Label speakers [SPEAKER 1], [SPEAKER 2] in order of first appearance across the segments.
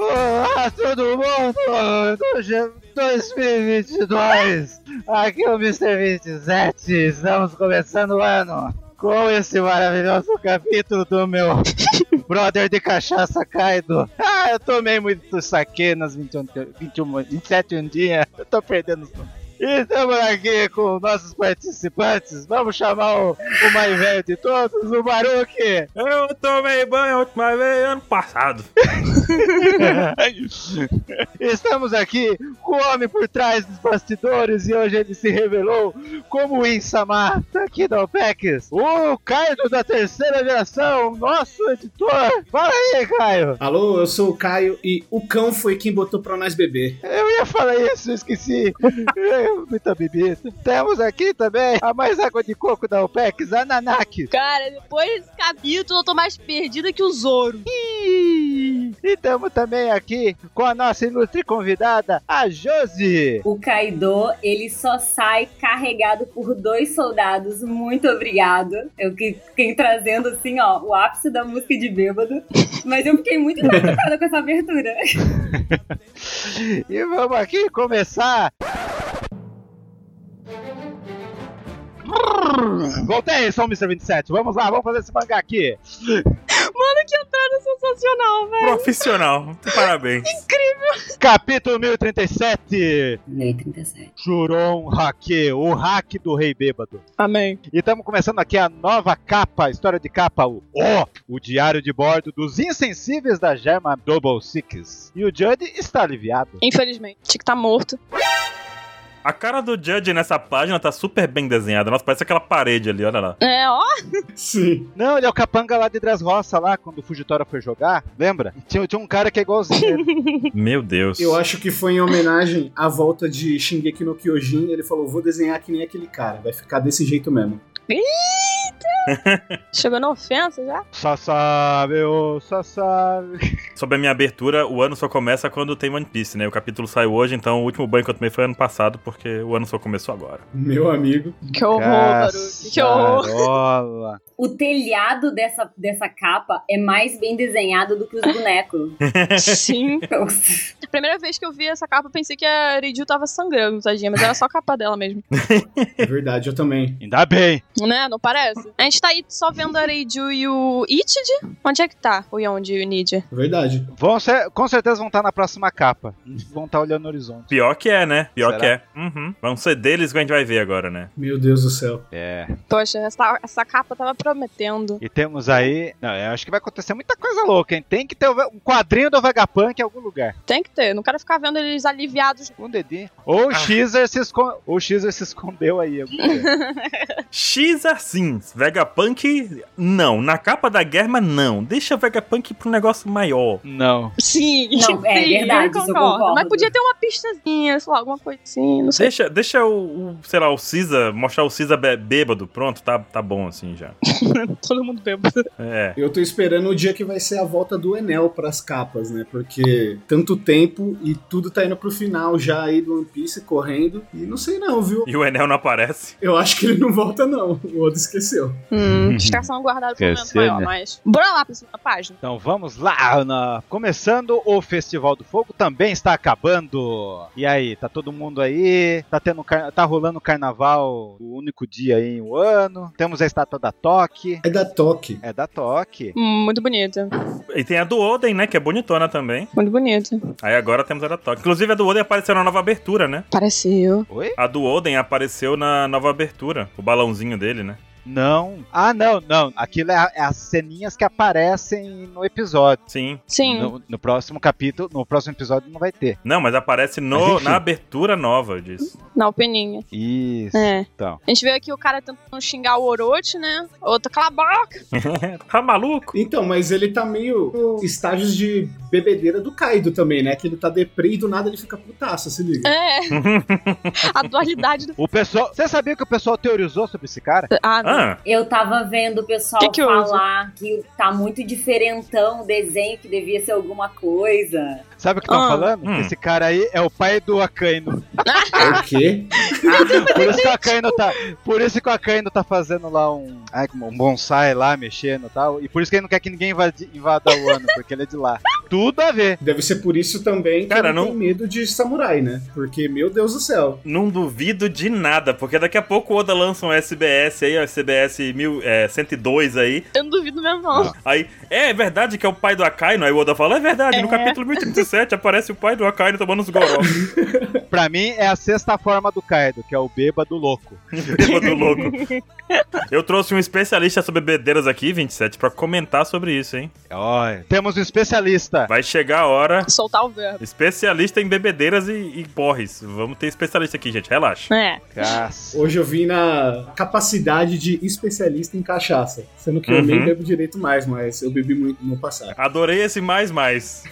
[SPEAKER 1] Olá, todo mundo! Hoje é 2022! Aqui é o Mr. 27, estamos começando o ano com esse maravilhoso capítulo do meu brother de cachaça Kaido. Ah, eu tomei muito saque nas 21, te- 21, 27 um dia, eu tô perdendo os nomes. E estamos aqui com nossos participantes. Vamos chamar o, o mais velho de todos, o Baruque.
[SPEAKER 2] Eu tomei banho a última vez ano passado.
[SPEAKER 1] Estamos aqui com o homem por trás dos bastidores e hoje ele se revelou como o Insamar aqui da OPEX, o Caio da terceira geração, nosso editor. Fala aí, Caio.
[SPEAKER 3] Alô, eu sou o Caio e o cão foi quem botou pra nós beber.
[SPEAKER 1] Eu ia falar isso, eu esqueci. É, Muita bebida. Temos aqui também a mais água de coco da OPEX, a Nanaki.
[SPEAKER 4] Cara, depois desse capítulo eu tô mais perdida que o Zoro.
[SPEAKER 1] E estamos também aqui com a nossa ilustre convidada, a Josi.
[SPEAKER 5] O Kaido, ele só sai carregado por dois soldados. Muito obrigado. Eu que- fiquei trazendo, assim, ó, o ápice da música de bêbado. Mas eu fiquei muito impactada com essa abertura.
[SPEAKER 1] E vamos aqui começar. Voltei, sou o Mr. 27. Vamos lá, vamos fazer esse mangá aqui.
[SPEAKER 4] Mano, que entrada sensacional, velho.
[SPEAKER 2] Profissional. Parabéns.
[SPEAKER 1] Capítulo 1037.
[SPEAKER 5] Lei 37.
[SPEAKER 1] Juron Hake, o hack do rei bêbado.
[SPEAKER 4] Amém.
[SPEAKER 1] E estamos começando aqui a nova capa, história de capa, o O, o diário de bordo dos insensíveis da gema Double Six. E o Judd está aliviado.
[SPEAKER 4] Infelizmente. Tinha que tá morto.
[SPEAKER 2] A cara do Judge nessa página tá super bem desenhada. Nossa, parece aquela parede ali, olha lá.
[SPEAKER 4] É, ó.
[SPEAKER 3] Sim.
[SPEAKER 1] Não, ele é o capanga lá de Dressrosa, lá, quando o Fugitora foi jogar. Lembra? Tinha, tinha um cara que é igualzinho ele.
[SPEAKER 2] Meu Deus.
[SPEAKER 3] Eu acho que foi em homenagem à volta de Shingeki no Kyojin. Ele falou: vou desenhar que nem aquele cara, vai ficar desse jeito mesmo.
[SPEAKER 4] Chegou na ofensa já?
[SPEAKER 1] Só sabe, ô, só sabe.
[SPEAKER 2] Sobre a minha abertura, o ano só começa quando tem One Piece, né? O capítulo saiu hoje, então o último banho que eu tomei foi ano passado, porque o ano só começou agora.
[SPEAKER 3] Meu amigo.
[SPEAKER 4] Que horror, Baruque. Que horror.
[SPEAKER 1] Caçarola.
[SPEAKER 5] O telhado dessa, dessa capa é mais bem desenhado do que os bonecos.
[SPEAKER 4] Sim. A primeira vez que eu vi essa capa, eu pensei que a Reiju tava sangrando, tadinha. Mas era só a capa dela mesmo.
[SPEAKER 3] É verdade, eu também.
[SPEAKER 1] Ainda bem.
[SPEAKER 4] Né? Não parece? A gente tá aí só vendo a Reiju e o Itid. Onde é que tá o Yonde e o Nid?
[SPEAKER 3] É Verdade.
[SPEAKER 1] Vão ser- com certeza vão estar na próxima capa. Vão estar olhando o horizonte.
[SPEAKER 2] Pior que é, né? Pior
[SPEAKER 1] Será?
[SPEAKER 2] que é. Uhum. Vão ser deles que a gente vai ver agora, né?
[SPEAKER 3] Meu Deus do céu.
[SPEAKER 1] É.
[SPEAKER 4] Poxa, essa, essa capa tava prometendo.
[SPEAKER 1] E temos aí. Não, eu acho que vai acontecer muita coisa louca, hein? Tem que ter o- um quadrinho do Vegapunk em algum lugar.
[SPEAKER 4] Tem que ter. Não quero ficar vendo eles aliviados.
[SPEAKER 1] Um dedinho. Ou o
[SPEAKER 2] Ah.
[SPEAKER 1] Xer se, escon... ou o Xer se escondeu aí. em algum lugar.
[SPEAKER 2] X assim, Vegapunk, não. Na capa da Guerra, não. Deixa o Vegapunk pra um negócio maior.
[SPEAKER 1] Não.
[SPEAKER 4] Sim,
[SPEAKER 5] Não, é
[SPEAKER 4] sim,
[SPEAKER 5] verdade,
[SPEAKER 4] eu
[SPEAKER 5] isso eu
[SPEAKER 4] concordo.
[SPEAKER 5] concordo.
[SPEAKER 4] Mas podia ter uma pistazinha, sei lá, alguma coisa assim, não sei.
[SPEAKER 2] Deixa, deixa o, o, sei lá, o Cisa, mostrar o Cisa bê- bêbado, pronto, tá, tá bom assim já.
[SPEAKER 4] Todo mundo bêbado.
[SPEAKER 2] É.
[SPEAKER 3] Eu tô esperando o dia que vai ser a volta do Enel pras capas, né? Porque tanto tempo e tudo tá indo pro final já aí do One Piece correndo. E não sei não, viu?
[SPEAKER 2] E o Enel não aparece.
[SPEAKER 3] Eu acho que ele não volta, não. O Oda esqueceu.
[SPEAKER 4] Hum, descarção guardada pro momento
[SPEAKER 1] Esqueceu,
[SPEAKER 4] maior,
[SPEAKER 1] né?
[SPEAKER 4] mas. Bora lá pra segunda página.
[SPEAKER 1] Então vamos lá, Ana. Começando o Festival do Fogo também está acabando. E aí, tá todo mundo aí? Tá tendo car- tá rolando o carnaval o único dia aí no ano. Temos a estátua da Toque.
[SPEAKER 3] É da Toque.
[SPEAKER 1] É da Toque.
[SPEAKER 4] Hum, muito bonita.
[SPEAKER 2] E tem a do Oden, né? Que é bonitona também.
[SPEAKER 4] Muito bonita.
[SPEAKER 2] Aí agora temos a da Toque. Inclusive a do Oden apareceu na nova abertura, né?
[SPEAKER 4] Pareceu.
[SPEAKER 1] Oi?
[SPEAKER 2] A do Oden apareceu na nova abertura. O balãozinho dele, né?
[SPEAKER 1] Não. Ah, não, não. Aquilo é, a- é as ceninhas que aparecem no episódio.
[SPEAKER 2] Sim.
[SPEAKER 4] Sim.
[SPEAKER 1] No, no próximo capítulo, no próximo episódio não vai ter.
[SPEAKER 2] Não, mas aparece no,
[SPEAKER 1] Mas enfim.
[SPEAKER 2] na abertura nova disso.
[SPEAKER 4] Na peninha.
[SPEAKER 1] Isso.
[SPEAKER 4] É.
[SPEAKER 1] Então.
[SPEAKER 4] A gente veio aqui o cara tentando xingar o Orochi, né? Outro, cala a boca.
[SPEAKER 2] tá maluco?
[SPEAKER 3] Então, mas ele tá meio estágios de bebedeira do Kaido também, né? Que ele tá deprê e do nada ele fica putaça, se liga.
[SPEAKER 4] É. a dualidade do.
[SPEAKER 1] O pessoal. Você sabia que o pessoal teorizou sobre esse cara?
[SPEAKER 4] Ah, não.
[SPEAKER 2] Ah,
[SPEAKER 5] Eu tava vendo o pessoal
[SPEAKER 4] Que que houve?
[SPEAKER 5] falar que tá muito diferentão o desenho, que devia ser alguma coisa.
[SPEAKER 1] Sabe o que estão
[SPEAKER 4] Ah.
[SPEAKER 1] falando?
[SPEAKER 2] Hum.
[SPEAKER 1] Esse cara aí é o pai do Akainu.
[SPEAKER 3] o quê?
[SPEAKER 1] Por isso que o Akainu tá. Por isso que o Akainu tá fazendo lá um. Ai, como um bonsai lá, mexendo e tal. E por isso que ele não quer que ninguém invade- invada o ano, porque ele é de lá. tudo a ver.
[SPEAKER 3] Deve ser por isso também que
[SPEAKER 2] Cara,
[SPEAKER 3] ele
[SPEAKER 2] não-
[SPEAKER 3] tem medo de samurai, né? Porque, meu Deus do céu.
[SPEAKER 2] Não duvido de nada, porque daqui a pouco o Oda lança um SBS aí, ó, SBS 1000, é, 102 aí.
[SPEAKER 4] Eu não duvido mesmo, não.
[SPEAKER 2] Aí, é, é verdade que é o pai do Akainu? Aí o Oda fala, é verdade, no
[SPEAKER 4] É.
[SPEAKER 2] capítulo 1037 aparece o pai do Akainu tomando os goró.
[SPEAKER 1] Pra mim é a sexta forma do Kaido, que é o bêbado louco.
[SPEAKER 2] Bêbado louco. Eu trouxe um especialista sobre bebedeiras aqui, 27, pra comentar sobre isso, hein?
[SPEAKER 1] Olha. Temos um especialista.
[SPEAKER 2] Vai chegar a hora.
[SPEAKER 4] Soltar o verbo.
[SPEAKER 2] Especialista em bebedeiras e, e porres. Vamos ter especialista aqui, gente. Relaxa.
[SPEAKER 4] É.
[SPEAKER 1] Cacete.
[SPEAKER 3] Hoje eu vim na capacidade de especialista em cachaça. Sendo que eu
[SPEAKER 2] Uhum.
[SPEAKER 3] nem bebo direito mais, mas eu bebi muito no passado.
[SPEAKER 2] Adorei esse mais mais.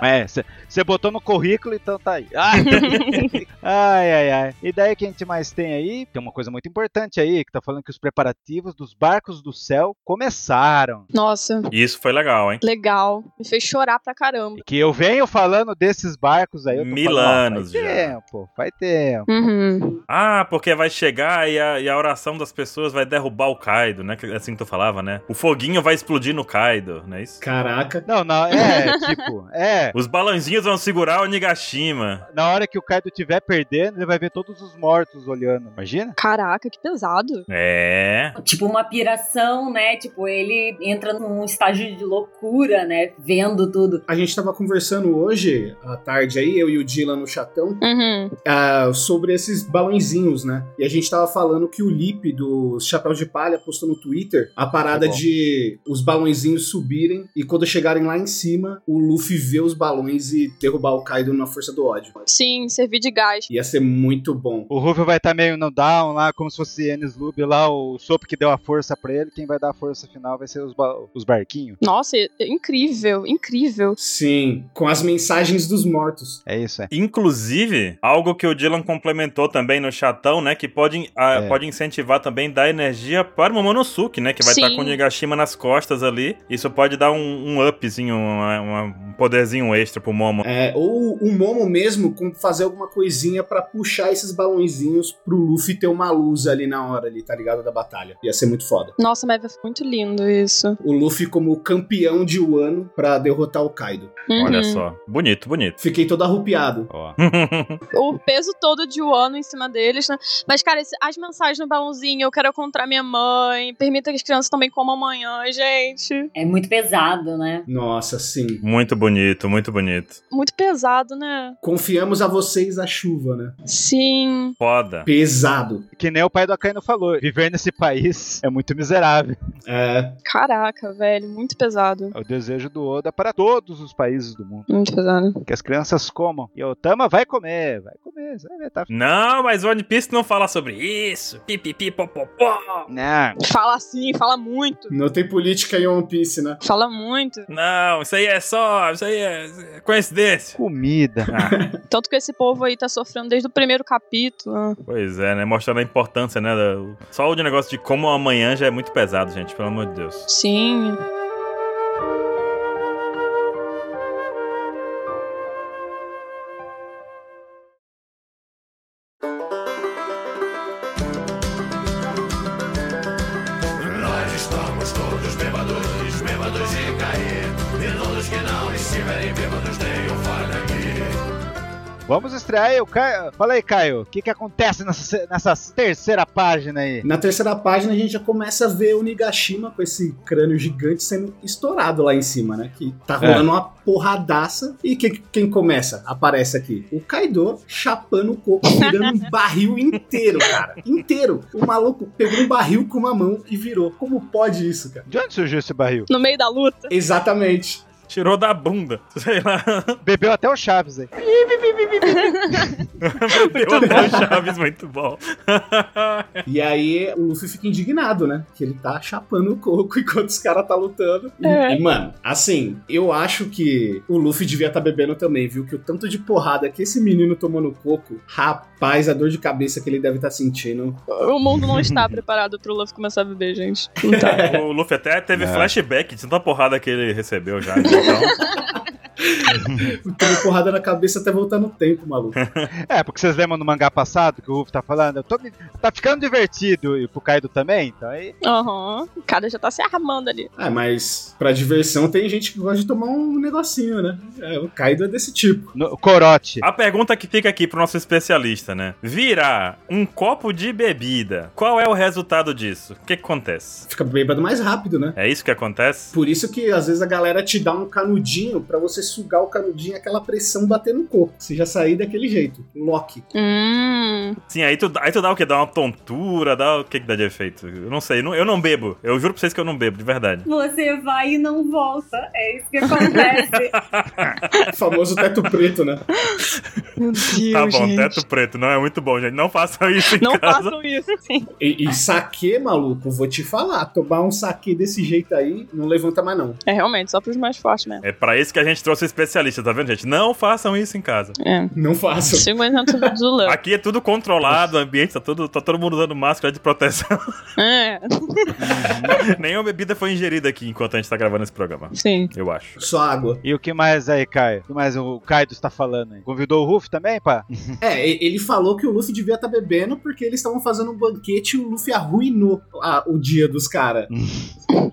[SPEAKER 1] É, você botou no currículo, então tá aí. Ah. ai, ai, ai. E daí o que a gente mais tem aí? Tem uma coisa muito importante aí, que tá falando que os preparativos dos barcos do céu começaram.
[SPEAKER 4] Nossa,
[SPEAKER 2] Isso foi legal, hein?
[SPEAKER 4] legal. Me fez chorar pra caramba.
[SPEAKER 1] E Que eu venho falando desses barcos aí. Eu tô
[SPEAKER 2] Mil
[SPEAKER 1] falando, ó,
[SPEAKER 2] anos já.
[SPEAKER 1] Faz tempo, faz tempo.
[SPEAKER 4] Uhum.
[SPEAKER 2] Ah, porque vai chegar e a, e a oração das pessoas vai derrubar o Kaido, né? Que- Assim que tu falava, né? O foguinho vai explodir no Kaido, não é isso?
[SPEAKER 3] Caraca.
[SPEAKER 1] Não, não, é, tipo, é.
[SPEAKER 2] Os balãozinhos vão segurar o Nigashima.
[SPEAKER 1] Na hora que o Kaido tiver perdendo, ele vai ver todos os mortos olhando. Imagina?
[SPEAKER 4] Caraca, que pesado.
[SPEAKER 2] É.
[SPEAKER 5] Tipo, uma piração, né? Tipo, ele entra num estágio de loucura, né? Vendo tudo.
[SPEAKER 3] A gente tava conversando hoje, à tarde aí, eu e o Dylan no chatão,
[SPEAKER 4] Uhum.
[SPEAKER 3] ah, sobre esses balãozinhos, né? E a gente tava falando que o Lip do Chapéu de Palha postou no Twitter a parada
[SPEAKER 1] Tá bom.
[SPEAKER 3] de os balãozinhos subirem e quando chegarem lá em cima, o Luffy vê os balões e derrubar o Kaido na força do ódio.
[SPEAKER 4] Sim, servir de gás.
[SPEAKER 3] Ia ser muito bom.
[SPEAKER 1] O Ruffy vai estar meio no down lá, como se fosse Enes Lube lá, o Sop que deu a força pra ele. Quem vai dar a força final vai ser os, ba- os barquinhos.
[SPEAKER 4] Nossa, é- é incrível, incrível.
[SPEAKER 3] Sim, com as mensagens dos mortos.
[SPEAKER 1] É isso, é.
[SPEAKER 2] Inclusive, algo que o Dylan complementou também no chatão, né? Que pode, ah,
[SPEAKER 1] É.
[SPEAKER 2] pode incentivar também, dar energia para o Momonosuke, né? Que vai
[SPEAKER 4] Sim.
[SPEAKER 2] estar com o Nigashima nas costas ali. Isso pode dar um, um upzinho, uma- uma- um poderzinho extra pro Momo.
[SPEAKER 3] É, ou o Momo mesmo com fazer alguma coisinha pra puxar esses balãozinhos pro Luffy ter uma luz ali na hora ali, tá ligado? Da batalha. Ia ser muito foda.
[SPEAKER 4] Nossa, mas vai ficar muito lindo isso.
[SPEAKER 3] O Luffy como campeão de Wano pra derrotar o Kaido.
[SPEAKER 2] Olha
[SPEAKER 4] Uhum.
[SPEAKER 2] só. Bonito, bonito.
[SPEAKER 3] Fiquei todo arrupiado.
[SPEAKER 1] Ó.
[SPEAKER 4] O peso todo de um ano em cima deles, né? Mas, cara, esse- as mensagens no balãozinho, eu quero encontrar minha mãe, permita que as crianças também comam amanhã, gente.
[SPEAKER 5] É muito pesado, né?
[SPEAKER 3] Nossa, sim.
[SPEAKER 2] muito bonito, muito bonito.
[SPEAKER 4] Muito pesado, né?
[SPEAKER 3] Confiamos a vocês a chuva, né?
[SPEAKER 4] Sim.
[SPEAKER 2] Foda.
[SPEAKER 3] Pesado.
[SPEAKER 1] Que nem o pai do Akainu falou, viver nesse país é muito miserável.
[SPEAKER 3] É,
[SPEAKER 4] Caraca, velho, muito pesado.
[SPEAKER 1] É o desejo do Oda para todos os países do mundo.
[SPEAKER 4] Muito pesado.
[SPEAKER 1] Que as crianças comam. E o Tama vai comer, vai comer, você vai ver, tá?
[SPEAKER 2] Não, mas One Piece não fala sobre isso. Pipipi, popopó.
[SPEAKER 1] Não.
[SPEAKER 4] Fala assim, fala muito.
[SPEAKER 3] não tem política em One Piece, né?
[SPEAKER 4] Fala muito.
[SPEAKER 2] Não, isso aí é só. Isso aí é coincidência.
[SPEAKER 1] Comida.
[SPEAKER 4] Tanto que esse povo aí tá sofrendo desde o primeiro capítulo.
[SPEAKER 2] Pois é, né? Mostrando a importância, né? da- Só o de negócio de como amanhã já é muito pesado, gente. Pelo amor de Deus.
[SPEAKER 4] Sim.
[SPEAKER 1] Vamos estrear aí o Caio. Fala aí, Caio. O que, que acontece nessa, nessa terceira página aí?
[SPEAKER 3] Na terceira página a gente já começa a ver o Nigashima com esse crânio gigante sendo estourado lá em cima, né? Que tá rolando uma porradaça. E que- quem começa? Aparece aqui. O Kaido chapando o coco, virando um barril inteiro, cara. Inteiro. O maluco pegou um barril com uma mão e virou. Como pode isso, cara?
[SPEAKER 1] De onde surgiu esse barril?
[SPEAKER 4] No meio da luta.
[SPEAKER 3] Exatamente.
[SPEAKER 2] Tirou da bunda. Sei lá.
[SPEAKER 1] Bebeu até o Chaves aí.
[SPEAKER 2] Meu Deus, Chaves, muito bom.
[SPEAKER 3] E aí o Luffy fica indignado, né? Que ele tá chapando o coco enquanto os caras tá lutando. E-
[SPEAKER 4] É.
[SPEAKER 3] E, mano, assim, eu acho que o Luffy devia tá bebendo também, viu? Que o tanto de porrada que esse menino tomou no coco, rapaz, a dor de cabeça que ele deve tá sentindo.
[SPEAKER 4] O mundo não está preparado pro Luffy começar a beber, gente. Não tá.
[SPEAKER 2] o Luffy até teve
[SPEAKER 1] É.
[SPEAKER 2] flashback de tanta porrada que ele recebeu já. né? Então,
[SPEAKER 3] Tomei porrada na cabeça até voltar no tempo, maluco.
[SPEAKER 1] É, porque vocês lembram no mangá passado que o Ruff tá falando, eu tô me- tá ficando divertido, e pro Kaido também, então aí...
[SPEAKER 4] Aham. O cara já tá se armando ali.
[SPEAKER 3] Ah, mas pra diversão tem gente que gosta de tomar um negocinho, né? É, o Kaido é desse tipo.
[SPEAKER 1] No, corote.
[SPEAKER 2] A pergunta que fica aqui pro nosso especialista, né? Virar um copo de bebida, qual é o resultado disso? O que, que acontece?
[SPEAKER 3] Fica bêbado mais rápido, né?
[SPEAKER 2] É isso que acontece?
[SPEAKER 3] Por isso que às vezes a galera te dá um canudinho pra você sugar o canudinho, aquela pressão bater no corpo. Você já sair daquele jeito. Loki.
[SPEAKER 4] Hum.
[SPEAKER 2] Sim, aí tu, aí tu dá o quê? Dá uma tontura, dá o que que dá de efeito? Eu não sei, eu não, eu não bebo. Eu juro pra vocês que eu não bebo, de verdade.
[SPEAKER 5] Você vai e não volta. É isso que acontece.
[SPEAKER 3] O famoso teto preto, né?
[SPEAKER 4] Meu Deus,
[SPEAKER 2] tá bom, teto preto, não é muito bom, gente. Não façam isso em
[SPEAKER 4] Não
[SPEAKER 2] casa.
[SPEAKER 4] façam isso.
[SPEAKER 3] E, e saque, maluco, vou te falar. Tomar um saque desse jeito aí, não levanta mais não.
[SPEAKER 4] É realmente, só pros mais fortes mesmo.
[SPEAKER 2] É pra isso que a gente trouxe o especialista, tá vendo, gente? Não façam isso em casa.
[SPEAKER 4] É.
[SPEAKER 3] Não faça.
[SPEAKER 4] 50% do lance.
[SPEAKER 2] Aqui é tudo controlado, o ambiente tá, tudo, tá todo mundo usando máscara de proteção.
[SPEAKER 4] É.
[SPEAKER 2] Nenhuma bebida foi ingerida aqui enquanto a gente tá gravando esse programa,
[SPEAKER 4] Sim.
[SPEAKER 2] eu acho.
[SPEAKER 3] Só água.
[SPEAKER 1] E o que mais aí, Caio? O que mais o Kaido está falando aí? Convidou o Ruff também, pá?
[SPEAKER 3] É, e- ele falou que o Luffy devia estar bebendo porque eles estavam fazendo um banquete e o Luffy arruinou a- o dia dos caras.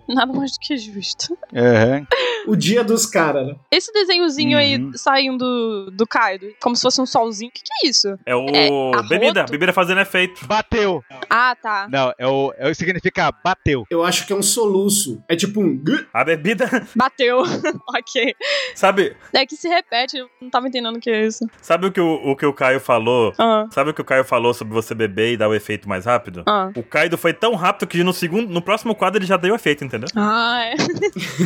[SPEAKER 4] Nada mais do que justo.
[SPEAKER 1] Aham.
[SPEAKER 3] O dia dos caras, né?
[SPEAKER 4] Esse desenhozinho
[SPEAKER 1] Uhum.
[SPEAKER 4] aí saindo do Kaido, como se fosse um solzinho. O que, que é isso?
[SPEAKER 2] É o.
[SPEAKER 4] arroto.
[SPEAKER 2] bebida, bebida fazendo efeito.
[SPEAKER 1] Bateu!
[SPEAKER 4] Ah, tá.
[SPEAKER 1] Não, é o, é o que significa bateu.
[SPEAKER 3] Eu acho que é um soluço. É tipo um. "Gu",
[SPEAKER 2] A bebida,
[SPEAKER 4] Bateu. ok.
[SPEAKER 2] sabe,
[SPEAKER 4] É que se repete, eu não tava entendendo o que é isso.
[SPEAKER 2] sabe o que o, o que o Caio falou?
[SPEAKER 4] Ah,
[SPEAKER 2] Sabe o que o Caio falou sobre você beber e dar o efeito mais rápido?
[SPEAKER 4] ah.
[SPEAKER 2] O Kaido foi tão rápido que no segundo, no próximo quadro ele já deu efeito, entendeu?
[SPEAKER 4] Ah,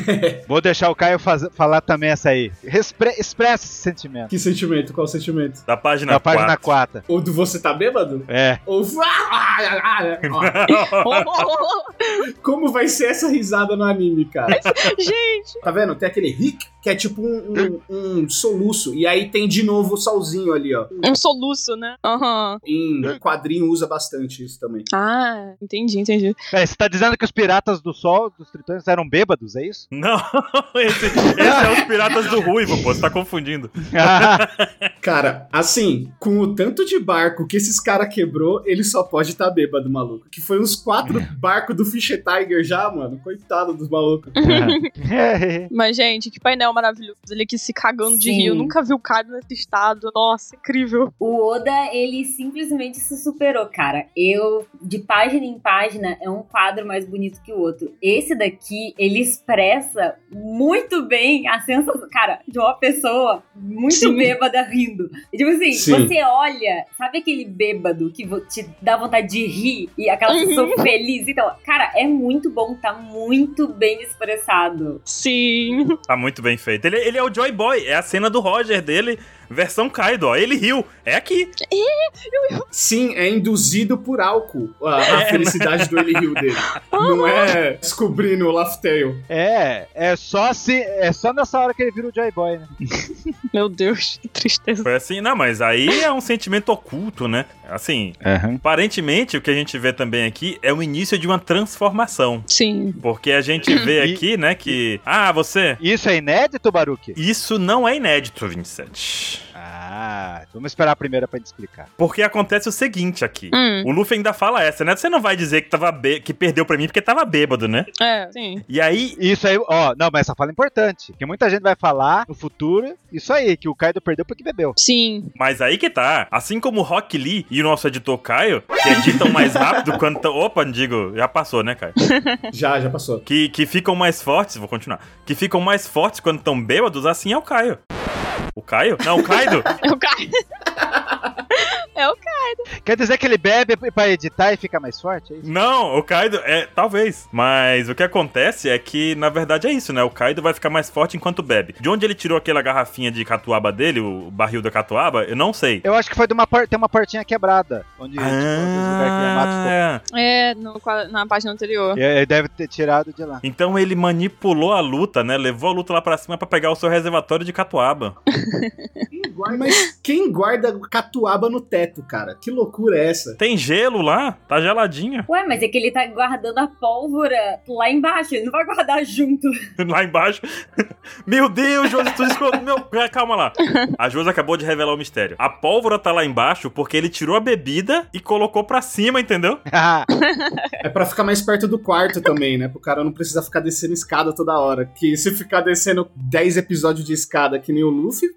[SPEAKER 4] é.
[SPEAKER 1] Vou deixar o Caio faz- falar também essa aí. Respre- expressa esse sentimento.
[SPEAKER 3] Que sentimento? Qual sentimento?
[SPEAKER 2] Da página
[SPEAKER 1] Na página
[SPEAKER 2] 4.
[SPEAKER 1] 4.
[SPEAKER 3] Ou do você tá bêbado?
[SPEAKER 1] É.
[SPEAKER 3] Ou. Ó,
[SPEAKER 4] Oh, oh, oh.
[SPEAKER 3] Como vai ser essa risada no anime, cara?
[SPEAKER 4] Gente,
[SPEAKER 3] Tá vendo? Tem aquele hic, que é tipo um, um- um soluço. E aí tem de novo o solzinho ali, ó.
[SPEAKER 4] um soluço, né? Aham.
[SPEAKER 3] Em quadrinho usa bastante isso também.
[SPEAKER 4] Ah, entendi, entendi.
[SPEAKER 1] Peraí, você tá dizendo que os piratas do sol, dos tritões, eram bêbados, é isso?
[SPEAKER 2] Não, esse, esse é os Piratas do Ruivo, pô, você tá confundindo.
[SPEAKER 1] Ah,
[SPEAKER 3] Cara, assim, com o tanto de barco que esses caras quebrou, ele só pode estar tá bêbado, maluco. Que foi uns quatro barcos do Fischer Tiger já, mano. Coitado dos malucos.
[SPEAKER 4] Mas, gente, que painel maravilhoso. Ele aqui se cagando de
[SPEAKER 5] Sim.
[SPEAKER 4] rio. Nunca vi o Kaido nesse estado. Nossa, incrível.
[SPEAKER 5] O Oda, ele simplesmente se superou, cara. Eu, de página em página, é um quadro mais bonito que o outro. Esse daqui, ele expressa muito bem a sensação, cara, de uma pessoa muito
[SPEAKER 4] Sim.
[SPEAKER 5] bêbada rindo. Tipo assim,
[SPEAKER 3] Sim.
[SPEAKER 5] você olha, sabe aquele bêbado que vo- te dá vontade de rir e aquela
[SPEAKER 4] Uhum.
[SPEAKER 5] sensação feliz? Então, cara, é muito bom, tá muito bem expressado.
[SPEAKER 4] Sim.
[SPEAKER 2] Tá muito bem feito. Ele, ele é o Joy Boy, é a cena do Roger dele, versão Kaido, ó. Ele riu, é aqui.
[SPEAKER 3] Sim, é induzido por álcool a, a felicidade do Eli Hill dele. Não é descobrindo o Laftail.
[SPEAKER 1] é, é só se. É só nessa hora que ele vira o Joy Boy, né?
[SPEAKER 4] Meu Deus, que tristeza.
[SPEAKER 2] Foi assim, não, mas aí é um sentimento oculto, né? Assim, aparentemente o que a gente vê também aqui é o início de uma transformação.
[SPEAKER 4] Sim.
[SPEAKER 2] Porque a gente vê
[SPEAKER 1] E-
[SPEAKER 2] aqui, né, que. Ah, você.
[SPEAKER 1] Isso é inédito, Baruque?
[SPEAKER 2] Isso não é inédito, 27.
[SPEAKER 1] Ah, vamos esperar a primeira pra gente explicar.
[SPEAKER 2] Porque acontece o seguinte aqui.
[SPEAKER 4] Hum,
[SPEAKER 2] O Luffy ainda fala essa, né? Você não vai dizer que, tava bê- que perdeu pra mim porque tava bêbado, né?
[SPEAKER 4] é, sim.
[SPEAKER 2] E aí,
[SPEAKER 1] Isso aí, ó, não, mas essa fala é importante. Que muita gente vai falar no futuro, isso aí, que o Kaido perdeu porque bebeu.
[SPEAKER 4] Sim.
[SPEAKER 2] mas aí que tá. Assim como o Rock Lee e o nosso editor Caio, que editam mais rápido quando. tão- Opa, digo, já passou, né, Caio?
[SPEAKER 3] Já, já passou.
[SPEAKER 2] Que, que ficam mais fortes, vou continuar. Que ficam mais fortes quando estão bêbados, assim é o Caio. O Caio? Não, o Kaido.
[SPEAKER 4] É o Kaido. É o Kaido.
[SPEAKER 1] Quer dizer que ele bebe pra editar e fica mais forte? É isso?
[SPEAKER 2] Não, o Kaido é. Talvez. Mas o que acontece é que, na verdade, é isso, né? O Kaido vai ficar mais forte enquanto bebe. De onde ele tirou aquela garrafinha de catuaba dele, o barril da catuaba, eu não sei.
[SPEAKER 1] Eu acho que foi de uma par... tem uma partinha quebrada, onde tipo, aquele lugar que Yamato ficou.
[SPEAKER 2] Ah,
[SPEAKER 4] É, no qua- na página anterior.
[SPEAKER 1] E- Ele deve ter tirado de lá.
[SPEAKER 2] então ele manipulou a luta, né? Levou a luta lá pra cima pra pegar o seu reservatório de catuaba.
[SPEAKER 3] guarda, mas quem guarda catuaba no teto, cara? Que loucura é essa?
[SPEAKER 2] Tem gelo lá? Tá geladinha.
[SPEAKER 5] Ué, mas é que ele tá guardando a pólvora lá embaixo, ele não vai guardar junto.
[SPEAKER 2] Lá embaixo. Meu Deus, Josi, tu escondeu. Meu, é, calma lá. A Josi acabou de revelar o mistério. A pólvora tá lá embaixo porque ele tirou a bebida e colocou pra cima, entendeu?
[SPEAKER 1] Ah,
[SPEAKER 3] É pra ficar mais perto do quarto também, né? Pro cara não precisar ficar descendo escada toda hora. Que se ficar descendo 10 episódios de escada que nem o Luffy,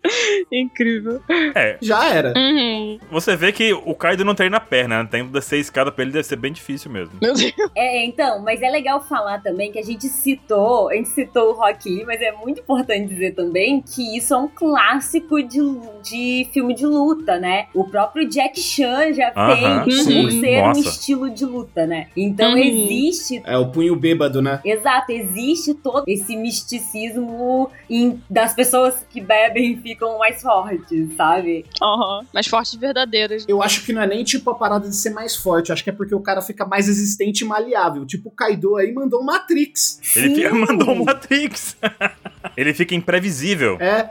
[SPEAKER 4] Incrível.
[SPEAKER 2] É,
[SPEAKER 3] já era.
[SPEAKER 4] Uhum.
[SPEAKER 2] você vê que o Kaido não treina a perna, né? Tem que descer a escada pra ele, deve ser bem difícil mesmo.
[SPEAKER 4] Meu Deus.
[SPEAKER 5] É, então, mas é legal falar também que a gente citou, a gente citou o Rock Lee, mas é muito importante dizer também que isso é um clássico de, de filme de luta, né? O próprio Jack Chan já
[SPEAKER 2] Aham,
[SPEAKER 5] fez
[SPEAKER 4] sim.
[SPEAKER 5] por ser
[SPEAKER 2] Nossa.
[SPEAKER 5] um estilo de luta, né? Então
[SPEAKER 4] Uhum.
[SPEAKER 5] existe
[SPEAKER 3] É o punho bêbado, né?
[SPEAKER 5] Exato, existe todo esse misticismo em- das pessoas que bebem e ficam mais fortes, sabe?
[SPEAKER 4] Aham. Mas fortes verdadeiras.
[SPEAKER 3] Eu acho que não é nem tipo a parada de ser mais forte. Eu acho que é porque o cara fica mais resistente e maleável. Tipo, o Kaido aí mandou o Matrix.
[SPEAKER 2] Ele fica-
[SPEAKER 5] Sim.
[SPEAKER 2] mandou um Matrix. ele fica imprevisível.
[SPEAKER 3] É,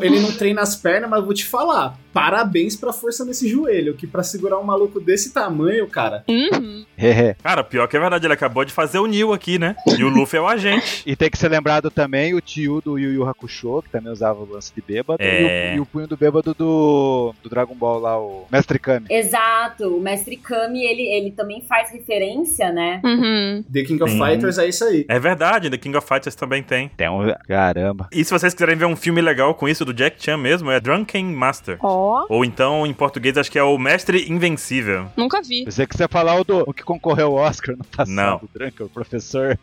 [SPEAKER 3] ele não treina as pernas, mas vou te falar. Parabéns pra força nesse joelho, que pra segurar um maluco desse tamanho, cara.
[SPEAKER 4] Uhum.
[SPEAKER 1] hehe.
[SPEAKER 2] Cara, pior que é verdade, ele acabou de fazer o Neil aqui, né? E o Luffy é o agente.
[SPEAKER 1] e tem que ser lembrado também o tio do Yu Yu Hakusho, que também usava o lance de bêbado.
[SPEAKER 2] É.
[SPEAKER 1] E, o, e o punho do bêbado do, do Dragon Ball lá, o Mestre Kami.
[SPEAKER 5] Exato, o mestre Kami, ele, ele também faz referência, né?
[SPEAKER 4] Uhum.
[SPEAKER 3] The King of
[SPEAKER 2] Sim.
[SPEAKER 3] Fighters é isso aí.
[SPEAKER 2] É verdade, The King of Fighters também tem.
[SPEAKER 1] Tem um... Caramba.
[SPEAKER 2] E se vocês quiserem ver um filme legal com isso do Jack Chan mesmo, é Drunken Master.
[SPEAKER 4] Ó,
[SPEAKER 2] Ou então, em português, acho que é o Mestre Invencível.
[SPEAKER 4] nunca vi.
[SPEAKER 1] Pensei que você ia falar o, do, o que concorreu ao Oscar no
[SPEAKER 2] Não.
[SPEAKER 1] passado, o Drunker, o professor.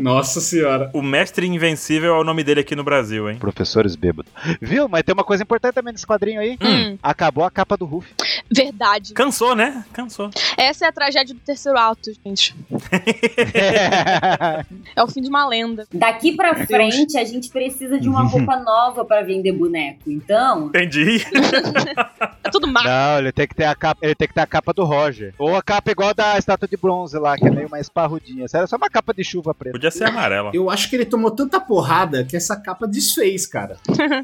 [SPEAKER 3] Nossa senhora.
[SPEAKER 2] O Mestre Invencível é o nome dele aqui no Brasil, hein?
[SPEAKER 1] Professores bêbados. Viu? Mas tem uma coisa importante também nesse quadrinho aí.
[SPEAKER 2] Hum.
[SPEAKER 4] Hum,
[SPEAKER 1] Acabou a capa do Ruff.
[SPEAKER 4] verdade.
[SPEAKER 2] Cansou, né? Cansou.
[SPEAKER 4] Essa é a tragédia do terceiro ato, gente. É o fim de uma lenda.
[SPEAKER 5] Daqui pra
[SPEAKER 4] Deus.
[SPEAKER 5] frente, a gente precisa de uma roupa nova pra vender boneco. Então,
[SPEAKER 2] Entendi.
[SPEAKER 4] É tudo má.
[SPEAKER 1] Não, ele tem que ter a capa, ele tem que ter a capa do Roger. Ou a capa igual da estátua de bronze lá, que é meio mais parrudinha. Sério, só uma capa de chuva preta.
[SPEAKER 2] Podia ser amarela.
[SPEAKER 3] Eu acho que ele tomou tanta porrada que essa capa desfez, cara.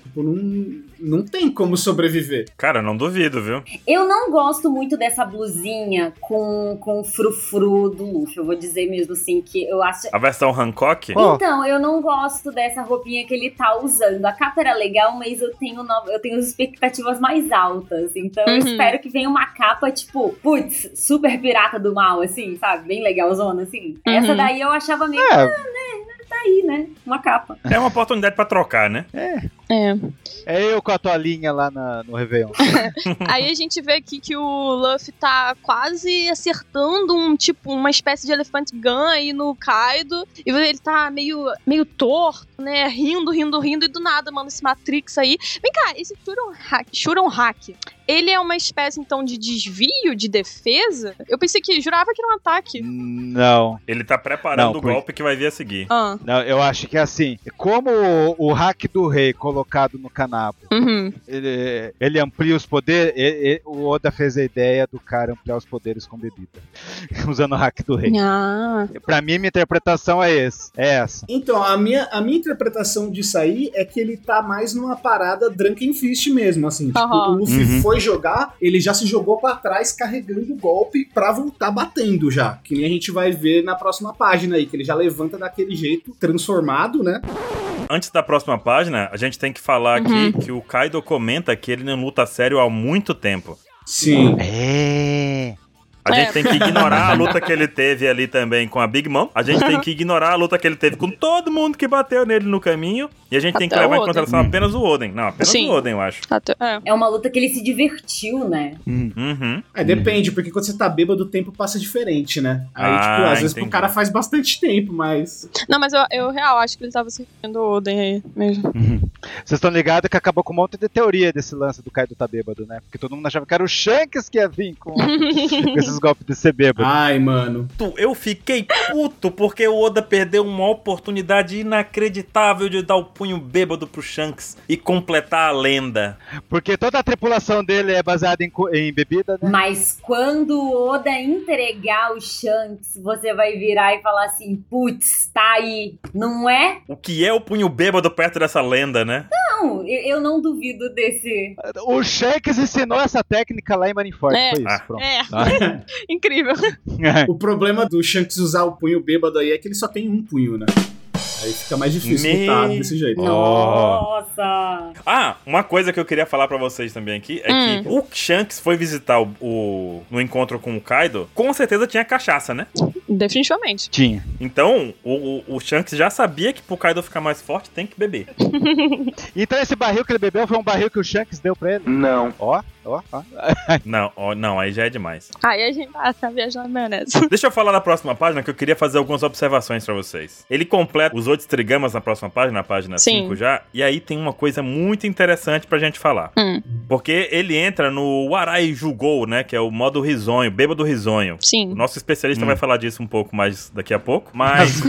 [SPEAKER 3] tipo, não, não tem como sobreviver.
[SPEAKER 2] Cara, não duvido, viu?
[SPEAKER 5] eu não gosto muito dessa blusinha com, com frufru do Luffy. Eu vou dizer mesmo assim que eu acho,
[SPEAKER 2] A versão Hancock.
[SPEAKER 1] Ó.
[SPEAKER 5] Então, eu não gosto dessa roupinha que ele tá usando. A capa era legal, mas eu tenho, no- eu tenho expectativas mais altas. Então, eu
[SPEAKER 4] Uhum.
[SPEAKER 5] espero que venha uma capa, tipo, putz, super pirata do mal, assim, sabe? Bem legalzona, assim.
[SPEAKER 4] Uhum.
[SPEAKER 5] Essa daí eu achava meio
[SPEAKER 1] É,
[SPEAKER 5] aí, né? Uma capa.
[SPEAKER 2] É uma oportunidade pra trocar, né?
[SPEAKER 4] É.
[SPEAKER 1] é eu com a toalhinha lá na- no Réveillon.
[SPEAKER 4] Aí a gente vê aqui que o Luffy tá quase acertando um tipo, uma espécie de elefante gun aí no Kaido. E ele tá meio, meio torto, né? Rindo, rindo, rindo. E do nada, mano, esse Matrix aí. Vem cá, esse Shuron Hack, Shuron Hack, ele é uma espécie então de desvio, de defesa? Eu pensei que, jurava que era um ataque.
[SPEAKER 1] Não,
[SPEAKER 2] Ele tá preparando
[SPEAKER 1] Não,
[SPEAKER 2] o
[SPEAKER 1] por-
[SPEAKER 2] golpe que vai vir a seguir.
[SPEAKER 4] Ah,
[SPEAKER 1] não, eu acho que é assim. Como o, o hack do rei colocado no canabo,
[SPEAKER 4] uhum.
[SPEAKER 1] ele, ele amplia os poderes. e- e- o Oda fez a ideia do cara ampliar os poderes com bebida. Usando o hack do rei.
[SPEAKER 4] Ah.
[SPEAKER 1] Pra mim, minha interpretação é esse. É essa.
[SPEAKER 3] Então, a minha, a minha interpretação disso aí é que ele tá mais numa parada Drunken Fist mesmo, assim. Tipo,
[SPEAKER 4] Aham.
[SPEAKER 3] o Luffy
[SPEAKER 2] Uhum.
[SPEAKER 3] foi jogar, ele já se jogou pra trás carregando o golpe pra voltar batendo já. Que nem a gente vai ver na próxima página aí, que ele já levanta daquele jeito transformado, né?
[SPEAKER 2] Antes da próxima página, a gente tem que falar
[SPEAKER 4] Uhum.
[SPEAKER 2] aqui que o Kaido comenta que ele não luta sério há muito tempo.
[SPEAKER 3] Sim.
[SPEAKER 1] É.
[SPEAKER 2] A
[SPEAKER 4] É.
[SPEAKER 2] gente tem que ignorar a luta que ele teve ali também com a Big Mom. A gente tem que ignorar a luta que ele teve com todo mundo que bateu nele no caminho. E a gente tem que
[SPEAKER 4] Até o
[SPEAKER 2] levar em
[SPEAKER 4] Oden.
[SPEAKER 2] consideração apenas o Oden. Não, apenas
[SPEAKER 4] Sim.
[SPEAKER 2] o Oden, eu acho.
[SPEAKER 4] Até, é.
[SPEAKER 5] É uma luta que ele se divertiu, né?
[SPEAKER 2] Uhum.
[SPEAKER 3] É, depende, porque quando você tá bêbado, o tempo passa diferente, né? Aí,
[SPEAKER 2] Ah,
[SPEAKER 3] tipo, às vezes pro
[SPEAKER 2] entendi.
[SPEAKER 3] cara faz bastante tempo, mas.
[SPEAKER 4] Não, mas eu, eu real acho que ele tava se referindo ao Oden aí mesmo.
[SPEAKER 1] Uhum. Vocês estão ligados que acabou com um monte de teoria desse lance do Kaido tá bêbado, né? Porque todo mundo achava que era o Shanks que ia vir com, com esses golpes de ser
[SPEAKER 2] Tipo-
[SPEAKER 1] bêbado.
[SPEAKER 3] Ai, mano.
[SPEAKER 2] Puto, Eu fiquei puto porque o Oda perdeu uma oportunidade inacreditável de dar o punho bêbado pro Shanks e completar a lenda.
[SPEAKER 1] Porque toda a tripulação dele é baseada em, co- em bebida, né?
[SPEAKER 5] Mas quando o Oda entregar o Shanks, você vai virar e falar assim: putz, tá aí. Não é?
[SPEAKER 2] O que é o punho bêbado perto dessa lenda, né?
[SPEAKER 5] Não, Não, eu, eu não duvido desse.
[SPEAKER 1] O Shanks ensinou essa técnica lá em Marineford.
[SPEAKER 4] É.
[SPEAKER 1] Foi isso,
[SPEAKER 2] Ah.
[SPEAKER 1] pronto.
[SPEAKER 4] É, incrível.
[SPEAKER 3] O problema do Shanks usar o punho bêbado aí é que ele só tem um punho, né? Aí fica mais difícil
[SPEAKER 2] Me-
[SPEAKER 3] lutar desse jeito.
[SPEAKER 2] Ó.
[SPEAKER 5] Nossa!
[SPEAKER 2] Ah, uma coisa que eu queria falar pra vocês também aqui é que
[SPEAKER 4] Hum.
[SPEAKER 2] o Shanks foi visitar o, o- no encontro com o Kaido, com certeza tinha cachaça, né?
[SPEAKER 4] Definitivamente.
[SPEAKER 1] Tinha.
[SPEAKER 2] Então, o, o- o Shanks já sabia que pro Kaido ficar mais forte tem que beber.
[SPEAKER 1] Então esse barril que ele bebeu foi um barril que o Shanks deu pra ele?
[SPEAKER 6] Não.
[SPEAKER 1] Ó, ó, ó.
[SPEAKER 2] não, ó, não, aí já é demais.
[SPEAKER 4] Aí a gente ah, tá viajando na maionese.
[SPEAKER 2] Deixa eu falar na próxima página que eu queria fazer algumas observações pra vocês. Ele completa os outros trigamas na próxima página, na página
[SPEAKER 4] Sim.
[SPEAKER 2] 5 já, e aí tem uma coisa muito interessante pra gente falar.
[SPEAKER 4] Hum.
[SPEAKER 2] Porque ele entra no Arai Jugou, né, que é o modo risonho, bêbado risonho. O
[SPEAKER 4] Sim.
[SPEAKER 2] nosso especialista
[SPEAKER 6] Hum.
[SPEAKER 2] vai falar disso um pouco mais daqui a pouco, mas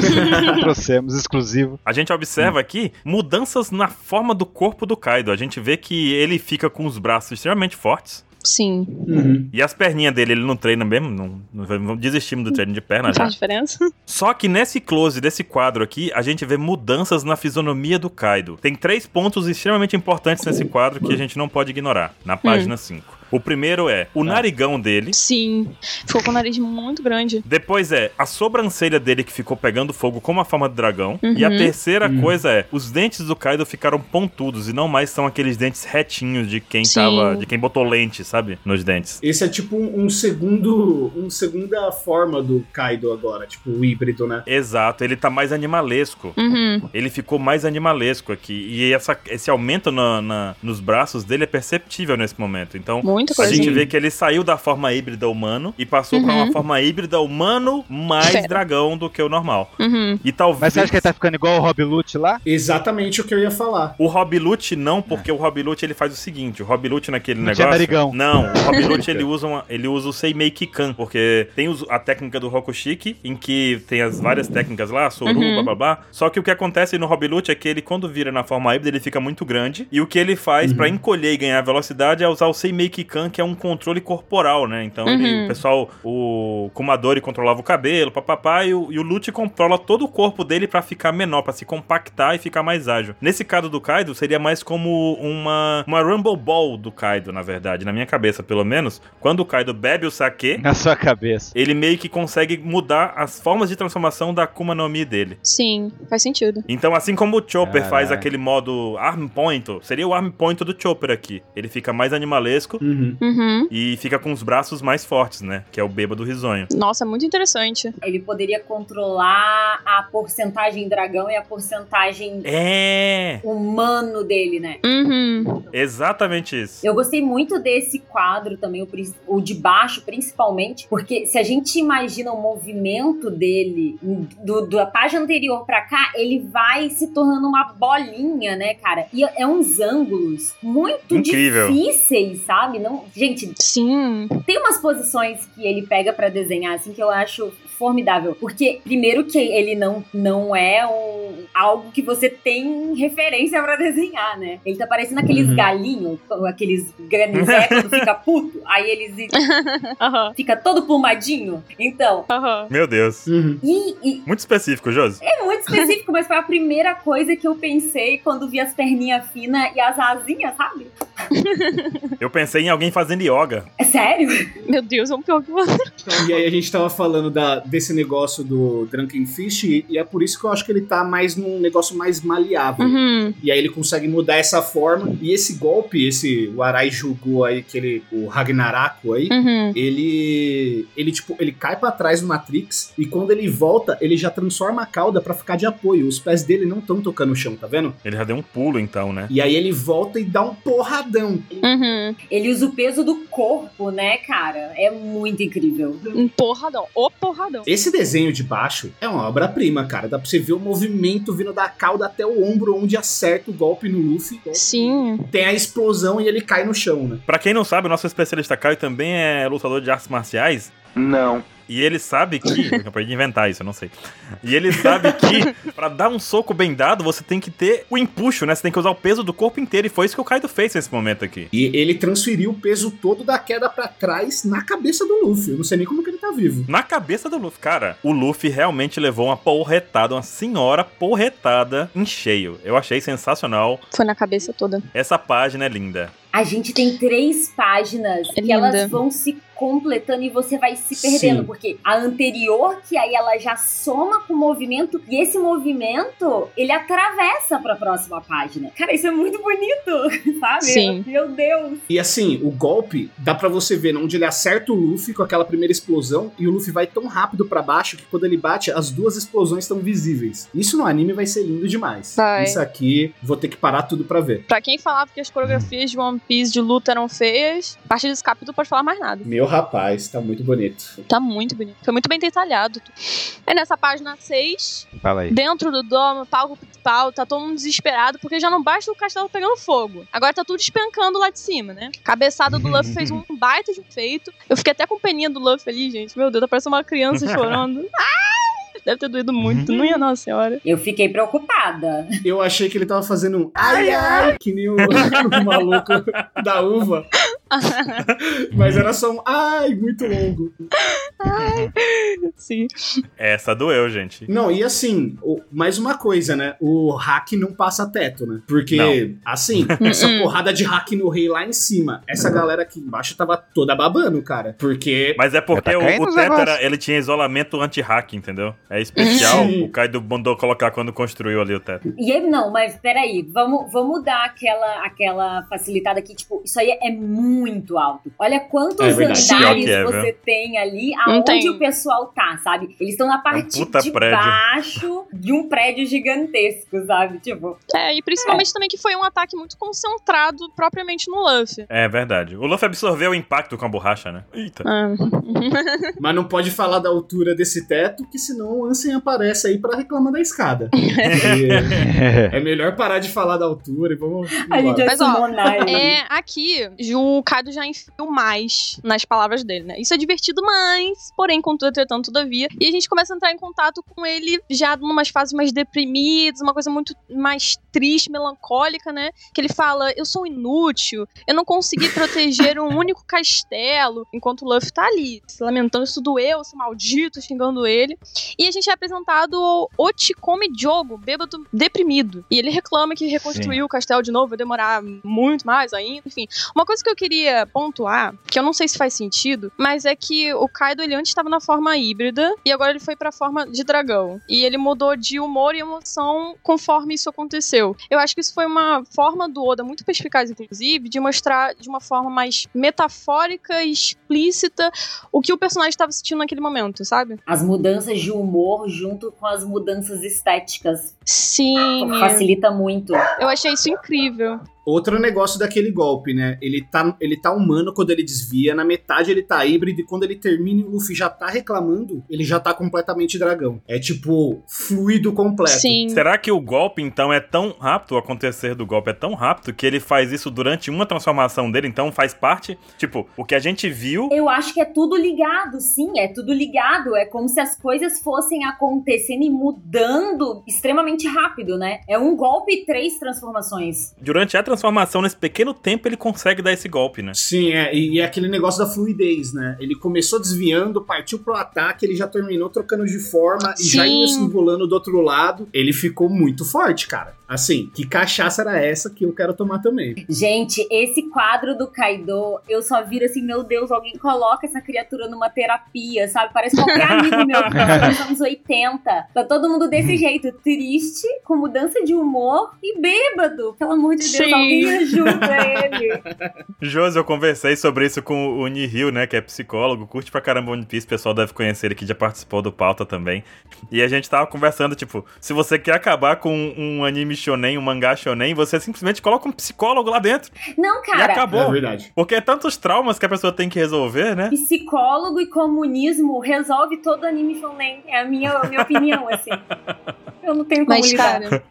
[SPEAKER 1] Trouxemos, exclusivo.
[SPEAKER 2] a gente observa aqui mudanças na forma do corpo do Kaido. A gente vê que ele fica com os braços extremamente fortes.
[SPEAKER 4] Sim.
[SPEAKER 3] Uhum.
[SPEAKER 2] E as perninhas dele, ele não treina mesmo, não, não desistimos do treino de perna já.
[SPEAKER 4] Faz diferença?
[SPEAKER 2] Só que nesse close desse quadro aqui, a gente vê mudanças na fisionomia do Kaido. Tem três pontos extremamente importantes nesse quadro que a gente não pode ignorar, na página 5. O primeiro é o narigão dele.
[SPEAKER 4] Sim. Ficou com o nariz muito grande.
[SPEAKER 2] Depois é a sobrancelha dele que ficou pegando fogo como a forma do dragão. E a
[SPEAKER 4] Uhum.
[SPEAKER 2] terceira
[SPEAKER 3] Uhum.
[SPEAKER 2] coisa é, os dentes do Kaido ficaram pontudos e não mais são aqueles dentes retinhos de quem
[SPEAKER 4] Sim.
[SPEAKER 2] tava, de quem botou lente, sabe, nos dentes.
[SPEAKER 3] Esse é tipo um um segundo. Um segunda forma do Kaido agora, tipo o híbrido, né?
[SPEAKER 2] Exato, ele tá mais animalesco.
[SPEAKER 4] Uhum.
[SPEAKER 2] Ele ficou mais animalesco aqui. E essa- esse aumento na- na- nos braços dele é perceptível nesse momento. Então,
[SPEAKER 4] Muita
[SPEAKER 2] a
[SPEAKER 4] coisa.
[SPEAKER 2] gente
[SPEAKER 3] Sim.
[SPEAKER 2] vê que ele saiu da forma híbrida humano e passou pra
[SPEAKER 4] Uhum.
[SPEAKER 2] uma forma híbrida humano mais
[SPEAKER 4] Fera.
[SPEAKER 2] dragão do que o normal.
[SPEAKER 4] Uhum.
[SPEAKER 2] E talvez.
[SPEAKER 1] Mas você acha que ele tá ficando igual o Rob Lute lá?
[SPEAKER 3] Exatamente o que eu ia falar.
[SPEAKER 2] O Rob Lute não, porque o Rob Lute ele faz o seguinte, o Rob Lute naquele
[SPEAKER 1] Não tinha
[SPEAKER 2] negócio...
[SPEAKER 1] narigão.
[SPEAKER 2] Não, o Rob Lute ele usa, uma, ele usa o Seimei Kikan, porque tem os- a técnica do Rokushiki, em que tem as várias técnicas lá, Soru,
[SPEAKER 4] Uhum.
[SPEAKER 2] blá blá blá. Só que o que acontece no Rob Lute é que ele quando vira na forma híbrida ele fica muito grande, e o que ele faz
[SPEAKER 3] Uhum.
[SPEAKER 2] pra encolher e ganhar velocidade é usar o Seimei Kikan, que é um controle corporal, né? Então ele,
[SPEAKER 4] Uhum.
[SPEAKER 2] o pessoal, o Kumadori controlava o cabelo, papapá, e o, e o Lute controla todo o corpo dele pra ficar menor, pra se compactar e ficar mais ágil. Nesse caso do Kaido, seria mais como uma, uma Rumble Ball do Kaido, na verdade, na minha cabeça, pelo menos. Quando o Kaido bebe o sake,
[SPEAKER 1] Na sua cabeça.
[SPEAKER 2] ele meio que consegue mudar as formas de transformação da Akuma no Mi dele.
[SPEAKER 4] Sim, faz sentido.
[SPEAKER 2] Então, assim como o Chopper
[SPEAKER 1] Caraca.
[SPEAKER 2] faz aquele modo Arm Point, seria o Arm Point do Chopper aqui. Ele fica mais animalesco
[SPEAKER 3] Uhum.
[SPEAKER 4] Uhum.
[SPEAKER 2] e fica com os braços mais fortes, né? Que é o bêbado risonho.
[SPEAKER 4] Nossa, é muito interessante.
[SPEAKER 5] Ele poderia controlar a porcentagem dragão e a porcentagem
[SPEAKER 2] É!
[SPEAKER 5] humano dele, né?
[SPEAKER 4] Uhum.
[SPEAKER 2] Exatamente isso.
[SPEAKER 5] Eu gostei muito desse quadro também, o, prin- o de baixo, principalmente, porque se a gente imagina o movimento dele do, do- da página anterior pra cá, ele vai se tornando uma bolinha, né, cara? E é uns ângulos muito
[SPEAKER 2] Incrível.
[SPEAKER 5] difíceis, sabe? Não, gente,
[SPEAKER 4] Sim.
[SPEAKER 5] tem umas posições que ele pega pra desenhar, assim, que eu acho formidável. Porque, primeiro, que ele não, não é um, algo que você tem referência pra desenhar, né? Ele tá parecendo aqueles
[SPEAKER 3] Uhum.
[SPEAKER 5] galinhos, aqueles granizé quando fica puto, aí ele
[SPEAKER 4] Aham.
[SPEAKER 5] fica todo plumadinho. Então.
[SPEAKER 4] Aham.
[SPEAKER 2] Meu Deus.
[SPEAKER 3] Uhum.
[SPEAKER 5] E, e
[SPEAKER 2] Muito específico, Josi.
[SPEAKER 5] é muito específico, mas foi a primeira coisa que eu pensei quando vi as perninhas finas e as asinhas, sabe?
[SPEAKER 2] Eu pensei em alguém fazendo yoga.
[SPEAKER 5] É sério?
[SPEAKER 4] Meu Deus, é um pior que você.
[SPEAKER 3] E aí a gente tava falando da- desse negócio do Drunken Fish, e, e é por isso que eu acho que ele tá mais num negócio mais maleável.
[SPEAKER 4] Uhum.
[SPEAKER 3] E aí ele consegue mudar essa forma. E esse golpe, esse o Arai julgou aí, que ele, o Ragnaraku aí,
[SPEAKER 4] Uhum.
[SPEAKER 3] ele. Ele, tipo, ele cai pra trás do Matrix e quando ele volta, ele já transforma a cauda pra ficar de apoio. Os pés dele não estão tocando o chão, tá vendo?
[SPEAKER 2] Ele já deu um pulo, então, né?
[SPEAKER 3] E aí ele volta e dá um porradão.
[SPEAKER 4] Uhum.
[SPEAKER 5] Ele usa o peso do corpo, né, cara? É muito incrível.
[SPEAKER 4] Um porradão. O porradão.
[SPEAKER 3] Esse desenho de baixo é uma obra-prima, cara. Dá pra você ver o movimento vindo da cauda até o ombro, onde acerta o golpe no Luffy.
[SPEAKER 4] Sim.
[SPEAKER 3] Tem a explosão e ele cai no chão, né?
[SPEAKER 2] Pra quem não sabe, o nosso especialista Caio também é lutador de artes marciais.
[SPEAKER 6] Não.
[SPEAKER 2] E ele sabe que. Eu acabei de inventar isso, eu não sei. E ele sabe que, pra dar um soco bem dado, você tem que ter o empuxo, né? Você tem que usar o peso do corpo inteiro. E foi isso que o Kaido fez nesse momento aqui.
[SPEAKER 3] E ele transferiu o peso todo da queda pra trás na cabeça do Luffy. Eu não sei nem como que ele tá vivo.
[SPEAKER 2] Na cabeça do Luffy. Cara, o Luffy realmente levou uma porretada, uma senhora porretada em cheio. Eu achei sensacional.
[SPEAKER 4] Foi na cabeça toda.
[SPEAKER 2] Essa página é linda.
[SPEAKER 5] A gente tem três páginas
[SPEAKER 4] É
[SPEAKER 5] que elas
[SPEAKER 4] linda.
[SPEAKER 5] vão se completando e você vai se perdendo.
[SPEAKER 3] Sim.
[SPEAKER 5] Porque a anterior, que aí ela já soma com o movimento, e esse movimento, ele atravessa pra próxima página. Cara, isso é muito bonito, sabe?
[SPEAKER 4] Sim.
[SPEAKER 5] Meu Deus.
[SPEAKER 3] E assim, o golpe dá pra você ver né, onde ele acerta o Luffy com aquela primeira explosão e o Luffy vai tão rápido pra baixo que quando ele bate, as duas explosões estão visíveis. Isso no anime vai ser lindo demais.
[SPEAKER 4] Vai.
[SPEAKER 3] Isso aqui, vou ter que parar tudo pra ver.
[SPEAKER 4] Pra quem falava que as coreografias de One Piece de luta eram feias, a partir desse capítulo pode falar mais nada.
[SPEAKER 3] Meu rapaz, tá muito bonito.
[SPEAKER 4] Tá muito bonito. Foi muito bem detalhado. É nessa página 6,
[SPEAKER 1] Fala aí.
[SPEAKER 4] dentro do domo, palco principal, tá todo mundo desesperado, porque já não basta o castelo pegando fogo. Agora tá tudo despencando lá de cima, né? Cabeçada do Luffy fez um baita de um feito. Eu fiquei até com peninha do Luffy ali, gente. Meu Deus, tá parecendo uma criança chorando. Ai! Deve ter doído muito, não ia, Nossa Senhora.
[SPEAKER 5] Eu fiquei preocupada.
[SPEAKER 3] Eu achei que ele tava fazendo um ai ai, que nem o, o maluco da uva. Mas era só um ai muito longo.
[SPEAKER 4] Sim.
[SPEAKER 2] Essa doeu, gente.
[SPEAKER 3] Não, e assim, o- mais uma coisa, né? O hack não passa teto, né? Porque,
[SPEAKER 2] Não.
[SPEAKER 3] assim, essa
[SPEAKER 5] Hum.
[SPEAKER 3] porrada de hack no rei lá em cima, essa galera aqui embaixo tava toda babando, cara. Porque.
[SPEAKER 2] Mas é porque
[SPEAKER 1] Tá
[SPEAKER 2] o,
[SPEAKER 1] caindo
[SPEAKER 2] o
[SPEAKER 1] os
[SPEAKER 2] teto
[SPEAKER 1] negócios.
[SPEAKER 2] era- ele tinha isolamento anti-hack, entendeu? É especial.
[SPEAKER 3] Sim.
[SPEAKER 2] o Kaido mandou colocar quando construiu ali o teto.
[SPEAKER 5] E aí, não, mas peraí, vamos, vamos dar aquela, aquela facilitada aqui, tipo, isso aí é muito alto. Olha quantos
[SPEAKER 3] É verdade.
[SPEAKER 5] andares
[SPEAKER 2] Pior que é,
[SPEAKER 5] você
[SPEAKER 2] viu? É
[SPEAKER 5] tem ali, aonde
[SPEAKER 4] tem.
[SPEAKER 5] o pessoal tá, sabe? Eles estão na parte
[SPEAKER 2] um puta
[SPEAKER 5] de
[SPEAKER 2] prédio.
[SPEAKER 5] baixo de um prédio gigantesco, sabe? Tipo,
[SPEAKER 4] É, e principalmente também que foi um ataque muito concentrado propriamente no Luffy.
[SPEAKER 2] É verdade. O Luffy absorveu o impacto com a borracha, né? Eita.
[SPEAKER 4] Ah.
[SPEAKER 3] Mas não pode falar da altura desse teto, que senão o Ansem aparece aí pra reclamar da escada. E é melhor parar de falar da altura e vamos.
[SPEAKER 5] a
[SPEAKER 3] embora.
[SPEAKER 5] gente é
[SPEAKER 4] Mas, ó,
[SPEAKER 5] simonar ele.
[SPEAKER 4] É, aqui, o Kaido já enfiou mais nas palavras dele, né? Isso é divertido, mas, porém, contudo, entretanto, todavia. E a gente começa a entrar em contato com ele já numas fases mais deprimidas, uma coisa muito mais triste, melancólica, né? Que ele fala: Eu sou inútil, eu não consegui proteger um único castelo, enquanto o Luffy tá ali, se lamentando, isso doeu, esse maldito, xingando ele. E a gente é apresentado ao Oticome Diogo, bêbado deprimido. E ele reclama que reconstruir o castelo de novo vai demorar muito mais ainda. Enfim, uma coisa que eu queria pontuar, que eu não sei se faz sentido, mas é que o Kaido ele antes estava na forma híbrida e agora ele foi pra forma de dragão. E ele mudou de humor e emoção conforme isso aconteceu. Eu acho que isso foi uma forma do Oda, muito perspicaz inclusive, de mostrar de uma forma mais metafórica e explícita o que o personagem estava sentindo naquele momento, sabe?
[SPEAKER 5] As mudanças de humor junto com as mudanças estéticas
[SPEAKER 4] Sim. é.
[SPEAKER 5] facilita muito.
[SPEAKER 4] Eu achei isso incrível.
[SPEAKER 3] Outro negócio daquele golpe, né? Ele tá, ele tá humano quando ele desvia, na metade ele tá híbrido, e quando ele termina e o Luffy já tá reclamando, ele já tá completamente dragão. É tipo, fluido completo.
[SPEAKER 4] Sim.
[SPEAKER 2] Será que o golpe, então, é tão rápido, o acontecer do golpe é tão rápido que ele faz isso durante uma transformação dele, então faz parte? Tipo, o que a gente viu.
[SPEAKER 5] Eu acho que é tudo ligado, sim, é tudo ligado. É como se as coisas fossem acontecendo e mudando extremamente rápido, né? É um golpe e três transformações.
[SPEAKER 2] Durante a transformação, nesse pequeno tempo, ele consegue dar esse golpe, né?
[SPEAKER 3] Sim, é, e é aquele negócio da fluidez, né? Ele começou desviando, partiu pro ataque, ele já terminou trocando de forma e já
[SPEAKER 4] Sim.
[SPEAKER 3] indo se embolando do outro lado. Ele ficou muito forte, cara. Assim, que cachaça era essa que eu quero tomar também?
[SPEAKER 5] Gente, esse quadro do Kaido, eu só viro assim, meu Deus, alguém coloca essa criatura numa terapia, sabe? Parece qualquer amigo meu que passou nos anos 80. Tá todo mundo desse jeito, triste, com mudança de humor e bêbado. Pelo amor de Deus,
[SPEAKER 4] Sim.
[SPEAKER 5] alguém ajuda ele.
[SPEAKER 2] Josi, eu conversei sobre isso com o Nihil, né? Que é psicólogo, curte pra caramba One Piece, o pessoal deve conhecer ele que já participou do pauta também. E a gente tava conversando, tipo, se você quer acabar com um anime shonen, um mangá shonen, você simplesmente coloca um psicólogo lá dentro.
[SPEAKER 5] Não, cara.
[SPEAKER 2] e
[SPEAKER 3] É
[SPEAKER 2] acabou.
[SPEAKER 3] verdade.
[SPEAKER 2] Porque é tantos traumas que a pessoa tem que resolver, né?
[SPEAKER 5] Psicólogo e comunismo resolve todo anime shonen. É a minha, a minha opinião, assim. Eu não tenho como
[SPEAKER 4] Mas,
[SPEAKER 5] lidar.
[SPEAKER 4] cara.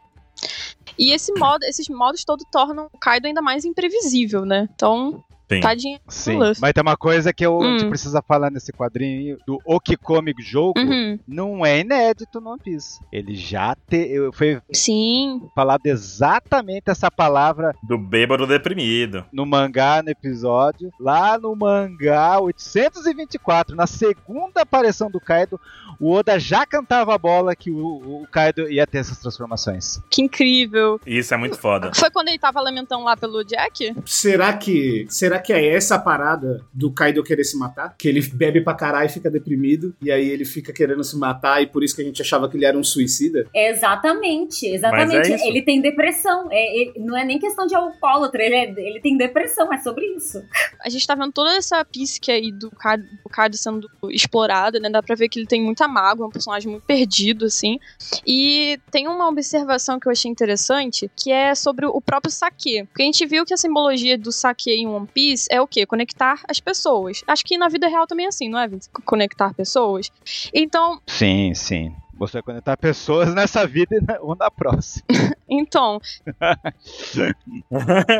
[SPEAKER 4] E esse modo, esses modos todos tornam o Kaido ainda mais imprevisível, né? Então,
[SPEAKER 2] Sim.
[SPEAKER 4] Tadinha.
[SPEAKER 1] Sim.
[SPEAKER 4] Luffy.
[SPEAKER 1] Mas tem uma coisa que eu, a gente
[SPEAKER 4] Hum.
[SPEAKER 1] precisa falar nesse quadrinho do O que come jogo.
[SPEAKER 4] Uhum.
[SPEAKER 1] Não é inédito no One Piece. Ele já te, eu- foi
[SPEAKER 4] Sim.
[SPEAKER 1] falado exatamente essa palavra
[SPEAKER 2] Do bêbado deprimido.
[SPEAKER 1] no mangá, no episódio. Lá no mangá 824, na segunda aparição do Kaido, o Oda já cantava a bola que o, o Kaido ia ter essas transformações.
[SPEAKER 4] Que incrível.
[SPEAKER 2] Isso é muito foda.
[SPEAKER 4] Foi quando ele tava lamentando lá pelo Jack?
[SPEAKER 3] Será que, será que é essa a parada do Kaido querer se matar? Que ele bebe pra caralho e fica deprimido, e aí ele fica querendo se matar, e por isso que a gente achava que ele era um suicida?
[SPEAKER 5] Exatamente, exatamente.
[SPEAKER 2] isso.
[SPEAKER 5] ele tem depressão. É, ele- não é nem questão de alcoólatra, ele, é- ele tem depressão, é sobre isso.
[SPEAKER 4] A gente tá vendo toda essa psique aí do Card, do Card sendo explorada, né? Dá pra ver que ele tem muita mágoa, é um personagem muito perdido, assim. E tem uma observação que eu achei interessante, que é sobre o próprio saque. Porque a gente viu que a simbologia do saque em One Piece é o quê? Conectar as pessoas. Acho que na vida real também é assim, não é, Vince? Co- Conectar pessoas. Então,
[SPEAKER 1] Sim, sim. Você vai conectar pessoas nessa vida e na- ou na próxima.
[SPEAKER 4] então,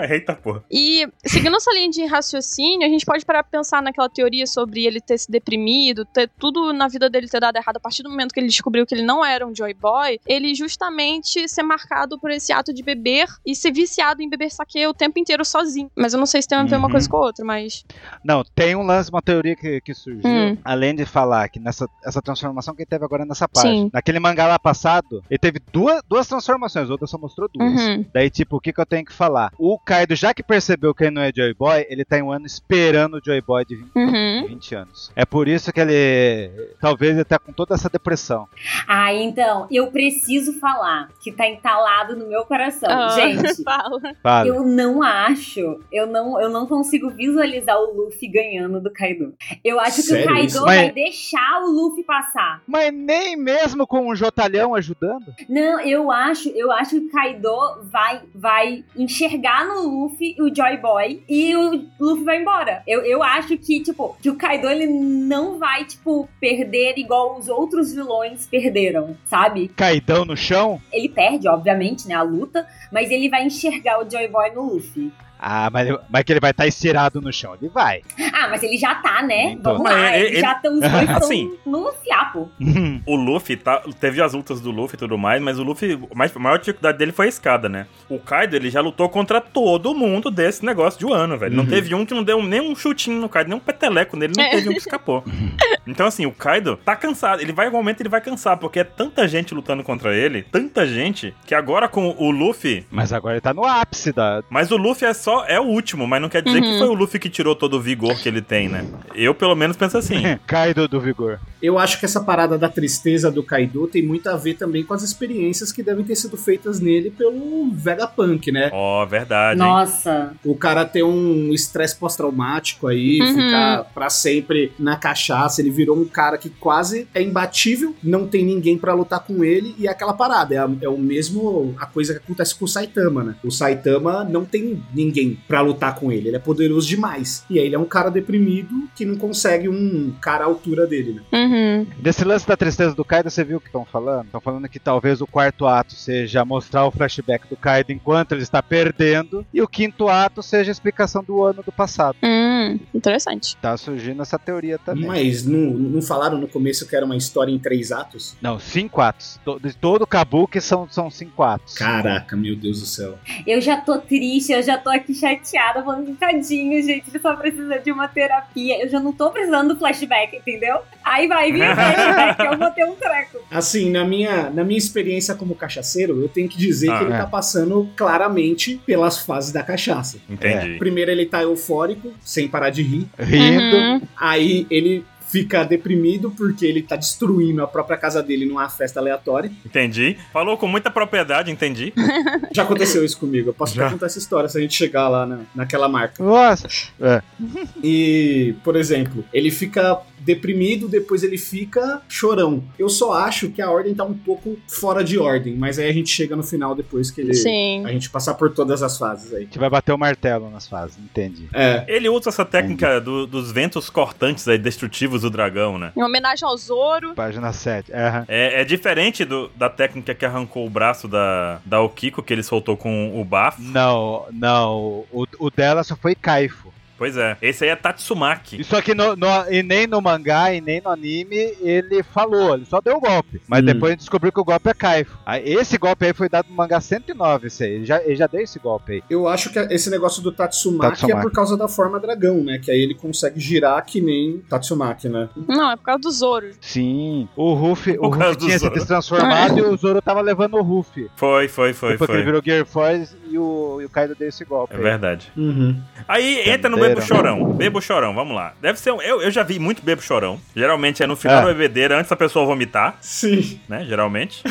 [SPEAKER 2] Eita porra.
[SPEAKER 4] E seguindo essa linha de raciocínio, a gente pode parar pra pensar naquela teoria sobre ele ter se deprimido, ter tudo na vida dele ter dado errado a partir do momento que ele descobriu que ele não era um Joy Boy, ele justamente ser marcado por esse ato de beber e ser viciado em beber saque o tempo inteiro sozinho. Mas eu não sei se tem a ver uma
[SPEAKER 2] Uhum.
[SPEAKER 4] coisa com a outra, mas.
[SPEAKER 1] Não, tem um lance, uma teoria que, que surgiu.
[SPEAKER 4] Hum.
[SPEAKER 1] Além de falar que nessa essa transformação que ele teve agora nessa página.
[SPEAKER 4] Sim.
[SPEAKER 1] Naquele mangá lá passado, ele teve duas, duas transformações, o Oda só mostrou duas.
[SPEAKER 4] Uhum.
[SPEAKER 1] Daí, tipo, o que, que eu tenho que falar? O Kaido, já que percebeu que ele não é Joy Boy, ele tá em um ano esperando o Joy Boy de 20,
[SPEAKER 4] Uhum.
[SPEAKER 1] 20 anos. É por isso que ele. Talvez ele tá com toda essa depressão.
[SPEAKER 5] Ah, então, eu preciso falar que tá entalado no meu coração.
[SPEAKER 4] Ah,
[SPEAKER 5] Gente,
[SPEAKER 4] fala.
[SPEAKER 1] Fala.
[SPEAKER 5] Eu não acho, eu não, eu não consigo visualizar o Luffy ganhando do Kaido. Eu acho que
[SPEAKER 3] Sério
[SPEAKER 5] o Kaido
[SPEAKER 3] isso?
[SPEAKER 5] vai
[SPEAKER 1] Mas-
[SPEAKER 5] deixar o Luffy passar.
[SPEAKER 1] Mas nem mesmo com um Jotalhão ajudando?
[SPEAKER 5] Não, eu acho, eu acho que o Kaido vai, vai enxergar no Luffy o Joy Boy e o Luffy vai embora. Eu, eu acho que, tipo, que o Kaido ele não vai, tipo, perder igual os outros vilões perderam, sabe?
[SPEAKER 1] Caidão no chão?
[SPEAKER 5] Ele perde, obviamente, né, a luta, mas ele vai enxergar o Joy Boy no Luffy.
[SPEAKER 1] Ah, mas, ele- mas que ele vai estar estirado no chão. Ele vai.
[SPEAKER 5] Ah, mas ele já tá, né?
[SPEAKER 1] Então.
[SPEAKER 5] Vamos
[SPEAKER 2] Mas
[SPEAKER 5] lá,
[SPEAKER 2] é, ele-
[SPEAKER 5] ele, já tá, os dois tão
[SPEAKER 2] Assim.
[SPEAKER 5] no ah, fiapo.
[SPEAKER 2] O Luffy tá, teve as lutas do Luffy e tudo mais, mas o Luffy, o mais- a maior dificuldade dele foi a escada, né? O Kaido, ele já lutou contra todo mundo desse negócio de um ano, velho. Não
[SPEAKER 1] Uhum.
[SPEAKER 2] teve um que não deu nem um chutinho no Kaido, nem um peteleco nele, não
[SPEAKER 4] É.
[SPEAKER 2] teve um que escapou. Então, assim, o Kaido tá cansado. Ele vai, em algum momento, ele vai cansar, porque é tanta gente lutando contra ele, tanta gente, que agora com o Luffy.
[SPEAKER 1] Mas agora ele tá no ápice da.
[SPEAKER 2] Mas o Luffy é só. É o último, mas não quer dizer que
[SPEAKER 4] Uhum.
[SPEAKER 2] foi o Luffy que tirou todo o vigor que ele tem, né? Eu, pelo menos, penso assim.
[SPEAKER 1] Kaido do vigor.
[SPEAKER 3] Eu acho que essa parada da tristeza do Kaido tem muito a ver também com as experiências que devem ter sido feitas nele pelo Vegapunk, né?
[SPEAKER 2] Ó, verdade. hein?
[SPEAKER 5] Nossa.
[SPEAKER 3] O cara ter um estresse pós-traumático aí,
[SPEAKER 4] Uhum.
[SPEAKER 3] ficar pra sempre na cachaça. Ele virou um cara que quase é imbatível, não tem ninguém pra lutar com ele, e é aquela parada. É, a- é o mesmo a coisa que acontece com o Saitama, né? O Saitama não tem ninguém pra lutar com ele, ele é poderoso demais. E aí ele é um cara deprimido que não consegue um cara à altura dele, né?
[SPEAKER 4] Uhum.
[SPEAKER 1] Desse lance da tristeza do Kaido, você viu o que estão falando? Estão falando que talvez o quarto ato seja mostrar o flashback do Kaido enquanto ele está perdendo, e o quinto ato seja a explicação do ano do passado.
[SPEAKER 4] Hum, interessante.
[SPEAKER 1] Tá surgindo essa teoria também.
[SPEAKER 3] Mas não, não falaram no começo que era uma história em três atos?
[SPEAKER 1] Não, cinco atos. To- De todo Kabuki são, são cinco atos.
[SPEAKER 3] Caraca, meu Deus do céu.
[SPEAKER 5] Eu já tô triste, eu já tô aqui chateada, falando assim, tadinho, gente, ele só precisa de uma terapia. Eu já não tô precisando do flashback, entendeu? Aí vai vir o flashback, eu vou ter um treco.
[SPEAKER 3] Assim, na minha, na minha experiência como cachaceiro, eu tenho que dizer
[SPEAKER 2] Ah,
[SPEAKER 3] que ele
[SPEAKER 1] é.
[SPEAKER 3] tá passando claramente pelas fases da cachaça.
[SPEAKER 2] Entendi.
[SPEAKER 3] Primeiro ele tá eufórico, sem parar de rir.
[SPEAKER 1] Rindo.
[SPEAKER 4] Uhum.
[SPEAKER 3] Aí ele fica deprimido porque ele tá destruindo a própria casa dele numa festa aleatória.
[SPEAKER 2] Entendi. Falou com muita propriedade, entendi.
[SPEAKER 3] Já aconteceu isso comigo, eu posso
[SPEAKER 2] Já.
[SPEAKER 3] até contar essa história se a gente chegar lá na, naquela marca.
[SPEAKER 1] Nossa.
[SPEAKER 3] E, por exemplo, ele fica deprimido, depois ele fica chorão. Eu só acho que a ordem tá um pouco fora de ordem, mas aí a gente chega no final depois que ele.
[SPEAKER 4] Sim.
[SPEAKER 3] A gente passar por todas as fases aí.
[SPEAKER 1] A gente vai bater o martelo nas fases, entendi.
[SPEAKER 3] É.
[SPEAKER 2] Ele usa essa técnica do- dos ventos cortantes aí, destrutivos do dragão, né?
[SPEAKER 4] Em homenagem ao Zoro.
[SPEAKER 1] Página 7. Aham.
[SPEAKER 2] É, é diferente do- da técnica que arrancou o braço da, da Okiko, que ele soltou com o bafo.
[SPEAKER 1] Não, não. O, o dela só foi Kaifu.
[SPEAKER 2] Pois é. Esse aí é Tatsumaki.
[SPEAKER 1] Só que no, no- e nem no mangá e nem no anime ele falou, ele só deu o golpe. Mas
[SPEAKER 3] Hum.
[SPEAKER 1] depois descobriu que o golpe é Kaifu. Aí, Esse golpe aí foi dado no mangá 109, esse aí. Ele já, ele já deu esse golpe aí.
[SPEAKER 3] Eu acho que esse negócio do Tatsumaki, é
[SPEAKER 1] Tatsumaki.
[SPEAKER 3] por causa da forma dragão, né? Que aí ele consegue girar que nem Tatsumaki, né?
[SPEAKER 4] Não, é por causa do Zoro.
[SPEAKER 1] Sim. O Ruffy,
[SPEAKER 2] Por
[SPEAKER 1] o
[SPEAKER 2] causa
[SPEAKER 1] Ruffy
[SPEAKER 2] do
[SPEAKER 1] tinha
[SPEAKER 2] Zoro.
[SPEAKER 1] se destransformado e o Zoro tava levando o Ruffy.
[SPEAKER 2] Foi, foi, foi,
[SPEAKER 1] Depois que
[SPEAKER 2] foi.
[SPEAKER 1] ele virou Gear Force e o, e o Kaido deu esse golpe.
[SPEAKER 2] É
[SPEAKER 1] aí.
[SPEAKER 2] verdade.
[SPEAKER 3] Uhum.
[SPEAKER 2] Aí entra
[SPEAKER 1] Entenderam?
[SPEAKER 2] no Bebo Chorão. Bebo Chorão, vamos lá. Deve ser um. Eu, eu já vi muito Bebo Chorão. Geralmente é no final
[SPEAKER 1] É.
[SPEAKER 2] da bebedeira, antes da pessoa vomitar,
[SPEAKER 3] Sim.
[SPEAKER 2] né? Geralmente.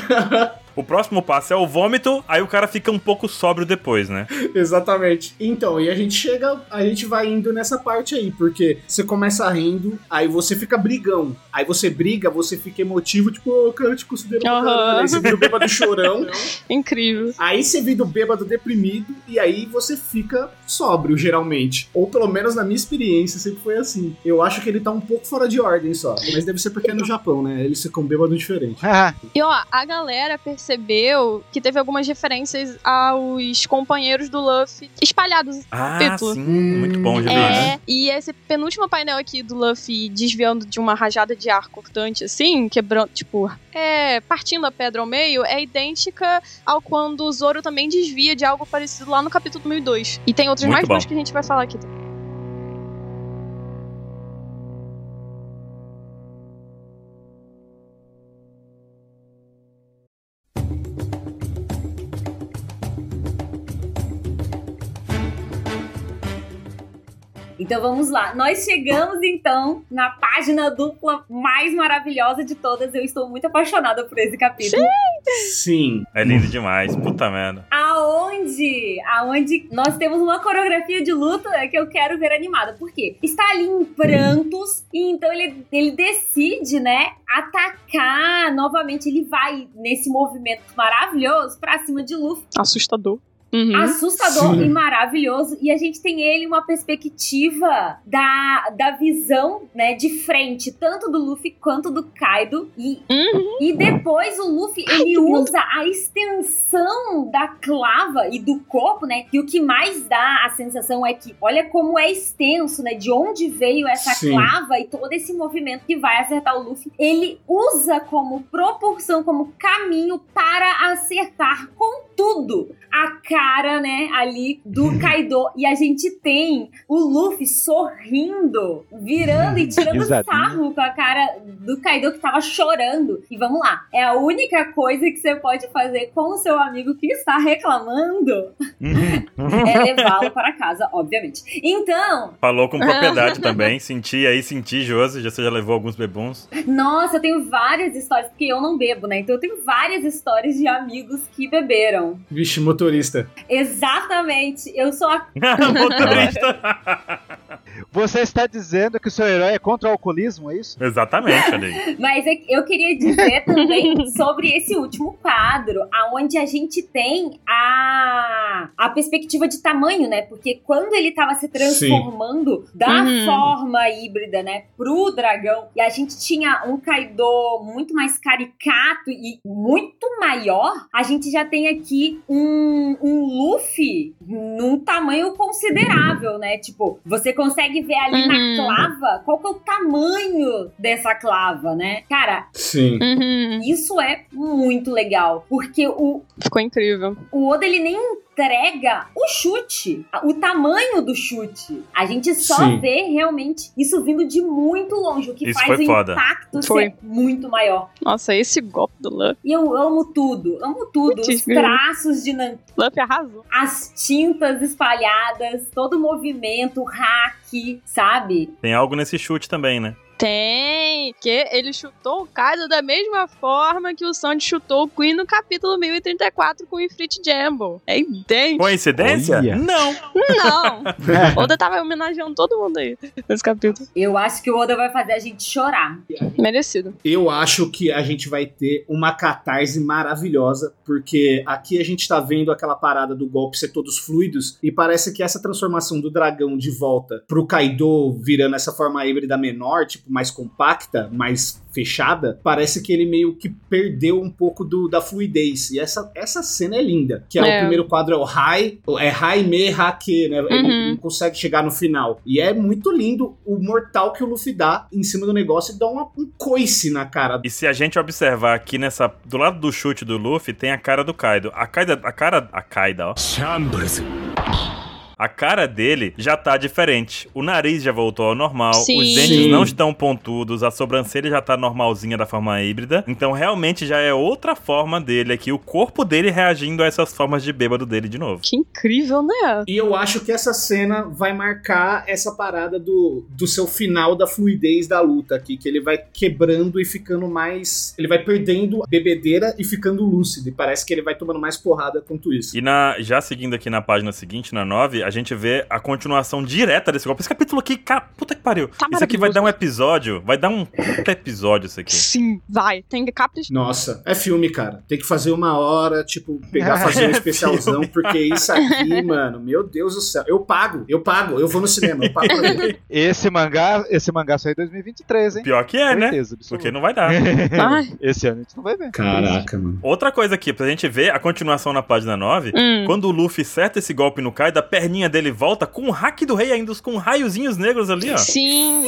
[SPEAKER 2] o próximo passo é o vômito, aí o cara fica um pouco sóbrio depois, né?
[SPEAKER 3] Exatamente. Então, e a gente chega, a gente vai indo nessa parte aí, porque você começa rindo, aí você fica brigão. Aí você briga, você fica emotivo, tipo, ô, cara, eu te considero pra
[SPEAKER 4] Aham.
[SPEAKER 3] caralho. Aí você vira o bêbado chorão,
[SPEAKER 4] Incrível.
[SPEAKER 3] aí você vira o bêbado deprimido, e aí você fica sóbrio, geralmente. Ou pelo menos na minha experiência, sempre foi assim. Eu acho que ele tá um pouco fora de ordem só, mas deve ser porque é no Japão, né? Eles ficam bêbado diferente.
[SPEAKER 1] Ah,
[SPEAKER 4] E ó, a galera percebeu que teve algumas referências aos companheiros do Luffy espalhados
[SPEAKER 2] Ah,
[SPEAKER 4] Capítulo.
[SPEAKER 2] sim. Muito bom, de
[SPEAKER 4] É,
[SPEAKER 2] né?
[SPEAKER 4] e esse penúltimo painel aqui do Luffy desviando de uma rajada de ar cortante, assim, quebrando, tipo, é, partindo a pedra ao meio, é idêntica ao quando o Zoro também desvia de algo parecido lá no capítulo 1002. E tem outros
[SPEAKER 2] Muito
[SPEAKER 4] mais
[SPEAKER 2] bom.
[SPEAKER 4] bons que a gente vai falar aqui.
[SPEAKER 5] Então vamos lá. Nós chegamos então na página dupla mais maravilhosa de todas. Eu estou muito apaixonada por esse capítulo.
[SPEAKER 3] Sim.
[SPEAKER 2] É lindo demais. Puta merda.
[SPEAKER 5] Aonde? Aonde nós temos uma coreografia de luta que eu quero ver animada. Por quê? Está ali em prantos, e então ele, ele decide, né, atacar novamente. Ele vai nesse movimento maravilhoso pra cima de Luffy.
[SPEAKER 4] Assustador. Uhum.
[SPEAKER 5] Assustador
[SPEAKER 3] Sim.
[SPEAKER 5] e maravilhoso. E a gente tem ele uma perspectiva da, da visão, né, de frente, tanto do Luffy quanto do Kaido. E
[SPEAKER 4] Uhum.
[SPEAKER 5] e depois o Luffy, ele usa a extensão da clava e do corpo, né? E o que mais dá a sensação é que, olha como é extenso, né? De onde veio essa
[SPEAKER 3] Sim.
[SPEAKER 5] clava e todo esse movimento que vai acertar o Luffy. Ele usa como proporção, como caminho para acertar com tudo a cara, né? Ali do Kaido. E a gente tem o Luffy sorrindo, virando e tirando
[SPEAKER 1] Exato.
[SPEAKER 5] sarro com a cara do Kaido que tava chorando. E vamos lá, é a única coisa que você pode fazer com o seu amigo que está reclamando é levá-lo para casa, obviamente. Então,
[SPEAKER 2] Falou com propriedade também. Senti aí, senti, Josi. Já- Você já levou alguns bebuns.
[SPEAKER 5] nossa, eu tenho várias histórias, porque eu não bebo, né? Então eu tenho várias histórias de amigos que beberam.
[SPEAKER 3] Vixe, motorista.
[SPEAKER 5] Exatamente, eu sou a
[SPEAKER 2] Motorista.
[SPEAKER 1] Você está dizendo que o seu herói é contra o alcoolismo, é isso?
[SPEAKER 2] Exatamente, ali.
[SPEAKER 5] Mas é que eu queria dizer também sobre esse último quadro, aonde a gente tem a, a perspectiva de tamanho, né? Porque quando ele tava se transformando da
[SPEAKER 4] Uhum.
[SPEAKER 5] forma híbrida, né, pro dragão, e a gente tinha um Kaido muito mais caricato e muito maior, a gente já tem aqui um, um Luffy num tamanho considerável, né? Tipo, você consegue ver ali
[SPEAKER 4] Uhum.
[SPEAKER 5] na clava qual que é o tamanho dessa clava, né? Cara,
[SPEAKER 3] Sim.
[SPEAKER 4] Uhum.
[SPEAKER 5] isso é muito legal, porque o,
[SPEAKER 4] Ficou incrível.
[SPEAKER 5] o Oda ele nem entrega o chute, a- o tamanho do chute. A gente só
[SPEAKER 3] Sim.
[SPEAKER 5] vê realmente isso vindo de muito longe, o que
[SPEAKER 2] Isso
[SPEAKER 5] faz o
[SPEAKER 2] foi foda.
[SPEAKER 5] impacto
[SPEAKER 4] Foi.
[SPEAKER 5] ser muito maior.
[SPEAKER 4] Nossa, esse golpe do Luffy.
[SPEAKER 5] E eu amo tudo, amo tudo, os
[SPEAKER 4] Putz,
[SPEAKER 5] traços de Nan
[SPEAKER 4] Luffy arrasou.
[SPEAKER 5] as tintas espalhadas, todo o movimento, o hack, sabe?
[SPEAKER 2] Tem algo nesse chute também, né?
[SPEAKER 4] Tem! Que ele chutou o Kaido da mesma forma que o Sandy chutou o Queen no capítulo 1034 com o Ifrit Jambo. É idêntico.
[SPEAKER 2] Coincidência?
[SPEAKER 1] Olha.
[SPEAKER 2] Não.
[SPEAKER 4] Não!
[SPEAKER 3] É.
[SPEAKER 4] Oda tava homenageando todo mundo aí nesse capítulo.
[SPEAKER 5] Eu acho que o Oda vai fazer a gente chorar.
[SPEAKER 4] Merecido.
[SPEAKER 3] Eu acho que a gente vai ter uma catarse maravilhosa, porque aqui a gente tá vendo aquela parada do golpe ser todos fluidos, e parece que essa transformação do dragão de volta pro Kaido virando essa forma híbrida menor, tipo mais compacta, mais fechada, parece que ele meio que perdeu um pouco do, da fluidez. E essa, essa cena é linda. Que é,
[SPEAKER 4] É.
[SPEAKER 3] o primeiro quadro é o Hai, é Hai Me Hake, né? Ele
[SPEAKER 4] Uhum.
[SPEAKER 3] não consegue chegar no final. E é muito lindo o mortal que o Luffy dá em cima do negócio e dá uma, um coice na cara.
[SPEAKER 2] E se a gente observar aqui nessa. Do lado do chute do Luffy tem a cara do Kaido. A Kaido. A cara. A Kaido, ó. A cara dele já tá diferente. O nariz já voltou ao normal.
[SPEAKER 4] Sim.
[SPEAKER 2] Os dentes
[SPEAKER 3] Sim.
[SPEAKER 2] não estão pontudos. A sobrancelha já tá normalzinha da forma híbrida. Então realmente já é outra forma dele aqui. O corpo dele reagindo a essas formas de bêbado dele de novo.
[SPEAKER 4] Que incrível, né?
[SPEAKER 3] E eu acho que essa cena vai marcar essa parada do, do seu final da fluidez da luta aqui, que ele vai quebrando e ficando mais. Ele vai perdendo a bebedeira e ficando lúcido. E parece que ele vai tomando mais porrada quanto isso.
[SPEAKER 2] E na, já seguindo aqui na página seguinte, na 9, a gente vê a continuação direta desse golpe. Esse capítulo aqui, cara, puta que pariu.
[SPEAKER 4] Tá
[SPEAKER 2] isso aqui vai
[SPEAKER 4] maravilhoso.
[SPEAKER 2] dar um episódio, vai dar um puta episódio isso aqui.
[SPEAKER 4] Sim, vai. Tem capítulos.
[SPEAKER 3] Nossa, é filme, cara. Tem que fazer uma hora, tipo, pegar, fazer um especialzão, porque isso aqui, mano, meu Deus do céu. Eu pago, eu pago, eu vou no cinema, eu pago pra ver.
[SPEAKER 1] Esse mangá, esse mangá saiu em 2023, hein?
[SPEAKER 2] Pior que é, né?
[SPEAKER 1] Certeza, absoluta.
[SPEAKER 2] Porque não vai dar.
[SPEAKER 1] É.
[SPEAKER 4] Ai.
[SPEAKER 1] Esse ano a gente não vai ver.
[SPEAKER 3] mano.
[SPEAKER 2] Outra coisa aqui, pra gente ver a continuação na página 9,
[SPEAKER 4] Hum.
[SPEAKER 2] quando o Luffy acerta esse golpe no Kaido, a perninha dele volta com o hack do rei ainda, com raiozinhos negros ali, ó.
[SPEAKER 4] Sim.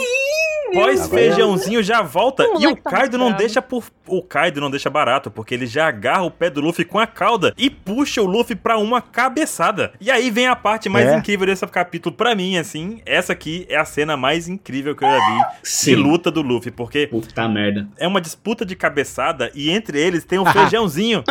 [SPEAKER 2] Pós-feijãozinho já volta.
[SPEAKER 4] O
[SPEAKER 2] E o
[SPEAKER 4] moleque tá
[SPEAKER 2] Kaido não
[SPEAKER 4] bravo.
[SPEAKER 2] deixa por. O Kaido não deixa barato, porque ele já agarra o pé do Luffy com a cauda e puxa o Luffy pra uma cabeçada. E aí vem a parte mais
[SPEAKER 1] É.
[SPEAKER 2] incrível desse capítulo, pra mim, assim. Essa aqui é a cena mais incrível que eu já vi de
[SPEAKER 3] Sim.
[SPEAKER 2] luta do Luffy, porque
[SPEAKER 3] Puta merda.
[SPEAKER 2] é uma disputa de cabeçada e entre eles tem um feijãozinho.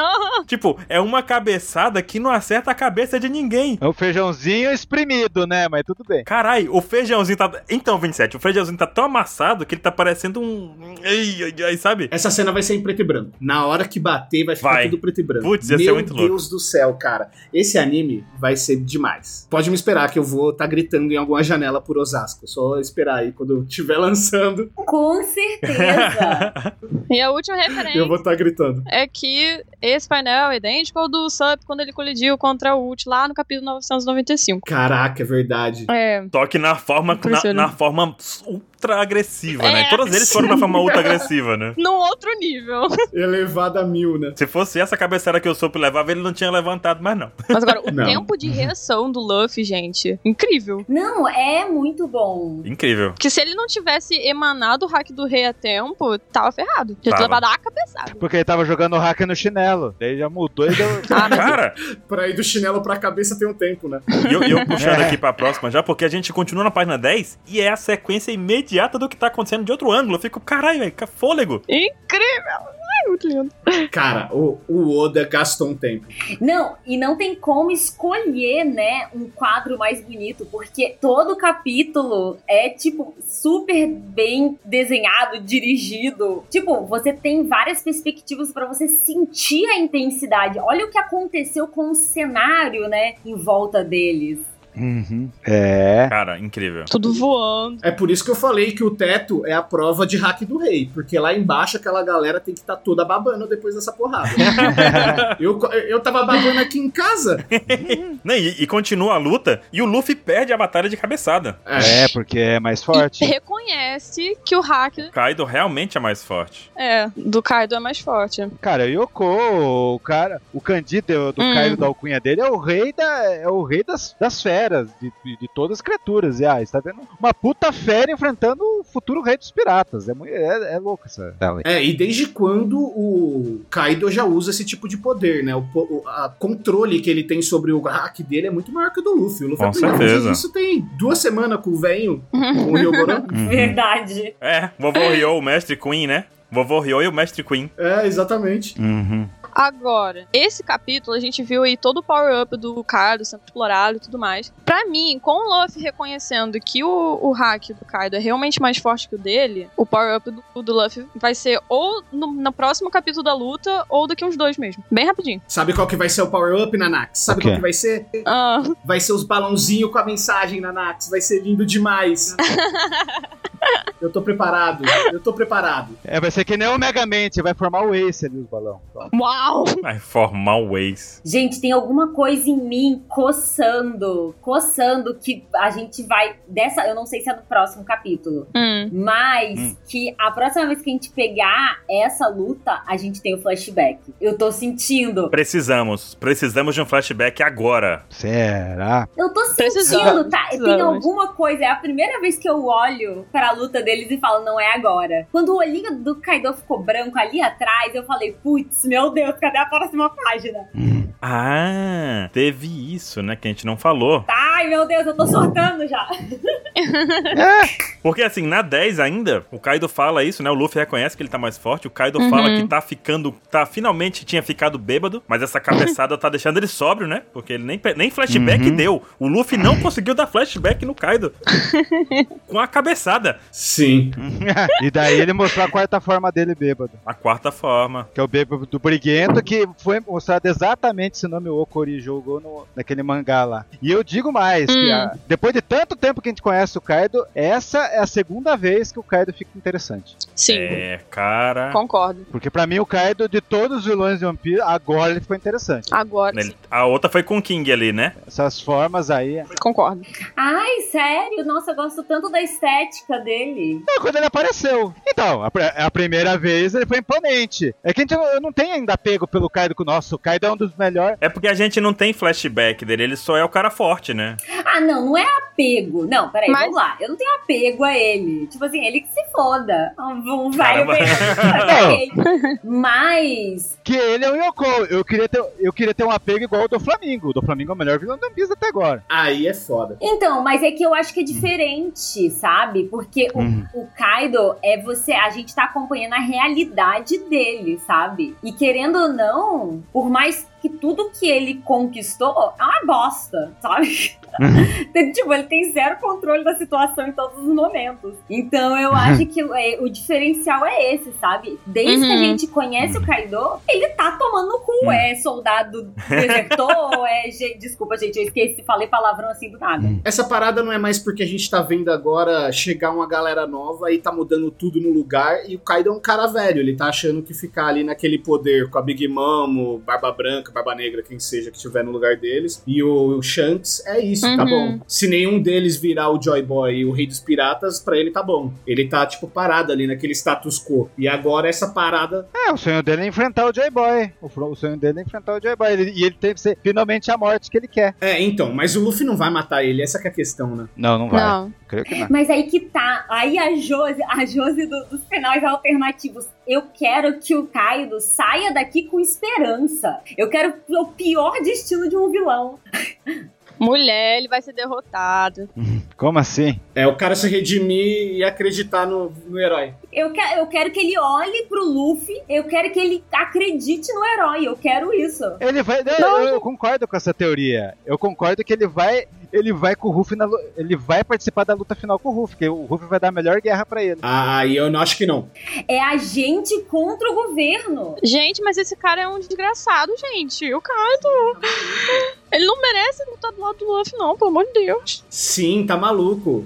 [SPEAKER 2] Tipo, é uma cabeçada que não acerta a cabeça de ninguém.
[SPEAKER 1] É um feijãozinho espremido, né? Mas tudo bem.
[SPEAKER 2] Carai, o feijãozinho tá. Então, 27, o feijãozinho tá tão amassado que ele tá parecendo um. Ai, ai, ai, sabe?
[SPEAKER 3] Essa cena vai ser em preto e branco. Na hora que bater, vai ficar
[SPEAKER 2] Vai.
[SPEAKER 3] tudo preto e branco.
[SPEAKER 2] Putz, ia
[SPEAKER 3] Meu
[SPEAKER 2] ser muito louco.
[SPEAKER 3] Deus do céu, cara. Esse anime vai ser demais. Pode me esperar que eu vou estar gritando em alguma janela por Osasco. Só esperar aí quando eu estiver lançando,
[SPEAKER 5] Com certeza.
[SPEAKER 4] E a última referência
[SPEAKER 3] eu vou estar gritando.
[SPEAKER 4] é que esse painel é idêntico ao do Sup quando ele colidiu contra o Ult lá no capítulo 995.
[SPEAKER 3] Caraca, é verdade.
[SPEAKER 4] É.
[SPEAKER 2] Só que na forma, na,
[SPEAKER 4] Impressionante.
[SPEAKER 2] na forma ultra agressiva, né?
[SPEAKER 4] É,
[SPEAKER 2] Todos eles foram na forma ultra agressiva, né?
[SPEAKER 4] Num outro nível.
[SPEAKER 3] Elevada a mil, né?
[SPEAKER 2] Se fosse essa cabeçada que o Soap levava, ele não tinha levantado mais, não.
[SPEAKER 4] Mas agora, o
[SPEAKER 3] Não.
[SPEAKER 4] tempo de reação do Luffy, gente, incrível.
[SPEAKER 5] Não, é muito bom.
[SPEAKER 2] Incrível.
[SPEAKER 4] Que se ele não tivesse emanado o hack do rei a tempo, tava ferrado. Já
[SPEAKER 2] Tava.
[SPEAKER 4] tinha levado a cabeçada.
[SPEAKER 1] Porque ele tava jogando o hack no chinelo. Daí já mudou e deu.
[SPEAKER 4] Ah, mas
[SPEAKER 2] Cara,
[SPEAKER 3] Pra ir do chinelo pra cabeça tem um tempo, né?
[SPEAKER 2] e eu, e eu puxando aqui pra próxima já, porque a gente continua na página 10 e é a sequência imediata do que tá acontecendo de outro ângulo. Eu fico, caralho, velho, que fôlego.
[SPEAKER 4] incrível! Ai, muito lindo.
[SPEAKER 3] Cara, o, o Oda gastou um tempo.
[SPEAKER 5] Não, e não tem como escolher, né, um quadro mais bonito, porque todo capítulo é, tipo, super bem desenhado, dirigido. Tipo, você tem várias perspectivas pra você sentir a intensidade. Olha o que aconteceu com o cenário, né, em volta deles.
[SPEAKER 1] Uhum. É.
[SPEAKER 2] Cara, incrível.
[SPEAKER 4] Tudo voando.
[SPEAKER 3] É por isso que eu falei que o teto é a prova de hack do rei, porque lá embaixo aquela galera tem que estar toda babando depois dessa porrada. eu, eu tava babando aqui em casa.
[SPEAKER 2] Né, E, e continua a luta e o Luffy perde a batalha de cabeçada.
[SPEAKER 1] É, porque é mais
[SPEAKER 4] E
[SPEAKER 1] forte.
[SPEAKER 4] reconhece que o hack
[SPEAKER 2] O Kaido realmente é mais forte.
[SPEAKER 4] é, do Kaido é mais forte.
[SPEAKER 1] Cara, Yoko, o cara, o Candido do
[SPEAKER 4] Hum.
[SPEAKER 1] Caio da alcunha dele é o rei da, é o rei das, das feras, de, de, de todas as criaturas. E ah, está vendo uma puta fera enfrentando o futuro rei dos piratas. É, mui- é, é louco essa. tela aí.
[SPEAKER 3] É, e desde quando o Kaido já usa esse tipo de poder, né? O, po- o a controle que ele tem sobre o hack dele é muito maior que o do Luffy. O Luffy
[SPEAKER 2] Com
[SPEAKER 3] aprendeu a
[SPEAKER 2] certeza.
[SPEAKER 3] fazer isso tem duas semanas com o velho, com o Ryogoran.
[SPEAKER 5] Verdade.
[SPEAKER 2] É, vovô Ryo, o mestre Queen, né? Vovô Ryo e o mestre Queen.
[SPEAKER 3] É, exatamente.
[SPEAKER 2] Uhum.
[SPEAKER 4] Agora, esse capítulo a gente viu aí todo o power-up do Kaido sendo explorado e tudo mais. Pra mim, com o Luffy reconhecendo que o, o hack do Kaido é realmente mais forte que o dele, o power-up do, do Luffy vai ser ou no, no próximo capítulo da luta ou daqui uns dois mesmo. Bem rapidinho.
[SPEAKER 3] Sabe qual que vai ser o power-up, Nanax? Sabe
[SPEAKER 1] O quê?
[SPEAKER 3] qual que vai ser?
[SPEAKER 4] Ah,
[SPEAKER 3] Vai ser os balãozinhos com a mensagem, Nanax. Vai ser lindo demais. Eu tô preparado, eu tô preparado.
[SPEAKER 1] É, vai ser que nem o Mega Mente, vai formar o Ace ali, os balão. Só.
[SPEAKER 4] Uau!
[SPEAKER 2] Vai formar o Waze.
[SPEAKER 5] Gente, tem alguma coisa em mim coçando, coçando que a gente vai dessa, eu não sei se é do próximo capítulo,
[SPEAKER 4] Hum.
[SPEAKER 5] mas
[SPEAKER 2] Hum.
[SPEAKER 5] que a próxima vez que a gente pegar essa luta, a gente tem o flashback. Eu tô sentindo.
[SPEAKER 2] Precisamos. Precisamos de um flashback agora.
[SPEAKER 1] Será?
[SPEAKER 5] Eu tô sentindo,
[SPEAKER 4] Precisamos,
[SPEAKER 5] tá? Tem
[SPEAKER 4] precisamos.
[SPEAKER 5] alguma coisa. É a primeira vez que eu olho pra luta deles e falo, não é agora. Quando o olhinho do Kaido ficou branco ali atrás, eu falei, putz, meu Deus, cadê a próxima página?
[SPEAKER 2] Ah, teve isso, né? Que a gente não falou.
[SPEAKER 5] Ai, meu Deus, eu tô surtando já.
[SPEAKER 2] Porque assim, na 10 ainda, o Kaido fala isso, né? O Luffy reconhece que ele tá mais forte. O Kaido fala que tá ficando. Tá finalmente tinha ficado bêbado, mas essa cabeçada tá deixando ele sóbrio, né? Porque ele nem, pe- nem flashback
[SPEAKER 1] Uhum.
[SPEAKER 2] deu. O Luffy não conseguiu dar flashback no Kaido. Com a cabeçada.
[SPEAKER 3] Sim.
[SPEAKER 1] e daí ele mostrou a quarta forma dele bêbado.
[SPEAKER 2] A quarta forma.
[SPEAKER 1] Que é o bêbado do Briguento, que foi mostrado exatamente esse nome Okori jogou no, naquele mangá lá. E eu digo mais, que
[SPEAKER 4] Hum.
[SPEAKER 1] a- depois de tanto tempo que a gente conhece o Kaido, essa é a segunda vez que o Kaido fica interessante.
[SPEAKER 4] Sim,
[SPEAKER 2] É, cara.
[SPEAKER 4] concordo.
[SPEAKER 1] Porque pra mim o Kaido, de todos os vilões de One Piece, agora ele ficou interessante.
[SPEAKER 4] Agora,
[SPEAKER 2] Ele- a outra foi com o King ali, né?
[SPEAKER 1] Essas formas aí...
[SPEAKER 4] sim, concordo.
[SPEAKER 5] Ai, sério? Nossa, eu gosto tanto da estética dele.
[SPEAKER 1] É, quando ele apareceu. Então, a, pri- a primeira vez ele foi imponente. É que a gente não, eu não tem ainda apego pelo Kaido, que o nosso Kaido é um dos melhores.
[SPEAKER 2] É porque a gente não tem flashback dele, ele só é o cara forte, né?
[SPEAKER 5] Ah, não, não é apego. Não, peraí,
[SPEAKER 4] Mas-
[SPEAKER 5] vamos lá. Eu não tenho apego a ele. Tipo assim, ele que se foda. Ah, Vão, vai, eu
[SPEAKER 2] Caramba.
[SPEAKER 5] tenho. Mas.
[SPEAKER 1] Que ele é o Yoko. Eu queria ter, eu queria ter um apego igual ao do Flamengo. O do Flamengo é o melhor vilão do One Piece até agora.
[SPEAKER 3] Aí é foda.
[SPEAKER 5] Então, mas é que eu acho que é diferente, sabe? Porque o,
[SPEAKER 1] Hum.
[SPEAKER 5] o Kaido é você. A gente tá acompanhando a realidade dele, sabe? E querendo ou não, por mais que tudo que ele conquistou é uma bosta, sabe? Tem- tipo, ele tem zero controle da situação em todos os momentos. Então
[SPEAKER 4] Uhum.
[SPEAKER 5] eu acho que é, o diferencial é esse, sabe? Desde que a
[SPEAKER 4] Uhum.
[SPEAKER 5] gente conhece o Kaido, ele tá tomando no cu.
[SPEAKER 2] Uhum.
[SPEAKER 5] É soldado desertor, é. ge- Desculpa, gente, eu esqueci, falei palavrão assim do nada.
[SPEAKER 4] Uhum.
[SPEAKER 3] Essa parada não é mais porque a gente tá vendo agora chegar uma galera nova e tá mudando tudo no lugar. E o Kaido é um cara velho, ele tá achando que ficar ali naquele poder com a Big Mamo, Barba Branca, Barba Negra, quem seja que tiver no lugar deles, e o Shanks, é isso, tá
[SPEAKER 4] Uhum.
[SPEAKER 3] bom. Se nenhum deles virar o Joy Boy e o Rei dos Piratas, pra ele tá bom. Ele tá, tipo, parado ali naquele status quo. E agora essa parada.
[SPEAKER 1] É, o sonho dele é enfrentar o J-Boy. O, fro- o sonho dele é enfrentar o J-Boy. Ele- E ele tem que ser finalmente a morte que ele quer.
[SPEAKER 3] É, então, mas o Luffy não vai matar ele, essa que é a questão, né?
[SPEAKER 1] Não, não vai.
[SPEAKER 4] Não.
[SPEAKER 1] Creio que não.
[SPEAKER 5] Mas aí que tá. Aí a Jose, a Jose do- dos finais alternativos. Eu quero que o Kaido saia daqui com esperança. Eu quero o pior destino de um vilão.
[SPEAKER 4] Mulher, ele vai ser derrotado.
[SPEAKER 1] Como assim?
[SPEAKER 3] É o cara se redimir e acreditar no, no herói.
[SPEAKER 5] Eu, que, eu quero que ele olhe pro Luffy. Eu quero que ele acredite no herói. Eu quero isso.
[SPEAKER 1] Ele vai. eu- Eu, eu concordo com essa teoria. Eu concordo que ele vai. Ele vai com o Ruff na lu- Ele vai participar da luta final com o Ruff, que o Ruff vai dar a melhor guerra pra ele.
[SPEAKER 3] Ah, e eu não acho que não.
[SPEAKER 5] É a gente contra o governo.
[SPEAKER 4] Gente, mas esse cara é um desgraçado, gente. O Kaido. Ele não merece lutar do lado do Luffy, não, pelo amor de Deus.
[SPEAKER 3] Sim, tá maluco.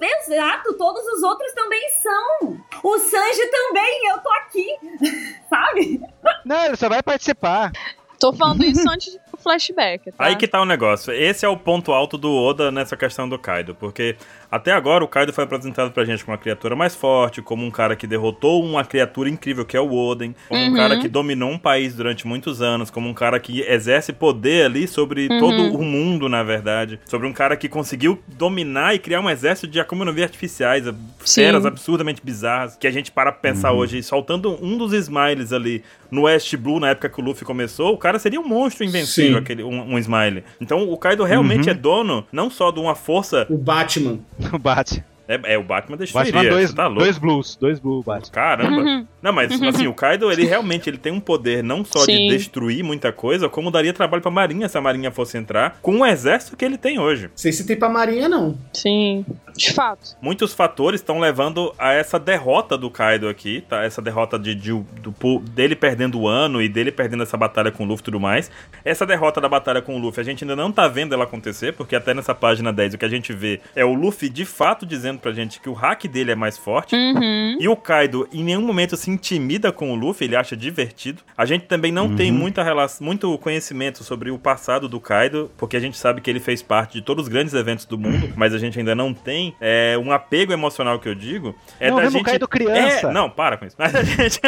[SPEAKER 5] Exato, todos os outros também são. O Sanji também, eu tô aqui. Sabe?
[SPEAKER 1] Não, ele só vai participar.
[SPEAKER 4] Tô falando isso antes do flashback, tá?
[SPEAKER 2] Aí que tá o negócio. Esse é o ponto alto do Oda nessa questão do Kaido, porque até agora o Kaido foi apresentado pra gente como uma criatura mais forte, como um cara que derrotou uma criatura incrível que é o Oden, como um
[SPEAKER 4] Uhum.
[SPEAKER 2] cara que dominou um país durante muitos anos, como um cara que exerce poder ali sobre
[SPEAKER 4] Uhum.
[SPEAKER 2] todo o mundo, na verdade, sobre um cara que conseguiu dominar e criar um exército de Akuma no Mi artificiais, feras absurdamente bizarras, que a gente para pra pensar hoje, soltando um dos smiles ali no West Blue, na época que o Luffy começou, o cara seria um monstro invencível,
[SPEAKER 3] Sim.
[SPEAKER 2] aquele, um, um smile. Então o Kaido
[SPEAKER 1] Uhum.
[SPEAKER 2] realmente é dono não só de uma força.
[SPEAKER 3] O Batman.
[SPEAKER 1] O Batman.
[SPEAKER 2] É, é, o Batman destruiria.
[SPEAKER 1] Batman dois,
[SPEAKER 2] você tá louco?
[SPEAKER 1] dois blues. Dois blues, Batman.
[SPEAKER 2] Caramba.
[SPEAKER 4] Uhum.
[SPEAKER 2] Não, mas assim, o Kaido, ele realmente ele tem um poder não só
[SPEAKER 4] Sim.
[SPEAKER 2] de destruir muita coisa, como daria trabalho pra marinha se a marinha fosse entrar com o exército que ele tem hoje.
[SPEAKER 3] Não sei se tem pra Marinha, não.
[SPEAKER 4] Sim. De fato.
[SPEAKER 2] Muitos fatores estão levando a essa derrota do Kaido aqui, tá? Essa derrota de, de- do, po- dele perdendo o ano e dele perdendo essa batalha com o Luffy e tudo mais. Essa derrota da batalha com o Luffy, a gente ainda não tá vendo ela acontecer, porque até nessa página 10 o que a gente vê é o Luffy de fato dizendo pra gente que o hack dele é mais forte.
[SPEAKER 4] Uhum.
[SPEAKER 2] E o Kaido em nenhum momento se intimida com o Luffy, ele acha divertido. A gente também não tem muita relação, muito conhecimento sobre o passado do Kaido, porque a gente sabe que ele fez parte de todos os grandes eventos do mundo, mas a gente ainda não tem é, um apego emocional que eu digo. É
[SPEAKER 1] não
[SPEAKER 2] da
[SPEAKER 1] vemos o
[SPEAKER 2] gente
[SPEAKER 1] Kaido criança.
[SPEAKER 2] é, não, para com isso. Mas a gente,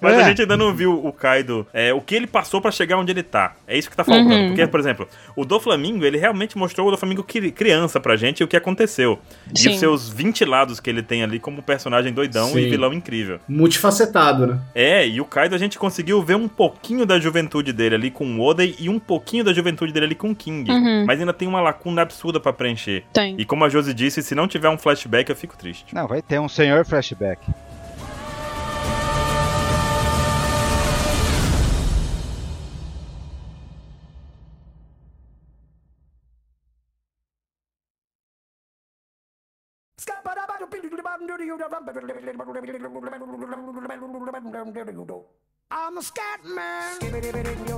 [SPEAKER 2] mas a
[SPEAKER 1] É.
[SPEAKER 2] gente ainda não viu o Kaido, é, o que ele passou pra chegar onde ele tá. É isso que tá faltando.
[SPEAKER 4] Uhum.
[SPEAKER 2] Porque, por exemplo, o do Flamingo, ele realmente mostrou o do Flamingo criança pra gente e o que aconteceu. E
[SPEAKER 4] Sim.
[SPEAKER 2] os seus 20 lados que ele tem ali como personagem doidão e
[SPEAKER 3] Sim.
[SPEAKER 2] vilão incrível.
[SPEAKER 3] Multifacetado, né?
[SPEAKER 2] É, e o Kaido a gente conseguiu ver um pouquinho da juventude dele ali com o Oden e um pouquinho da juventude dele ali com o King.
[SPEAKER 4] Uhum.
[SPEAKER 2] Mas ainda tem uma lacuna absurda pra preencher.
[SPEAKER 4] Tem.
[SPEAKER 2] E como a Josi disse, se não tiver um flashback, eu fico triste.
[SPEAKER 1] Não, vai ter um senhor flashback.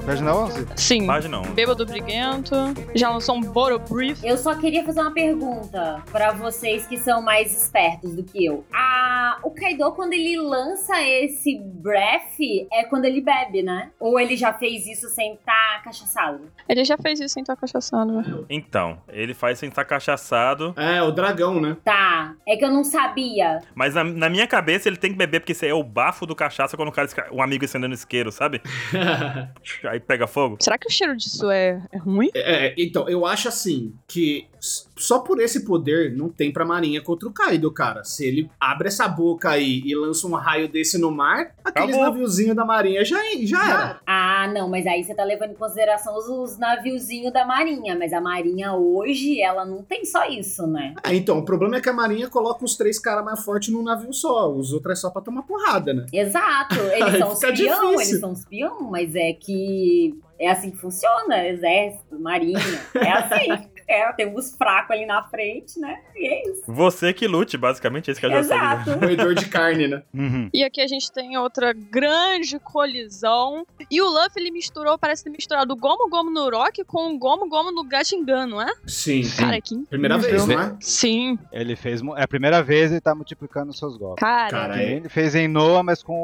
[SPEAKER 1] Página 11?
[SPEAKER 4] Sim.
[SPEAKER 2] Página 11.
[SPEAKER 4] Bêbado Briguento. Já lançou um Boro Brief.
[SPEAKER 5] Eu só queria fazer uma pergunta pra vocês que são mais espertos do que eu. Ah, o Kaido, quando ele lança esse breath, é quando ele bebe, né? Ou ele já fez isso sem estar cachaçado?
[SPEAKER 4] Ele já fez isso em Tá Cachaçando. velho.
[SPEAKER 2] Então, ele faz sem estar cachaçado,
[SPEAKER 3] É, o dragão, né?
[SPEAKER 5] Tá, é que eu não sabia.
[SPEAKER 2] mas na, na minha cabeça ele tem que beber, porque isso aí é o bafo do cachaça quando o cara, esca- um amigo acendendo isqueiro, sabe? Aí pega fogo.
[SPEAKER 4] Será que o cheiro disso é, é ruim?
[SPEAKER 3] É, então, eu acho assim que s- só por esse poder não tem pra marinha contra o Kaido, cara. Se ele abre essa boca aí e lança um raio desse no mar, aqueles
[SPEAKER 2] Acabou.
[SPEAKER 3] naviozinhos da marinha já, já era.
[SPEAKER 5] Ah, não, mas aí você tá levando em consideração os, os naviozinhos da Marinha. Mas a Marinha hoje, ela não tem só isso, né?
[SPEAKER 3] Ah, então, o problema é que a marinha coloca os três caras mais fortes num navio só. Os outros é só pra tomar porrada, né?
[SPEAKER 5] Exato, eles são os
[SPEAKER 3] Fica
[SPEAKER 5] peão,
[SPEAKER 3] difícil.
[SPEAKER 5] eles são os peão, mas é que é assim que funciona, exército, marinha, é assim. É, tem uns fracos ali na frente, né? E é isso.
[SPEAKER 2] Você que lute, basicamente, é isso que a Josi tá
[SPEAKER 5] Exato.
[SPEAKER 3] Roedor de carne, né?
[SPEAKER 1] Uhum.
[SPEAKER 4] E aqui a gente tem outra grande colisão. E o Luffy, ele misturou, parece ter misturado o Gomu Gomu no Rock com o Gomu Gomu no Gatingan, não é?
[SPEAKER 3] Sim.
[SPEAKER 4] Cara, que...
[SPEAKER 3] Primeira vez, não é?
[SPEAKER 4] Sim.
[SPEAKER 1] Ele fez. mu- É a primeira vez ele tá multiplicando seus golpes.
[SPEAKER 4] Cara,
[SPEAKER 3] Cara,
[SPEAKER 1] Que nem
[SPEAKER 3] é,
[SPEAKER 1] ele fez em Noah, mas com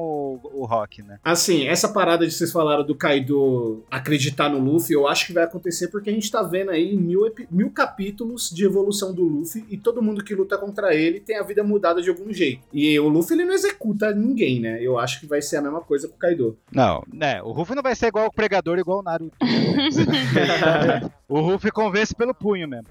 [SPEAKER 1] o, o Rock, né?
[SPEAKER 3] Assim, essa parada de vocês falaram do Kaido acreditar no Luffy, eu acho que vai acontecer porque a gente tá vendo aí mil, epi- mil capítulos de evolução do Luffy e todo mundo que luta contra ele tem a vida mudada de algum jeito. E o Luffy ele não executa ninguém, né? Eu acho que vai ser a mesma coisa com o Kaido.
[SPEAKER 1] Não, né? O Ruffy não vai ser igual o pregador, igual o Naruto. o Ruffy convence pelo punho mesmo.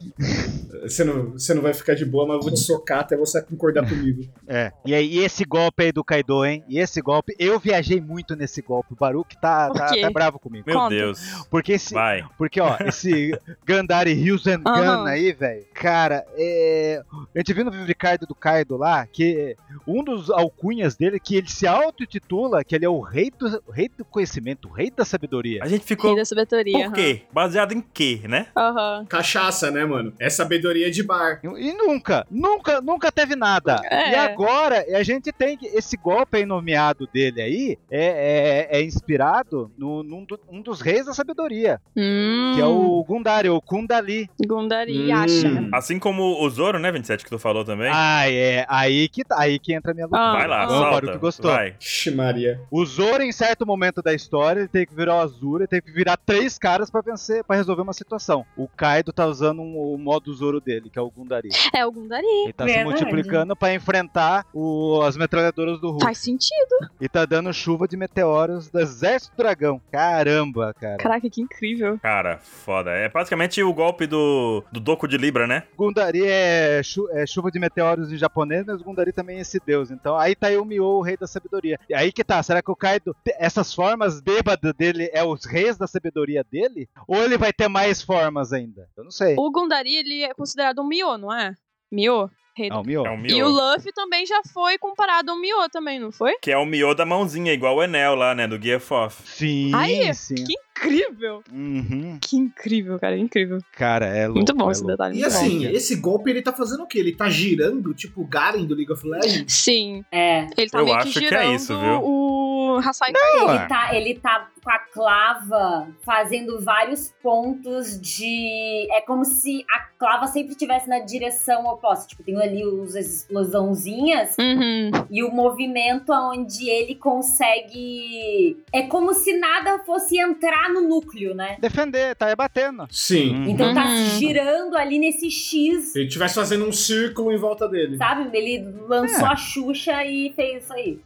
[SPEAKER 3] Você não, você não vai ficar de boa, mas eu vou te socar até você concordar comigo.
[SPEAKER 1] É. E aí, e esse golpe aí do Kaido, hein? E esse golpe, eu viajei muito nesse golpe. O Baruque tá,
[SPEAKER 4] Por
[SPEAKER 1] tá,
[SPEAKER 4] quê?
[SPEAKER 1] tá bravo comigo.
[SPEAKER 2] Meu
[SPEAKER 4] Conta.
[SPEAKER 2] Deus.
[SPEAKER 1] Porque esse,
[SPEAKER 2] Vai.
[SPEAKER 1] porque, ó, esse Gandari Hills and Gun
[SPEAKER 4] Aham.
[SPEAKER 1] aí, velho, cara, é. A gente viu no vídeo de Kaido do Kaido lá que um dos alcunhas dele, que ele se autotitula, que ele é o rei do, o rei do conhecimento, o rei da sabedoria.
[SPEAKER 2] A gente
[SPEAKER 4] Rei
[SPEAKER 2] ficou.
[SPEAKER 4] da sabedoria.
[SPEAKER 2] Por quê? Baseado em quê, né?
[SPEAKER 4] aham. Aham.
[SPEAKER 3] Cachaça, né, mano? É sabedoria de bar.
[SPEAKER 1] E nunca, nunca, nunca teve nada.
[SPEAKER 4] É.
[SPEAKER 1] E agora a gente tem que esse golpe aí nomeado dele aí é, é, é inspirado no, num do- um dos reis da sabedoria,
[SPEAKER 4] Hum,
[SPEAKER 1] que é o Gundari, o Kundali.
[SPEAKER 4] Gundari
[SPEAKER 3] Hum.
[SPEAKER 4] Yasha.
[SPEAKER 2] Assim como o Zoro, né, 27, que tu falou também.
[SPEAKER 1] Ah, é aí que tá- aí que entra a minha luta.
[SPEAKER 4] Ah,
[SPEAKER 2] Vai lá,
[SPEAKER 4] ah.
[SPEAKER 1] Não,
[SPEAKER 2] solta.
[SPEAKER 1] Baruque gostou.
[SPEAKER 2] Vai.
[SPEAKER 3] Ixi, Maria.
[SPEAKER 1] O Zoro em certo momento da história ele tem que virar o Azura, ele tem que virar três caras pra vencer, para resolver uma situação. O Kaido tá usando um- o modo Zoro dele, que é o Gundari.
[SPEAKER 4] É o Gundari.
[SPEAKER 1] Ele tá
[SPEAKER 5] Verdade.
[SPEAKER 1] se multiplicando pra enfrentar o- as metralhadoras do Hulk.
[SPEAKER 4] Faz sentido.
[SPEAKER 1] E tá dando chuva de meteoros do Exército Dragão. Caramba, cara.
[SPEAKER 4] Caraca, que incrível.
[SPEAKER 2] Cara, foda. É basicamente o golpe do, do Doco de Libra, né?
[SPEAKER 1] Gundari é, chu- é chuva de meteoros em japonês, mas Gundari também é esse deus. Então aí tá aí o Mio, o rei da sabedoria. E aí que tá, será que o Kaido, te- essas formas bêbadas dele é os reis da sabedoria dele? Ou ele vai ter mais formas ainda? Eu não sei.
[SPEAKER 4] O Gundari, ele é considerado um Mio, não é? Mio? Rei do
[SPEAKER 1] Ah, o Mio?
[SPEAKER 2] É o
[SPEAKER 4] E o
[SPEAKER 2] Mio.
[SPEAKER 4] Luffy também já foi comparado ao Mio também, não foi?
[SPEAKER 2] Que é o Mio da mãozinha, igual o Enel lá, né? Do Gear Foth.
[SPEAKER 1] Sim,
[SPEAKER 4] Aí,
[SPEAKER 1] sim.
[SPEAKER 4] Que incrível!
[SPEAKER 1] Uhum.
[SPEAKER 4] Que incrível, cara, incrível.
[SPEAKER 1] Cara, é louco.
[SPEAKER 4] Muito bom
[SPEAKER 1] é
[SPEAKER 4] esse
[SPEAKER 1] louco.
[SPEAKER 4] detalhe.
[SPEAKER 3] E
[SPEAKER 4] muito bom.
[SPEAKER 3] assim, esse golpe ele tá fazendo o quê? Ele tá girando, tipo o Garen do League of Legends?
[SPEAKER 4] Sim,
[SPEAKER 5] É.
[SPEAKER 4] ele tá
[SPEAKER 2] Eu
[SPEAKER 4] meio que
[SPEAKER 2] acho que é
[SPEAKER 4] girando
[SPEAKER 2] isso, viu?
[SPEAKER 4] o Hasai
[SPEAKER 1] Ué.
[SPEAKER 5] Ele tá, ele tá com a clava fazendo vários pontos de. É como se a clava sempre estivesse na direção oposta. Tipo, tem ali os- as explosãozinhas
[SPEAKER 4] Uhum.
[SPEAKER 5] e o movimento onde ele consegue. É como se nada fosse entrar no núcleo, né?
[SPEAKER 1] Defender, tá batendo.
[SPEAKER 3] Sim.
[SPEAKER 1] Uhum.
[SPEAKER 5] Então tá
[SPEAKER 4] Uhum.
[SPEAKER 5] girando ali nesse X
[SPEAKER 3] Se ele estivesse fazendo um círculo em volta dele.
[SPEAKER 5] Sabe? Ele
[SPEAKER 2] É.
[SPEAKER 5] lançou a Xuxa e fez isso aí.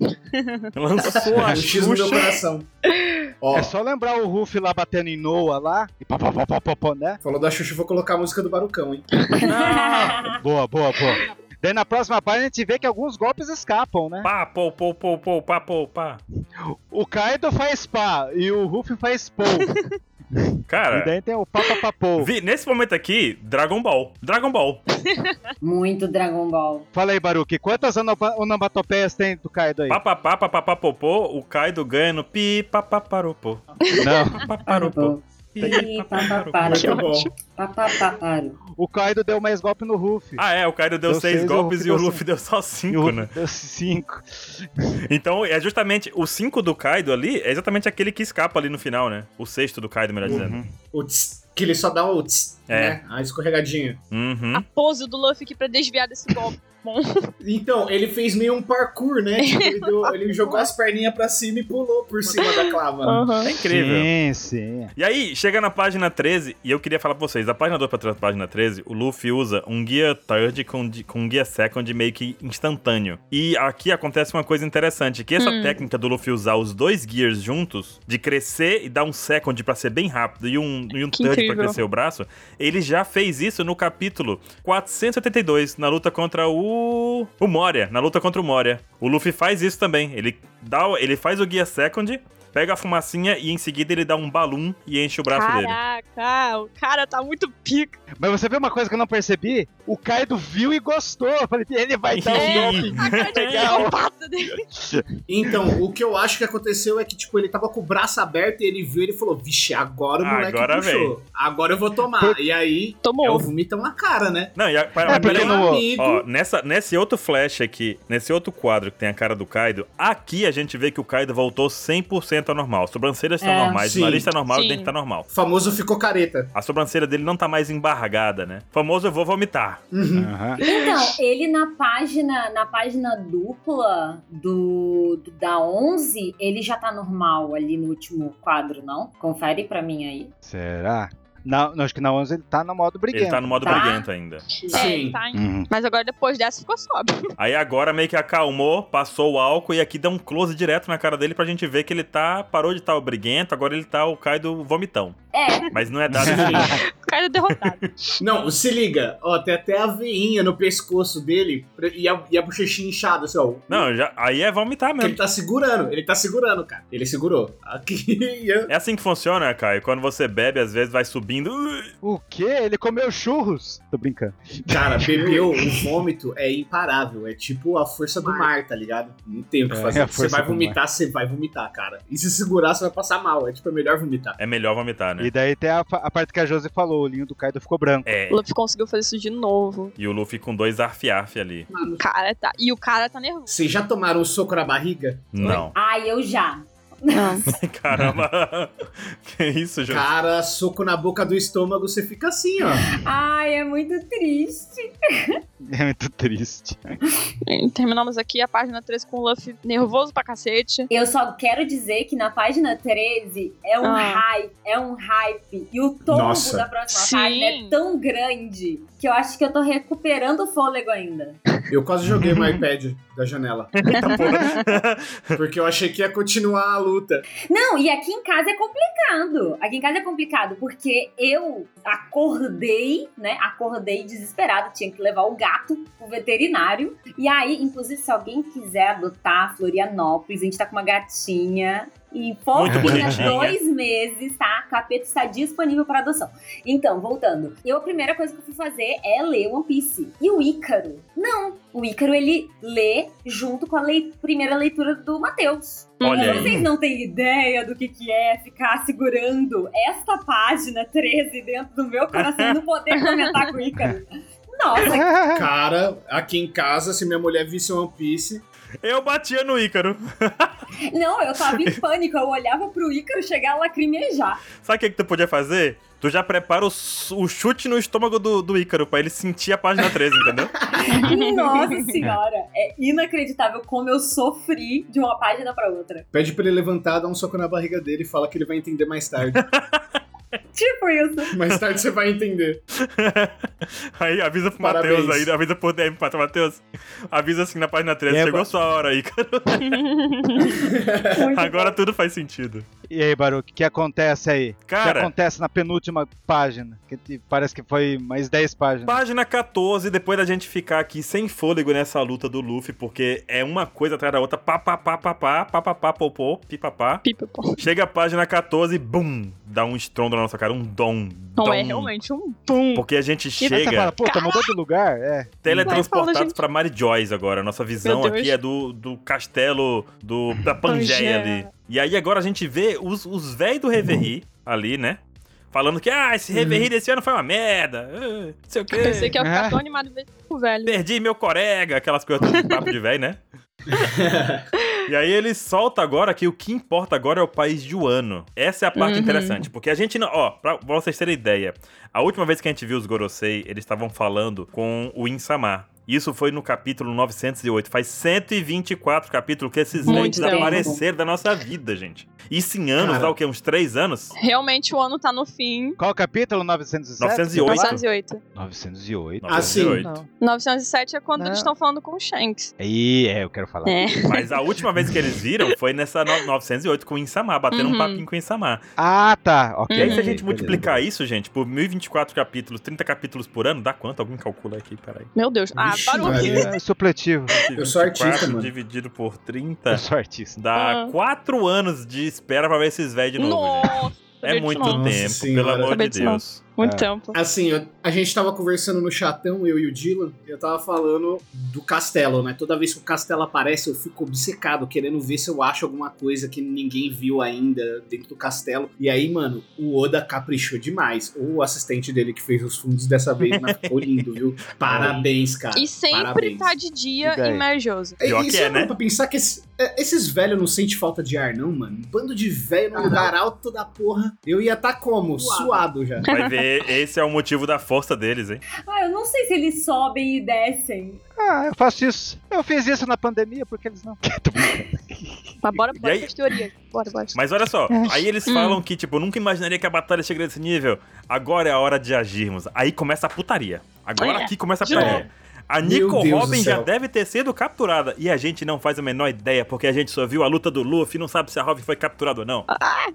[SPEAKER 2] Lançou a
[SPEAKER 3] Um X no meu
[SPEAKER 2] Xuxa.
[SPEAKER 3] coração. Ó,
[SPEAKER 1] É só lembrar o Ruff lá batendo em Noah lá. E pá, pá, pá, pá, pá, pá, né?
[SPEAKER 3] falou da Xuxa, eu vou colocar a música do Barucão, hein?
[SPEAKER 1] Boa, boa, boa. Daí na próxima página a gente vê que alguns golpes escapam, né?
[SPEAKER 2] Pá, pô, pô, pô, pô, pá, pô, pá.
[SPEAKER 1] O Kaido faz pá e o Ruff faz pou. E
[SPEAKER 2] Cara,
[SPEAKER 1] daí tem o pá, pá, pá, pou.
[SPEAKER 2] vi- nesse momento aqui, Dragon Ball. Dragon Ball.
[SPEAKER 5] Muito Dragon Ball.
[SPEAKER 1] Fala aí, Baruque, quantas onoba- onomatopeias tem do Kaido aí?
[SPEAKER 2] Pá, pá, pá, pá, pá, pô, pô. O Kaido ganha no pi, pá, pá, parou, pô.
[SPEAKER 1] Não,
[SPEAKER 2] Pá, parou, pô.
[SPEAKER 1] Ah,
[SPEAKER 2] Pi,
[SPEAKER 5] Pi,
[SPEAKER 2] pá, parou, pô.
[SPEAKER 5] pá,
[SPEAKER 3] Muito bom.
[SPEAKER 5] Papapaparu.
[SPEAKER 1] o Kaido deu mais golpe no Ruff.
[SPEAKER 2] Ah, é, o Kaido deu,
[SPEAKER 1] Deu
[SPEAKER 2] seis
[SPEAKER 1] seis,
[SPEAKER 2] golpes
[SPEAKER 1] o
[SPEAKER 2] e o
[SPEAKER 1] Luffy deu
[SPEAKER 2] Luffy
[SPEAKER 1] E
[SPEAKER 2] deu só
[SPEAKER 1] o
[SPEAKER 2] cinco,
[SPEAKER 1] Ruff
[SPEAKER 2] né?
[SPEAKER 1] deu cinco.
[SPEAKER 2] Então, é justamente o cinco do Kaido ali, é exatamente aquele que escapa ali no final, né? O sexto do Kaido, melhor
[SPEAKER 1] Uhum.
[SPEAKER 2] dizendo.
[SPEAKER 3] O tss, que ele só dá o tss,
[SPEAKER 2] É.
[SPEAKER 3] né? A escorregadinha.
[SPEAKER 2] Uhum.
[SPEAKER 4] A pose do Luffy aqui pra desviar desse golpe.
[SPEAKER 3] Então, ele fez meio um parkour, né? Tipo, Ele, deu- ele jogou as perninhas pra cima e pulou por cima da clava.
[SPEAKER 2] É incrível.
[SPEAKER 1] Sim, sim.
[SPEAKER 2] E aí, chega na página 13, e eu queria falar pra vocês, da página 2 pra trás da página 13, o Luffy usa um guia third com, di- com um guia second meio que instantâneo. E aqui acontece uma coisa interessante, que
[SPEAKER 4] Hum.
[SPEAKER 2] essa técnica do Luffy usar os dois gears juntos, de crescer e dar um second pra ser bem rápido, e um, e um
[SPEAKER 4] Que
[SPEAKER 2] third pra
[SPEAKER 4] incrível.
[SPEAKER 2] crescer o braço, ele já fez isso no capítulo 482, na luta contra o... o Moria, na luta contra o Moria. O Luffy faz isso também, ele, dá, o- ele faz o guia second... Pega a fumacinha e em seguida ele dá um balão e enche o braço dele.
[SPEAKER 4] Caraca, o cara tá muito pica.
[SPEAKER 1] Mas você viu uma coisa que eu não percebi? O Kaido viu e gostou. Eu falei, ele vai
[SPEAKER 5] então
[SPEAKER 1] dar um golpe.
[SPEAKER 4] A cara de
[SPEAKER 1] Legal.
[SPEAKER 4] psicopata dele.
[SPEAKER 3] Então, o que eu acho que aconteceu é que, tipo, ele tava com o braço aberto e ele viu ele falou: Vixe, agora o
[SPEAKER 1] Ah,
[SPEAKER 3] moleque
[SPEAKER 2] Agora
[SPEAKER 3] puxou. Agora eu vou tomar. E aí, é o
[SPEAKER 4] Tomou.
[SPEAKER 3] vomitão na cara, né?
[SPEAKER 2] Não, e a, pa-
[SPEAKER 1] É,
[SPEAKER 2] mas
[SPEAKER 1] porque
[SPEAKER 2] peraí,
[SPEAKER 1] no-
[SPEAKER 3] Meu amigo.
[SPEAKER 2] ó, nessa, nesse outro flash aqui, nesse outro quadro que tem a cara do Kaido, aqui a gente vê que o Kaido voltou 100% ao normal. As sobrancelhas estão
[SPEAKER 5] É,
[SPEAKER 2] normais,
[SPEAKER 3] sim.
[SPEAKER 2] o nariz tá normal,
[SPEAKER 4] Sim.
[SPEAKER 2] o dente tá normal.
[SPEAKER 3] O famoso ficou careta.
[SPEAKER 2] A sobrancelha dele não tá mais embargada, né? Famoso, eu vou vomitar.
[SPEAKER 3] Uhum.
[SPEAKER 1] Aham.
[SPEAKER 5] Então, ele na página, na página dupla do, do- da 11, ele já tá normal ali no último quadro, não? Confere pra mim aí.
[SPEAKER 1] Será? Na, não, acho que na 11 ele tá no modo briguento.
[SPEAKER 2] Ele tá no modo
[SPEAKER 5] Tá.
[SPEAKER 2] briguento ainda.
[SPEAKER 4] É,
[SPEAKER 3] Sim.
[SPEAKER 4] ele tá em-
[SPEAKER 1] Uhum.
[SPEAKER 4] Mas agora depois dessa ficou sóbrio.
[SPEAKER 2] Aí agora meio que acalmou, passou o álcool e aqui dá um close direto na cara dele pra gente ver que ele tá. Parou de estar o briguento, agora ele tá o Kaido vomitão.
[SPEAKER 5] É,
[SPEAKER 2] Mas
[SPEAKER 1] Ah,
[SPEAKER 2] não é
[SPEAKER 1] tá
[SPEAKER 2] dado esse jeito.
[SPEAKER 4] O cara é derrotado.
[SPEAKER 3] Não, se liga, ó, tem até a veinha no pescoço dele pra- e a, e a bochechinha inchada, assim, ó.
[SPEAKER 2] Não, já, aí é vomitar
[SPEAKER 3] Que
[SPEAKER 2] mesmo.
[SPEAKER 3] ele tá segurando, ele tá segurando, cara. Ele segurou. Aqui.
[SPEAKER 2] É assim que funciona, Caio. Quando você bebe, às vezes vai subindo.
[SPEAKER 1] O quê? Ele comeu churros? Tô brincando.
[SPEAKER 3] Cara, bebeu, o vômito é imparável. É tipo a força do mar, tá ligado? Não tem o que
[SPEAKER 1] É,
[SPEAKER 3] fazer.
[SPEAKER 1] é a
[SPEAKER 3] você
[SPEAKER 1] força
[SPEAKER 3] vai
[SPEAKER 1] do
[SPEAKER 3] vomitar, você vai vomitar, cara. E se segurar, você vai passar mal. É tipo, é melhor vomitar.
[SPEAKER 2] É melhor vomitar, né?
[SPEAKER 1] E daí tem a, fa- a parte que a Josi falou, o olhinho do Kaido ficou branco.
[SPEAKER 2] É.
[SPEAKER 4] O Luffy conseguiu fazer isso de novo.
[SPEAKER 2] E o Luffy com dois arfiaf ali.
[SPEAKER 4] O cara tá. E o cara tá nervoso.
[SPEAKER 3] Vocês já tomaram um soco na barriga?
[SPEAKER 2] Não.
[SPEAKER 5] ai, eu já.
[SPEAKER 2] Caramba. que isso, Júlio?
[SPEAKER 3] Cara, soco na boca do estômago, você fica assim, ó.
[SPEAKER 5] Ai, é muito triste.
[SPEAKER 1] É muito triste.
[SPEAKER 4] Terminamos aqui a página 3 com o Luffy nervoso pra cacete.
[SPEAKER 5] Eu só quero dizer que na página 13 é um
[SPEAKER 4] Ah.
[SPEAKER 5] hype, é um hype. E o tombo
[SPEAKER 3] Nossa.
[SPEAKER 5] da próxima
[SPEAKER 4] Sim.
[SPEAKER 5] página é tão grande que eu acho que eu tô recuperando o fôlego ainda.
[SPEAKER 3] Eu quase joguei meu iPad da janela. Porque eu achei que ia continuar a luta.
[SPEAKER 5] Não, e aqui em casa é complicado. Aqui em casa é complicado porque eu acordei, né? Acordei desesperada, tinha que levar o gato pro veterinário. E aí, inclusive, se alguém quiser adotar Florianópolis, a gente tá com uma gatinha Em pouco
[SPEAKER 2] Muito
[SPEAKER 5] menos de
[SPEAKER 2] bonitinha.
[SPEAKER 5] dois meses, tá? Capeto está disponível para adoção. Então, voltando. Eu, a primeira coisa que eu fui fazer é ler One Piece. E o Ícaro? Não. O Ícaro, ele lê junto com a lei- primeira leitura do Matheus.
[SPEAKER 2] Olha aí.
[SPEAKER 5] Vocês não têm ideia do que, que é ficar segurando esta página 13 dentro do meu coração e não poder comentar com o Ícaro. Nossa,
[SPEAKER 3] Cara, aqui em casa, se minha mulher visse One Piece,
[SPEAKER 2] Eu batia no Ícaro.
[SPEAKER 5] não, eu tava em pânico. Eu olhava pro Ícaro chegar a lacrimejar.
[SPEAKER 2] Sabe o que, que tu podia fazer? Tu já prepara o, s- o chute no estômago do, do Ícaro pra ele sentir a página 13, entendeu?
[SPEAKER 5] Nossa senhora, é inacreditável como eu sofri de uma página pra outra.
[SPEAKER 3] pede pra ele levantar, dá um soco na barriga dele e fala que ele vai entender mais tarde.
[SPEAKER 5] Tipo isso.
[SPEAKER 3] mais tarde você vai entender.
[SPEAKER 2] Aí avisa pro
[SPEAKER 3] Parabéns.
[SPEAKER 2] Matheus aí, avisa pro DM, pro Matheus. Avisa assim na página 13,
[SPEAKER 1] É,
[SPEAKER 2] chegou
[SPEAKER 1] pa-
[SPEAKER 2] sua hora, Ícaro.
[SPEAKER 4] é
[SPEAKER 5] Muito
[SPEAKER 2] Agora tudo faz sentido.
[SPEAKER 1] E aí, Baruque, o que acontece aí? o que
[SPEAKER 2] Cara,
[SPEAKER 1] acontece na penúltima página? Que te- parece que foi mais 10 páginas.
[SPEAKER 2] Página 14, depois da gente ficar aqui sem fôlego nessa luta do Luffy, porque é uma coisa atrás da outra, pá, pá, pá, pá, pá, pá, pá, pá, pô, pô, pipapá.
[SPEAKER 4] Pipa, pô.
[SPEAKER 2] Chega a página 14, bum, dá um estrondo na nossa cara, um dom,
[SPEAKER 4] Não é
[SPEAKER 2] dom.
[SPEAKER 4] realmente um boom.
[SPEAKER 2] Porque a gente
[SPEAKER 1] Aí você fala,
[SPEAKER 2] chega
[SPEAKER 1] puta, mudou de lugar? É.
[SPEAKER 4] Mas fala,
[SPEAKER 2] teletransportados
[SPEAKER 4] gente.
[SPEAKER 2] pra Mary Joyce agora. Nossa visão
[SPEAKER 4] Meu Deus.
[SPEAKER 2] aqui é do, do castelo do, da Pangeia
[SPEAKER 4] Pangeia.
[SPEAKER 2] ali. E aí agora a gente vê os, os véi do Reverie ali, né? Falando que, ah,
[SPEAKER 4] Uhum.
[SPEAKER 2] esse Reverie desse ano foi uma merda. ah, Não sei o quê.
[SPEAKER 4] Eu sei que eu ia ficar
[SPEAKER 1] É.
[SPEAKER 4] tão animado ver o velho.
[SPEAKER 2] Perdi meu corega, aquelas coisas de papo de velho, né? e aí ele solta agora que o que importa agora é o país de Wano. Essa é a parte
[SPEAKER 4] Uhum.
[SPEAKER 2] interessante, porque a gente não, ó, pra pra vocês terem ideia, a última vez que a gente viu os Gorosei, eles estavam falando com o Insamar. Isso foi no capítulo 908. Faz 124 capítulos que esses
[SPEAKER 4] Muito
[SPEAKER 2] leis
[SPEAKER 4] tempo.
[SPEAKER 2] desapareceram da nossa vida, gente. Isso em anos,
[SPEAKER 3] Cara.
[SPEAKER 2] dá o quê? Uns 3 anos?
[SPEAKER 4] Realmente o ano tá no fim.
[SPEAKER 1] Qual o capítulo? 907?
[SPEAKER 2] 908.
[SPEAKER 1] Sei lá.
[SPEAKER 4] 908.
[SPEAKER 1] 908.
[SPEAKER 3] Assim.
[SPEAKER 2] 908.
[SPEAKER 1] Não.
[SPEAKER 4] 907 é quando
[SPEAKER 1] Não.
[SPEAKER 4] eles estão falando com o Shanks.
[SPEAKER 1] Aí, é, eu quero falar.
[SPEAKER 4] É.
[SPEAKER 2] Mas a última vez que eles viram foi nessa no- 908 com o Insamar, batendo um
[SPEAKER 4] Uhum.
[SPEAKER 2] papinho com o Insamar.
[SPEAKER 1] Ah, tá. Ok.
[SPEAKER 2] E aí, se a
[SPEAKER 3] Uhum.
[SPEAKER 2] gente
[SPEAKER 3] Beleza.
[SPEAKER 2] multiplicar isso, gente, por 1024 capítulos, 30 capítulos por ano, dá quanto? Alguém calcula aqui, peraí.
[SPEAKER 4] Meu Deus. Ah,
[SPEAKER 3] Vixe,
[SPEAKER 4] Baruque.
[SPEAKER 3] Maria.
[SPEAKER 1] É, supletivo.
[SPEAKER 3] Eu sou artista,
[SPEAKER 2] 24
[SPEAKER 3] mano.
[SPEAKER 2] dividido por
[SPEAKER 1] Eu
[SPEAKER 2] 30
[SPEAKER 1] sou artista.
[SPEAKER 2] dá
[SPEAKER 4] Ah.
[SPEAKER 2] 4 anos de espera pra ver esses velhos de novo, gente.
[SPEAKER 4] Nossa.
[SPEAKER 2] É muito
[SPEAKER 4] Nossa
[SPEAKER 2] tempo, pelo
[SPEAKER 3] senhora.
[SPEAKER 2] amor de
[SPEAKER 4] Sabia disso não.
[SPEAKER 2] Deus.
[SPEAKER 4] Muito
[SPEAKER 1] É.
[SPEAKER 4] tempo.
[SPEAKER 3] Assim, eu- a gente tava conversando no chatão, eu e o Dylan, e eu tava falando do castelo, né? Toda vez que o castelo aparece, eu fico obcecado, querendo ver se eu acho alguma coisa que ninguém viu ainda dentro do castelo. E aí, mano, o Oda caprichou demais. O assistente dele que fez os fundos dessa vez, mas ficou lindo, viu? Parabéns, cara.
[SPEAKER 4] E sempre
[SPEAKER 3] Parabéns.
[SPEAKER 4] tá de dia
[SPEAKER 1] E daí?
[SPEAKER 4] e maravilhoso.
[SPEAKER 3] E
[SPEAKER 2] Pior
[SPEAKER 3] e
[SPEAKER 2] que
[SPEAKER 3] você
[SPEAKER 2] é,
[SPEAKER 3] parou
[SPEAKER 2] né?
[SPEAKER 3] Pra pensar que esse- é, esses velhos não sentem falta de ar, não, mano. Um Bando de velho no lugar alto da porra. Eu ia tá como?
[SPEAKER 5] Suado.
[SPEAKER 3] Suado já.
[SPEAKER 2] Vai ver, esse é o motivo da força deles, hein?
[SPEAKER 5] Ah, eu não sei se eles sobem e descem.
[SPEAKER 1] Ah, eu faço isso. Eu fiz isso na pandemia, porque eles não. Tô brincando.
[SPEAKER 4] Mas bora, bora
[SPEAKER 2] aí-
[SPEAKER 4] pras teorias. Bora, bora.
[SPEAKER 2] Mas olha só,
[SPEAKER 1] É.
[SPEAKER 2] aí eles
[SPEAKER 4] Hum.
[SPEAKER 2] falam que, tipo, eu nunca imaginaria que a batalha chegaria nesse nível. Agora é a hora de agirmos. Aí começa a putaria. Agora
[SPEAKER 4] É.
[SPEAKER 2] aqui começa a
[SPEAKER 4] De
[SPEAKER 2] putaria. A
[SPEAKER 3] Meu
[SPEAKER 2] Nico
[SPEAKER 3] Deus do
[SPEAKER 2] Robin já
[SPEAKER 3] céu.
[SPEAKER 2] deve ter sido capturada. E a gente não faz a menor ideia, porque a gente só viu a luta do Luffy e não sabe se a Robin foi capturada ou não.
[SPEAKER 5] Ah,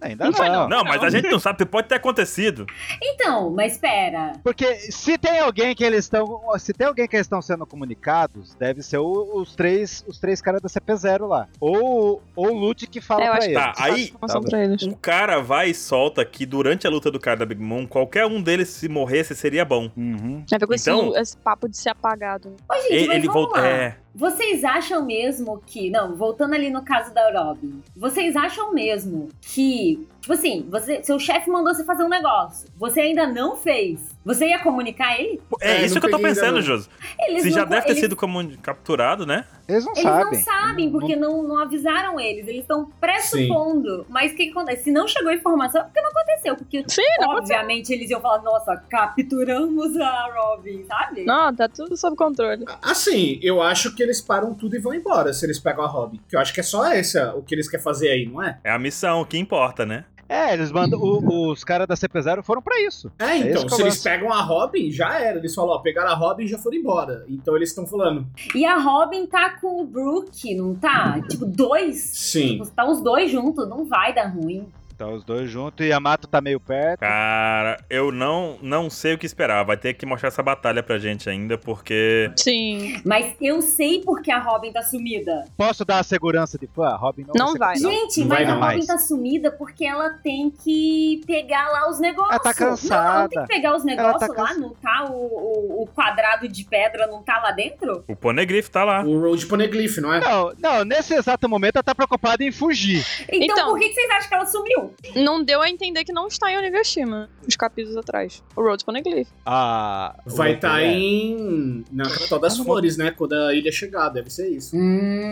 [SPEAKER 1] Ainda
[SPEAKER 4] Não foi,
[SPEAKER 1] não.
[SPEAKER 2] não, mas a gente não sabe, pode ter acontecido.
[SPEAKER 5] Então, mas pera.
[SPEAKER 1] Porque se tem alguém que eles estão. Se tem alguém que eles estão sendo comunicados, deve ser o- os três os três caras da CP0 lá. Ou, ou o Lute que fala
[SPEAKER 4] É, eu
[SPEAKER 1] pra
[SPEAKER 4] acho
[SPEAKER 1] eles.
[SPEAKER 2] Tá, aí
[SPEAKER 4] Informação
[SPEAKER 1] Tá
[SPEAKER 4] pra eles.
[SPEAKER 2] um cara vai e solta que durante a luta do cara da Big Mom, qualquer um deles se morresse seria bom.
[SPEAKER 1] Uhum.
[SPEAKER 4] Já pegou É esse-
[SPEAKER 2] Então-
[SPEAKER 4] esse, papo de ser apagado.
[SPEAKER 5] Ô, gente,
[SPEAKER 2] E-
[SPEAKER 5] mas
[SPEAKER 2] ele
[SPEAKER 5] vamos
[SPEAKER 2] volta.
[SPEAKER 5] lá.
[SPEAKER 2] É,
[SPEAKER 5] Vocês acham mesmo que. Não, voltando ali no caso da Robin. Vocês acham mesmo que. Tipo assim, você, seu chefe mandou você fazer um negócio. Você ainda não fez. Você ia comunicar ele?
[SPEAKER 2] é
[SPEAKER 3] É,
[SPEAKER 2] isso
[SPEAKER 3] não
[SPEAKER 2] que eu tô
[SPEAKER 3] peguei ainda
[SPEAKER 2] pensando,
[SPEAKER 3] não.
[SPEAKER 2] Josi.
[SPEAKER 5] Eles
[SPEAKER 2] Se já
[SPEAKER 5] não co-
[SPEAKER 2] deve ter
[SPEAKER 5] eles-
[SPEAKER 2] sido como capturado, né?
[SPEAKER 1] Eles não
[SPEAKER 5] Eles
[SPEAKER 1] sabem. Uhum.
[SPEAKER 5] não sabem, porque não, não avisaram eles. Eles estão pressupondo. Mas o que, que acontece? Se não chegou a informação, é porque não aconteceu. Porque,
[SPEAKER 4] Sim, não aconteceu.
[SPEAKER 5] obviamente, eles iam falar: nossa, capturamos a Robin, sabe?
[SPEAKER 4] Não, tá tudo sob controle.
[SPEAKER 3] Assim, eu acho que eles param tudo e vão embora se eles pegam a Robin. Que eu acho que é só essa o que eles querem fazer aí, não é?
[SPEAKER 2] É a missão, o que importa, né?
[SPEAKER 1] É, eles mandam. o- os caras da CP0 foram pra isso.
[SPEAKER 3] É, então,
[SPEAKER 1] esse que eu
[SPEAKER 3] se eles
[SPEAKER 1] gosto.
[SPEAKER 3] pegam a Robin, já era. Eles falam, ó, pegaram a Robin e já foram embora. Então eles estão falando.
[SPEAKER 5] E a Robin tá com o Brook, não tá? Tipo, dois.
[SPEAKER 3] Sim.
[SPEAKER 5] Tipo, tá os dois juntos, não vai dar ruim.
[SPEAKER 1] Tá os dois juntos. e Yamato tá meio perto.
[SPEAKER 2] Cara, eu não, não sei o que esperar. Vai ter que mostrar essa batalha pra gente ainda, porque.
[SPEAKER 4] Sim.
[SPEAKER 5] Mas eu sei porque a Robin tá sumida.
[SPEAKER 1] Posso dar a segurança de fã? Robin
[SPEAKER 2] Então
[SPEAKER 1] não,
[SPEAKER 4] Não
[SPEAKER 1] ser
[SPEAKER 4] vai.
[SPEAKER 1] campeão.
[SPEAKER 5] Gente,
[SPEAKER 3] não
[SPEAKER 5] mas
[SPEAKER 3] vai
[SPEAKER 5] a
[SPEAKER 3] não.
[SPEAKER 5] Robin
[SPEAKER 1] Mais.
[SPEAKER 5] tá sumida porque ela tem que pegar lá os negócios.
[SPEAKER 1] Ela tá cansada.
[SPEAKER 5] Não, ela não tem que pegar os
[SPEAKER 1] Ela
[SPEAKER 5] negócios
[SPEAKER 1] tá
[SPEAKER 5] lá,
[SPEAKER 1] cansa-
[SPEAKER 5] não tá? O, o, o quadrado de pedra não tá lá dentro?
[SPEAKER 2] O Poneglyph tá lá.
[SPEAKER 3] O Road Poneglyph, não é?
[SPEAKER 1] Não, não, nesse exato momento ela tá preocupada em fugir.
[SPEAKER 5] Então,
[SPEAKER 4] Então.
[SPEAKER 5] por que, que vocês acham que ela sumiu?
[SPEAKER 4] Não deu a entender que não está em Onigashima, os capítulos atrás. O Road to Poneglyph.
[SPEAKER 1] Ah,
[SPEAKER 3] Vai
[SPEAKER 1] o-
[SPEAKER 3] estar tá
[SPEAKER 1] é.
[SPEAKER 3] em. na Capital das Flores, né? Quando a ilha chegar, deve ser isso.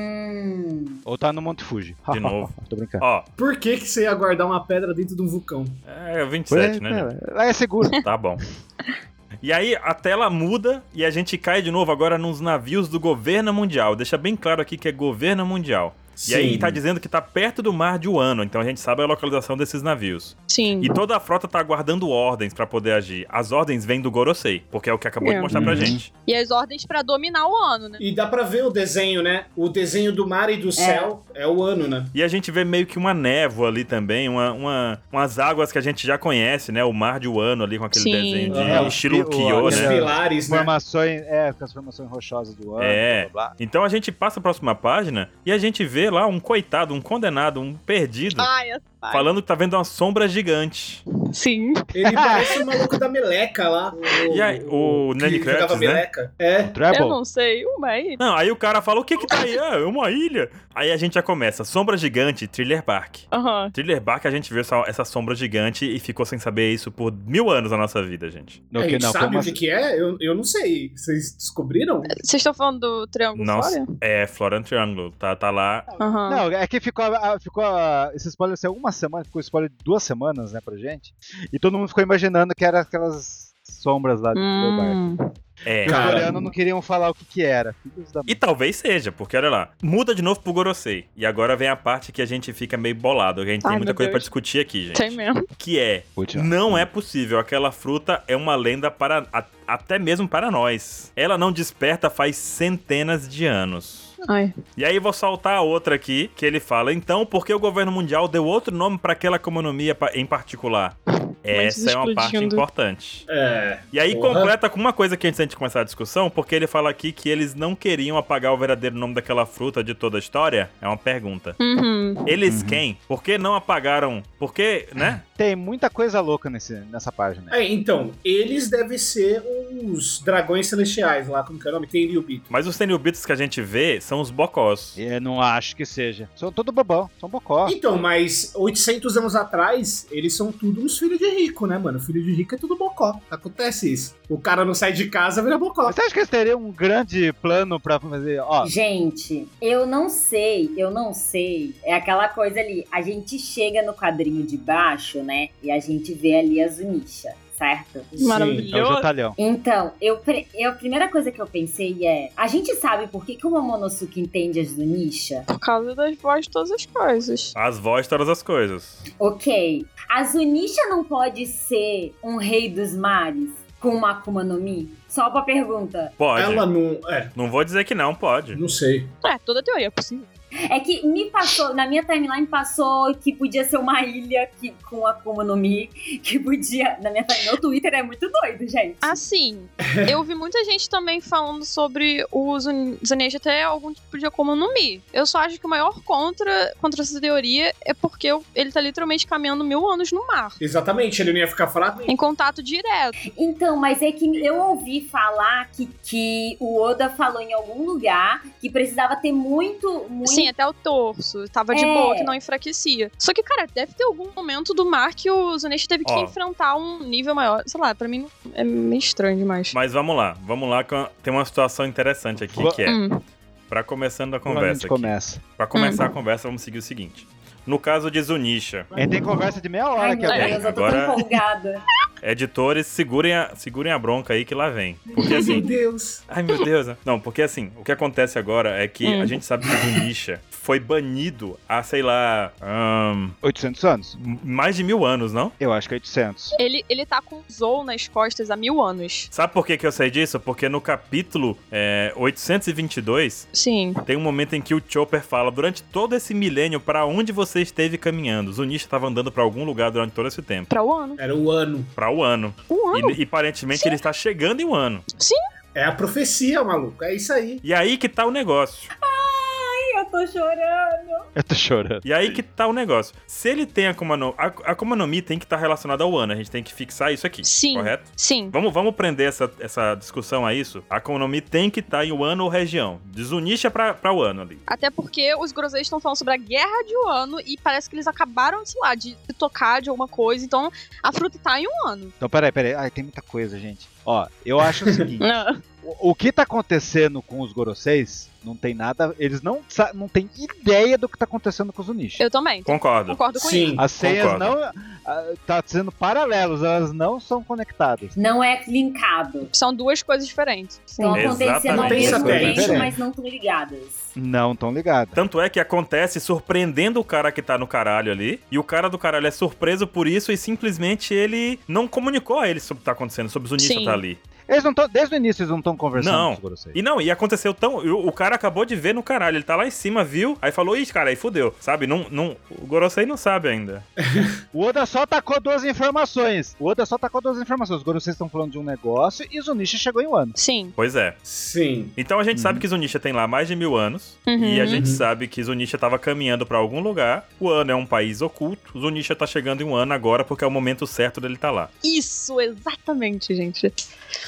[SPEAKER 5] Hum.
[SPEAKER 1] Ou tá no Monte Fuji.
[SPEAKER 2] De novo.
[SPEAKER 1] Tô brincando.
[SPEAKER 2] Ó,
[SPEAKER 3] Por que, que você ia guardar uma pedra dentro de um vulcão?
[SPEAKER 2] é 27, né? gente?
[SPEAKER 1] Lá é seguro.
[SPEAKER 2] Tá bom. E aí a tela muda e a gente cai de novo agora nos navios do governo mundial. Deixa bem claro aqui que é governo mundial. E aí tá dizendo que tá perto do mar de Wano, então a gente sabe a localização desses navios.
[SPEAKER 4] Sim.
[SPEAKER 2] E toda a frota tá aguardando ordens pra poder agir. As ordens vêm do Gorosei, porque é o que acabou de
[SPEAKER 4] É.
[SPEAKER 2] mostrar pra
[SPEAKER 1] Uhum.
[SPEAKER 2] gente.
[SPEAKER 4] E as ordens pra dominar o ano, né?
[SPEAKER 3] E dá pra ver o desenho, né? O desenho do mar e do céu é o ano, né?
[SPEAKER 2] E a gente vê meio que uma névoa ali também, uma, uma- umas águas que a gente já conhece, né? O mar de Wano ali com aquele
[SPEAKER 4] Sim.
[SPEAKER 2] desenho de
[SPEAKER 1] É, o
[SPEAKER 2] estilo
[SPEAKER 1] pi- o-
[SPEAKER 2] Kyo,
[SPEAKER 1] Pô,
[SPEAKER 3] Os
[SPEAKER 2] né?
[SPEAKER 1] né?
[SPEAKER 3] pilares, né?
[SPEAKER 1] Formações, é, com as formações rochosas do ano.
[SPEAKER 2] É.
[SPEAKER 1] Blá, blá,
[SPEAKER 2] Então a gente passa a próxima página e a gente vê lá um coitado, um condenado, um perdido,
[SPEAKER 4] Ai, essa parte.
[SPEAKER 2] falando que tá vendo uma sombra gigante.
[SPEAKER 4] Sim.
[SPEAKER 3] Ele parece o maluco da meleca lá. O,
[SPEAKER 2] E aí, o
[SPEAKER 3] que
[SPEAKER 2] Nani
[SPEAKER 3] jogava
[SPEAKER 2] Curtis, né?
[SPEAKER 3] meleca. É.
[SPEAKER 1] blá. Treble.
[SPEAKER 4] Eu não sei. Uma aí.
[SPEAKER 2] Não, aí o cara fala, o que que tá aí? Ah, É uma ilha. Aí a gente já começa, sombra gigante, Thriller Bark.
[SPEAKER 4] Aham.
[SPEAKER 2] Thriller Bark, a gente viu essa, essa sombra gigante e ficou sem saber isso por mil anos na nossa vida, gente.
[SPEAKER 1] No
[SPEAKER 3] a
[SPEAKER 1] que
[SPEAKER 3] gente
[SPEAKER 1] não,
[SPEAKER 3] sabe
[SPEAKER 1] como
[SPEAKER 3] o que,
[SPEAKER 1] assim?
[SPEAKER 3] que é? Eu, eu não sei. Vocês descobriram?
[SPEAKER 4] Vocês estão falando do Triângulo
[SPEAKER 2] Nossa,
[SPEAKER 4] Flória?
[SPEAKER 2] é Florian Triangle, tá, tá lá.
[SPEAKER 4] Aham.
[SPEAKER 1] Não, é que ficou, ah, ficou ah, esse spoiler saiu uma semana, ficou spoiler de duas semanas, né, pra gente. E todo mundo ficou imaginando que era aquelas sombras lá do hum. barco.
[SPEAKER 4] Hum.
[SPEAKER 2] É.
[SPEAKER 1] Os
[SPEAKER 3] Cara.
[SPEAKER 1] coreanos não queriam falar o que que era. Filhos da
[SPEAKER 2] E talvez seja, porque olha lá, muda de novo pro Gorosei. E agora vem a parte que a gente fica meio bolado, que a gente
[SPEAKER 4] Ai,
[SPEAKER 2] tem muita
[SPEAKER 4] meu
[SPEAKER 2] coisa
[SPEAKER 4] Deus.
[SPEAKER 2] pra discutir aqui, gente.
[SPEAKER 4] Tem mesmo.
[SPEAKER 2] Que é,
[SPEAKER 1] puta.
[SPEAKER 2] não é possível, aquela fruta é uma lenda para a- até mesmo para nós. Ela não desperta faz centenas de anos.
[SPEAKER 4] Ai.
[SPEAKER 2] E aí vou saltar a outra aqui, que ele fala, então, por que o governo mundial deu outro nome para aquela economia pa- em particular? Essa é uma parte
[SPEAKER 4] explodindo.
[SPEAKER 2] importante.
[SPEAKER 3] É.
[SPEAKER 2] E aí
[SPEAKER 3] Porra.
[SPEAKER 2] completa com uma coisa que antes da gente começar a discussão, porque ele fala aqui que eles não queriam apagar o verdadeiro nome daquela fruta de toda a história. É uma pergunta.
[SPEAKER 4] Uhum.
[SPEAKER 2] Eles
[SPEAKER 1] Uhum.
[SPEAKER 2] quem? Por que não apagaram? Por que, né?
[SPEAKER 1] Tem muita coisa louca nesse, nessa página.
[SPEAKER 3] É, então, eles devem ser os dragões celestiais lá, como que é o nome? Tem Ryubito.
[SPEAKER 2] Mas os Tenryubitos que a gente vê são os bocós.
[SPEAKER 1] Eu não acho que seja. São todo bobão, são bocó.
[SPEAKER 3] Então, mas 800 anos atrás, eles são tudo uns filhos de rico, né, mano? Filho de rico é tudo bocó. Acontece isso. O cara não sai de casa, vira bocó.
[SPEAKER 1] Você acha que eles teriam um grande plano pra fazer? Ó,
[SPEAKER 5] Gente, eu não sei, eu não sei. É aquela coisa ali, a gente chega no quadrinho de baixo, né? E a gente vê ali a Zunisha, certo?
[SPEAKER 1] é o
[SPEAKER 4] Maravilhoso.
[SPEAKER 1] Jotalhão.
[SPEAKER 5] Então, eu, pre- eu- a primeira coisa que eu pensei é: a gente sabe por que, que o Momonosuke entende a Zunisha?
[SPEAKER 4] Por causa das vozes de todas as coisas.
[SPEAKER 2] As vozes, todas as coisas.
[SPEAKER 5] Ok. A Zunisha não pode ser um rei dos mares com uma Akuma no Mi? Só uma pergunta.
[SPEAKER 2] Pode.
[SPEAKER 3] Ela não. É,
[SPEAKER 2] Não vou dizer que não, pode.
[SPEAKER 3] não sei.
[SPEAKER 4] É, toda teoria é possível.
[SPEAKER 5] É que me passou, na minha timeline passou que podia ser uma ilha que, com Akuma no Mi, que podia. Na minha timeline, meu Twitter é muito doido, gente.
[SPEAKER 4] Assim, eu vi muita gente também falando sobre o Zun- Zuneja ter algum tipo de Akuma no Mi. Eu só acho que o maior contra, contra essa teoria é porque o- ele tá literalmente caminhando mil anos no mar.
[SPEAKER 3] Exatamente, ele não ia ficar fraco.
[SPEAKER 4] Em contato direto.
[SPEAKER 5] Então, mas é que eu ouvi falar que, que o Oda falou em algum lugar que precisava ter muito, muito.
[SPEAKER 4] Sim, até o torso. Tava de
[SPEAKER 5] É.
[SPEAKER 4] boa, que não enfraquecia. Só que, cara, deve ter algum momento do mar que o Zuneja teve que
[SPEAKER 2] Ó.
[SPEAKER 4] enfrentar um nível maior. Sei lá, pra mim não- é meio estranho demais.
[SPEAKER 2] Mas vamos lá, vamos lá, com- tem uma situação interessante aqui
[SPEAKER 1] Vou-
[SPEAKER 2] que é,
[SPEAKER 4] Hum,
[SPEAKER 2] pra começando a
[SPEAKER 1] Quando a gente
[SPEAKER 2] conversa aqui.
[SPEAKER 1] começa.
[SPEAKER 2] Pra começar a conversa, vamos seguir o seguinte. No caso de Zunisha,
[SPEAKER 1] A gente tem conversa de meia hora
[SPEAKER 5] Ai,
[SPEAKER 1] aqui
[SPEAKER 5] meu
[SPEAKER 1] agora.
[SPEAKER 5] Deus, eu tô
[SPEAKER 2] Agora-
[SPEAKER 5] tão empolgada.
[SPEAKER 2] editores, segurem a, segurem a bronca aí que lá vem. Porque
[SPEAKER 3] Meu
[SPEAKER 2] assim,
[SPEAKER 3] Deus.
[SPEAKER 2] Ai, meu Deus. né? Não, porque assim, o que acontece agora é que
[SPEAKER 4] Hum.
[SPEAKER 2] a gente sabe que o Misha foi banido há, sei lá, ahn,
[SPEAKER 1] 800 anos?
[SPEAKER 2] mais de mil anos, não?
[SPEAKER 1] Eu acho que é 800.
[SPEAKER 4] Ele, ele tá com o Zou nas costas há mil anos.
[SPEAKER 2] Sabe por que, que eu sei disso? Porque no capítulo é, 822,
[SPEAKER 4] Sim.
[SPEAKER 2] tem um momento em que o Chopper fala: durante todo esse milênio, pra onde você esteve caminhando? Zunisha tava andando pra algum lugar durante todo esse tempo.
[SPEAKER 4] Pra o ano.
[SPEAKER 3] Era o ano.
[SPEAKER 2] Pra o ano.
[SPEAKER 4] O ano?
[SPEAKER 2] E, e, aparentemente
[SPEAKER 4] Sim.
[SPEAKER 2] ele está chegando em um ano.
[SPEAKER 3] É a profecia, maluco. É isso aí.
[SPEAKER 2] E aí que tá o negócio.
[SPEAKER 5] Ai, eu tô chorando.
[SPEAKER 1] Eu tô chorando.
[SPEAKER 2] E aí que tá o negócio. Se ele tem Akuma no... A a Akuma no Mi tem que estar relacionada ao ano. A gente tem que fixar isso aqui.
[SPEAKER 4] Sim.
[SPEAKER 2] Correto?
[SPEAKER 4] Sim.
[SPEAKER 2] Vamos, vamos prender essa, essa discussão a isso? A Akuma no Mi tem que estar em Wano ou região. De Zunisha pra, pra Wano ali.
[SPEAKER 4] Até porque os groseis estão falando sobre a guerra de um ano e parece que eles acabaram, sei lá, de se tocar de alguma coisa. Então, a fruta tá em um ano.
[SPEAKER 1] Então, peraí, peraí. Ai, tem muita coisa, gente. Ó, eu acho o seguinte.
[SPEAKER 4] Ah.
[SPEAKER 1] O, o que tá acontecendo com os Goroseis não tem nada. Eles não, sa- não têm ideia do que tá acontecendo com os Unish.
[SPEAKER 4] Eu também.
[SPEAKER 2] Concordo.
[SPEAKER 4] Concordo com isso.
[SPEAKER 3] Sim.
[SPEAKER 1] As senhas
[SPEAKER 2] Concordo.
[SPEAKER 1] não. ah, tá sendo paralelos, elas não são conectadas.
[SPEAKER 5] Não é linkado.
[SPEAKER 4] São duas coisas diferentes. Então,
[SPEAKER 5] Estão acontecendo ao
[SPEAKER 2] Exatamente.
[SPEAKER 5] mesmo
[SPEAKER 3] Exatamente.
[SPEAKER 5] tempo, mas não estão ligadas.
[SPEAKER 1] Não tão ligadas.
[SPEAKER 2] Tanto é que acontece surpreendendo o cara que tá no caralho ali. E o cara do caralho é surpreso por isso e simplesmente ele não comunicou a ele sobre o que tá acontecendo, sobre Zunisha
[SPEAKER 4] Sim.
[SPEAKER 2] tá ali.
[SPEAKER 1] Eles não tão, desde o início eles não estão conversando
[SPEAKER 2] Não.
[SPEAKER 1] com os Goroseis.
[SPEAKER 2] E não, e aconteceu tão. O, o cara acabou de ver no caralho, ele tá lá em cima, viu? Aí falou, ih, cara, aí fudeu, sabe? Não, não, o Gorosei não sabe ainda.
[SPEAKER 1] O Oda só tacou duas informações. O Oda só tacou duas informações. Os Goroseis estão falando de um negócio e Zunisha chegou em um ano.
[SPEAKER 4] Sim.
[SPEAKER 2] Pois é.
[SPEAKER 3] Sim.
[SPEAKER 2] Então a gente
[SPEAKER 1] Uhum.
[SPEAKER 2] sabe que Zunisha tem lá mais de mil anos.
[SPEAKER 4] Uhum.
[SPEAKER 2] E a gente
[SPEAKER 3] Uhum.
[SPEAKER 2] sabe que Zunisha tava caminhando pra algum lugar. O ano é um país oculto. Zunisha tá chegando em um ano agora porque é o momento certo dele tá lá.
[SPEAKER 4] Isso, exatamente, gente.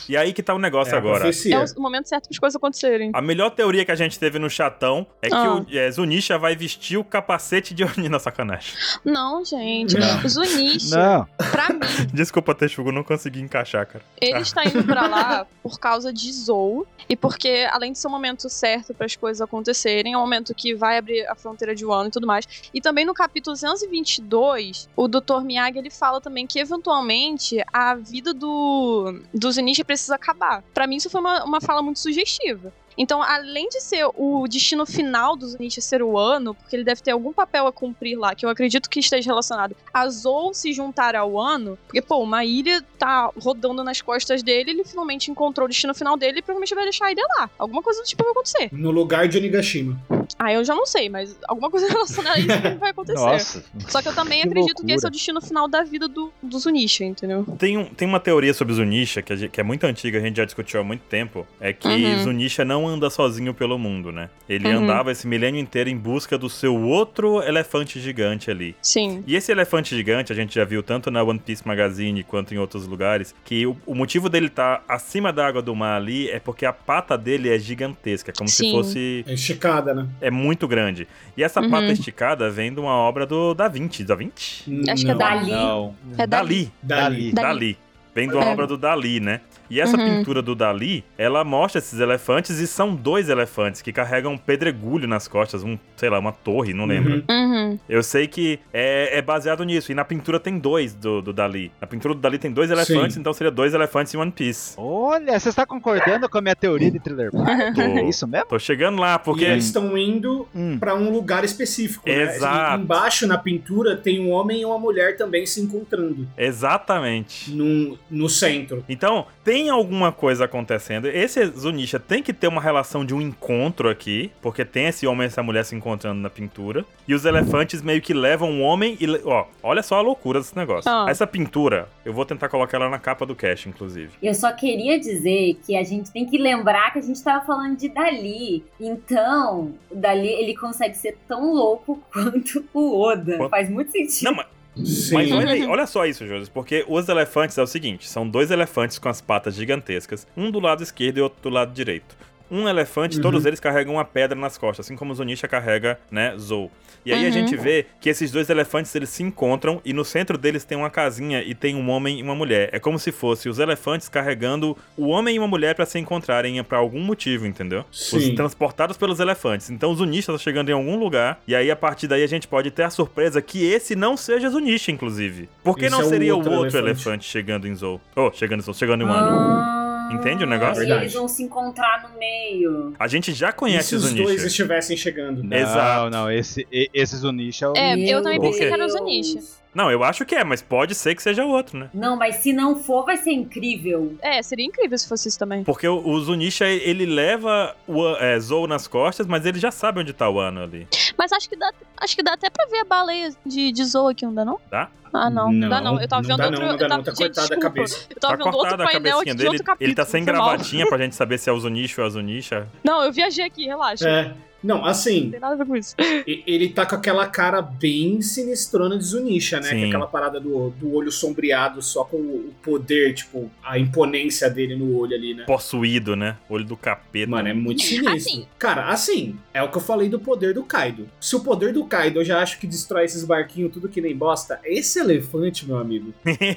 [SPEAKER 2] E aí que tá o negócio
[SPEAKER 3] é a
[SPEAKER 2] agora.
[SPEAKER 3] profecia.
[SPEAKER 4] É o momento certo para as coisas acontecerem.
[SPEAKER 2] A melhor teoria que a gente teve no chatão é que
[SPEAKER 4] Ah.
[SPEAKER 2] o, é, Zunisha vai vestir o capacete de Onina sacanagem.
[SPEAKER 4] Não, gente.
[SPEAKER 3] Não.
[SPEAKER 4] Zunisha,
[SPEAKER 1] Não.
[SPEAKER 4] pra mim,
[SPEAKER 2] Desculpa, Texugo, não consegui encaixar, cara.
[SPEAKER 4] ele está indo pra lá por causa de Zou. E porque, além de ser o momento certo para as coisas acontecerem, é um momento que vai abrir a fronteira de Wano e tudo mais. E também no capítulo 222, o Dr. Miyagi ele fala também que, eventualmente, a vida do, do Zunisha precisa acabar. Pra mim, isso foi uma, uma fala muito sugestiva. Então, além de ser o destino final do Zunisha ser o ano, porque ele deve ter algum papel a cumprir lá, que eu acredito que esteja relacionado a Zou se juntar ao ano, porque, pô, uma ilha tá rodando nas costas dele, ele finalmente encontrou o destino final dele e provavelmente vai deixar a ilha lá. Alguma coisa do tipo vai acontecer.
[SPEAKER 3] No lugar de Onigashima.
[SPEAKER 4] Ah, eu já não sei, mas alguma coisa relacionada a isso vai acontecer.
[SPEAKER 1] Nossa.
[SPEAKER 4] Só que eu também
[SPEAKER 1] Que
[SPEAKER 4] acredito que esse
[SPEAKER 1] loucura.
[SPEAKER 4] é o destino final da vida do, do Zunisha, entendeu?
[SPEAKER 2] Tem, um, tem uma teoria sobre Zunisha, que, a gente- que é muito antiga, a gente já discutiu há muito tempo, é que
[SPEAKER 4] Uhum.
[SPEAKER 2] Zunisha não anda sozinho pelo mundo, né? Ele
[SPEAKER 4] Uhum.
[SPEAKER 2] andava esse milênio inteiro em busca do seu outro elefante gigante ali.
[SPEAKER 4] Sim.
[SPEAKER 2] E esse elefante gigante, a gente já viu tanto na One Piece Magazine quanto em outros lugares, que o, o motivo dele estar acima da água do mar ali é porque a pata dele é gigantesca, como se
[SPEAKER 4] Sim.
[SPEAKER 2] fosse...
[SPEAKER 3] É esticada, né?
[SPEAKER 2] É muito grande. E essa
[SPEAKER 4] Uhum.
[SPEAKER 2] pata esticada vem de uma obra do Da Vinci. Da Vinci?
[SPEAKER 4] Acho que é
[SPEAKER 3] Não.
[SPEAKER 5] Dali.
[SPEAKER 1] Não.
[SPEAKER 4] É
[SPEAKER 2] Dali.
[SPEAKER 3] Dali.
[SPEAKER 4] Dali.
[SPEAKER 2] Dali. Vem de uma
[SPEAKER 4] É.
[SPEAKER 2] obra do Dali, né? E essa
[SPEAKER 4] Uhum.
[SPEAKER 2] pintura do Dali, ela mostra esses elefantes e são dois elefantes que carregam um pedregulho nas costas, um, sei lá, uma torre, não lembro.
[SPEAKER 3] Uhum.
[SPEAKER 4] Uhum.
[SPEAKER 2] Eu sei que é, é baseado nisso. E na pintura tem dois do, do Dali. Na pintura do Dali tem dois elefantes, então seria dois elefantes em One Piece.
[SPEAKER 1] Olha, você está concordando com a minha teoria de thriller Park?
[SPEAKER 2] Tô,
[SPEAKER 1] É isso mesmo?
[SPEAKER 2] tô chegando lá,
[SPEAKER 3] E é
[SPEAKER 2] porque.
[SPEAKER 3] eles estão indo
[SPEAKER 1] Hum.
[SPEAKER 3] pra um lugar específico. né?
[SPEAKER 2] Exato.
[SPEAKER 3] Embaixo na pintura tem um homem e uma mulher também se encontrando
[SPEAKER 2] Exatamente.
[SPEAKER 3] num, no centro.
[SPEAKER 2] Então, tem alguma coisa acontecendo. Esse Zunisha tem que ter uma relação de um encontro aqui, porque tem esse homem e essa mulher se encontrando na pintura. E os elefantes meio que levam um homem e. le- Ó, olha só a loucura desse negócio.
[SPEAKER 4] Ah.
[SPEAKER 2] Essa pintura, eu vou tentar colocar ela na capa do cast, inclusive.
[SPEAKER 5] Eu só queria dizer que a gente tem que lembrar que a gente tava falando de Dali. Então, o Dali ele consegue ser tão louco quanto o Oda.
[SPEAKER 2] Quanto-
[SPEAKER 5] Faz muito sentido.
[SPEAKER 2] Não, mas,
[SPEAKER 3] Sim.
[SPEAKER 2] mas olha, aí, olha só isso, José, porque os elefantes é o seguinte: são dois elefantes com as patas gigantescas, um do lado esquerdo e outro do lado direito. um elefante,
[SPEAKER 3] Uhum.
[SPEAKER 2] todos eles carregam uma pedra nas costas, assim como Zunisha carrega, né, Zou. E aí a
[SPEAKER 4] Uhum.
[SPEAKER 2] gente vê que esses dois elefantes eles se encontram e no centro deles tem uma casinha e tem um homem e uma mulher. É como se fosse os elefantes carregando o homem e uma mulher pra se encontrarem pra algum motivo, entendeu? Os
[SPEAKER 3] Sim.
[SPEAKER 2] transportados pelos elefantes. Então Zunisha tá chegando em algum lugar e aí a partir daí a gente pode ter a surpresa que esse não seja Zunisha, inclusive. Por que
[SPEAKER 3] Esse
[SPEAKER 2] não
[SPEAKER 3] é o
[SPEAKER 2] seria
[SPEAKER 3] outro
[SPEAKER 2] o outro elefante,
[SPEAKER 3] elefante.
[SPEAKER 2] chegando em Zou? Oh, chegando em Zou, chegando em Wano.
[SPEAKER 5] Ah,
[SPEAKER 2] Entende o negócio?
[SPEAKER 5] E eles vão se encontrar no meio.
[SPEAKER 2] A gente já
[SPEAKER 3] E
[SPEAKER 2] conhece Né?
[SPEAKER 3] se os
[SPEAKER 2] Zunisha.
[SPEAKER 3] dois estivessem chegando?
[SPEAKER 1] Não,
[SPEAKER 2] Exato.
[SPEAKER 1] não, esse, e- esse Zunisha é o.
[SPEAKER 4] É, eu também
[SPEAKER 5] Meu
[SPEAKER 2] pensei
[SPEAKER 4] que era os
[SPEAKER 5] Deus.
[SPEAKER 4] Onishi.
[SPEAKER 2] Não, eu acho que é, mas pode ser que seja o outro, né?
[SPEAKER 5] Não, mas se não for, vai ser incrível.
[SPEAKER 4] É, seria incrível se fosse isso também.
[SPEAKER 2] Porque o, o Zunisha, ele leva o é, Zou nas costas, mas ele já sabe onde tá o Ano ali.
[SPEAKER 4] Mas acho que dá, acho que dá até pra ver a baleia de, de Zoa aqui, não dá não?
[SPEAKER 2] Dá.
[SPEAKER 4] Ah, não. Não dá
[SPEAKER 1] Não,
[SPEAKER 4] não. Eu tava
[SPEAKER 3] não
[SPEAKER 4] vendo
[SPEAKER 3] dá
[SPEAKER 4] outro.
[SPEAKER 3] não, não dá
[SPEAKER 4] eu tava,
[SPEAKER 3] não, tá
[SPEAKER 4] gente,
[SPEAKER 3] cortada a
[SPEAKER 4] desculpa.
[SPEAKER 3] cabeça.
[SPEAKER 4] Eu
[SPEAKER 2] Tá
[SPEAKER 4] tava vendo outro
[SPEAKER 2] cortada a
[SPEAKER 4] painel aqui
[SPEAKER 2] cabecinha
[SPEAKER 4] de
[SPEAKER 2] dele.
[SPEAKER 4] outro capítulo.
[SPEAKER 2] ele tá sem
[SPEAKER 4] foi mal.
[SPEAKER 2] gravatinha pra gente saber se é o Zunisha ou a Zunisha.
[SPEAKER 4] Não, eu viajei aqui, relaxa.
[SPEAKER 3] É. Não, assim,
[SPEAKER 4] Não tem nada a ver com isso.
[SPEAKER 3] e- ele tá com aquela cara bem sinistrona de Zunisha, né?
[SPEAKER 2] Sim.
[SPEAKER 3] Que é aquela parada do, do olho sombreado só com o poder, tipo, a imponência dele no olho ali, né?
[SPEAKER 2] Possuído, né? Olho do capeta.
[SPEAKER 3] Mano, é muito sinistro.
[SPEAKER 4] Assim.
[SPEAKER 3] Cara, assim, é o que eu falei do poder do Kaido. Se o poder do Kaido eu já acho que destrói esses barquinhos tudo que nem bosta, esse elefante, meu amigo,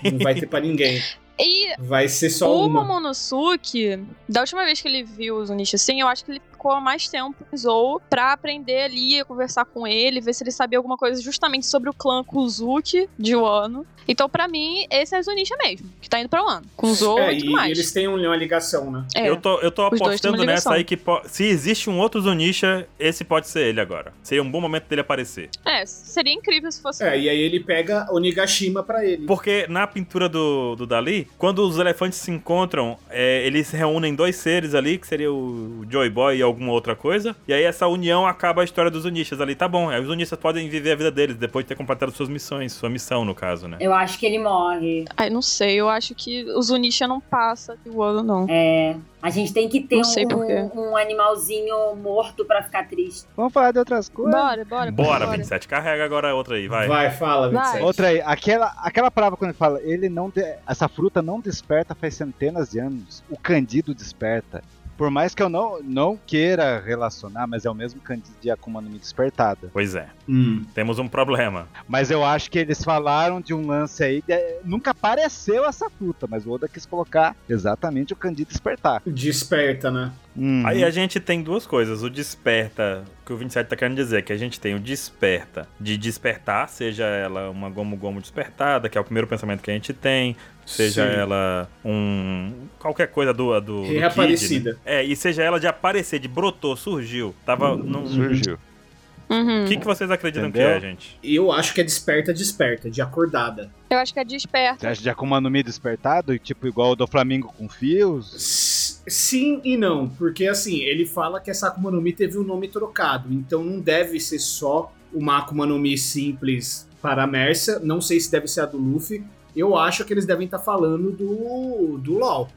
[SPEAKER 3] não vai ter pra ninguém.
[SPEAKER 4] E
[SPEAKER 3] Vai ser só
[SPEAKER 4] O
[SPEAKER 3] uma.
[SPEAKER 4] Momonosuke, da última vez que ele viu o Zunisha assim, eu acho que ele ficou mais tempo com o Zou pra aprender ali, conversar com ele, ver se ele sabia alguma coisa justamente sobre o clã Kuzuki de Wano. Então, pra mim, esse é o Zunisha mesmo, que tá indo pra Wano, com o Zou
[SPEAKER 3] É,
[SPEAKER 4] e
[SPEAKER 3] e,
[SPEAKER 4] tudo mais.
[SPEAKER 3] eles têm um- uma ligação, né?
[SPEAKER 4] É.
[SPEAKER 2] Eu tô, eu tô
[SPEAKER 4] Os dois têm uma
[SPEAKER 2] apostando
[SPEAKER 4] ligação.
[SPEAKER 2] nessa aí que po- se existe um outro Zunisha, esse pode ser ele agora. Seria um bom momento dele aparecer.
[SPEAKER 4] É, seria incrível se fosse.
[SPEAKER 3] É, e aí ele pega o Nigashima pra ele.
[SPEAKER 2] Porque na pintura do, do Dali, quando os elefantes se encontram, é, eles se reúnem dois seres ali, que seria o Joy Boy e alguma outra coisa. E aí essa união acaba a história dos Unishas ali. Tá bom, aí os Unishas podem viver a vida deles depois de ter completado suas missões, sua missão no caso, né?
[SPEAKER 5] Eu acho que ele morre.
[SPEAKER 4] Ai, não sei, eu acho que o Zunisha não passa de Wano, não.
[SPEAKER 5] É. A gente tem que ter
[SPEAKER 4] Não sei por quê.
[SPEAKER 5] um, um animalzinho morto pra ficar triste.
[SPEAKER 1] Vamos falar de outras coisas.
[SPEAKER 4] Bora, bora,
[SPEAKER 2] Bora, 27, carrega agora outra aí, vai.
[SPEAKER 3] fala,
[SPEAKER 4] Vai.
[SPEAKER 3] 27.
[SPEAKER 1] Outra aí, aquela, aquela palavra quando ele fala, ele não de- essa fruta não desperta faz centenas de anos. O Candido desperta. Por mais que eu não, não queira relacionar, mas é o mesmo Candido de Akuma no Mi despertada.
[SPEAKER 2] Pois é,
[SPEAKER 3] Hum.
[SPEAKER 2] temos um problema.
[SPEAKER 1] Mas eu acho que eles falaram de um lance aí, de- nunca apareceu essa fruta, mas o Oda quis colocar exatamente o Candido despertar.
[SPEAKER 3] Desperta, né?
[SPEAKER 1] Uhum.
[SPEAKER 2] Aí a gente tem duas coisas. O desperta, que o 27 tá querendo dizer, que a gente tem o desperta de despertar, seja ela uma gomo gomo despertada, que é o primeiro pensamento que a gente tem, seja
[SPEAKER 3] Sim.
[SPEAKER 2] ela um qualquer coisa do do, do Kid, né?
[SPEAKER 3] Reaparecida.
[SPEAKER 2] É, e seja ela de aparecer, de brotou, surgiu, tava não
[SPEAKER 1] Hum, surgiu.
[SPEAKER 4] Uhum.
[SPEAKER 2] O que, que vocês acreditam que
[SPEAKER 1] Entendeu?
[SPEAKER 2] é, gente?
[SPEAKER 3] Eu acho que é desperta, desperta, de acordada.
[SPEAKER 4] Eu acho que é desperta.
[SPEAKER 1] Você acha de Akuma no Mi despertado, tipo igual o do Flamengo com fios?
[SPEAKER 3] S- Sim e não, porque assim, ele fala que essa Akuma no Mi teve o nome trocado, então não deve ser só uma Akuma no Mi simples para a Mersa, não sei se deve ser a do Luffy, eu acho que eles devem estar falando do, do LoL.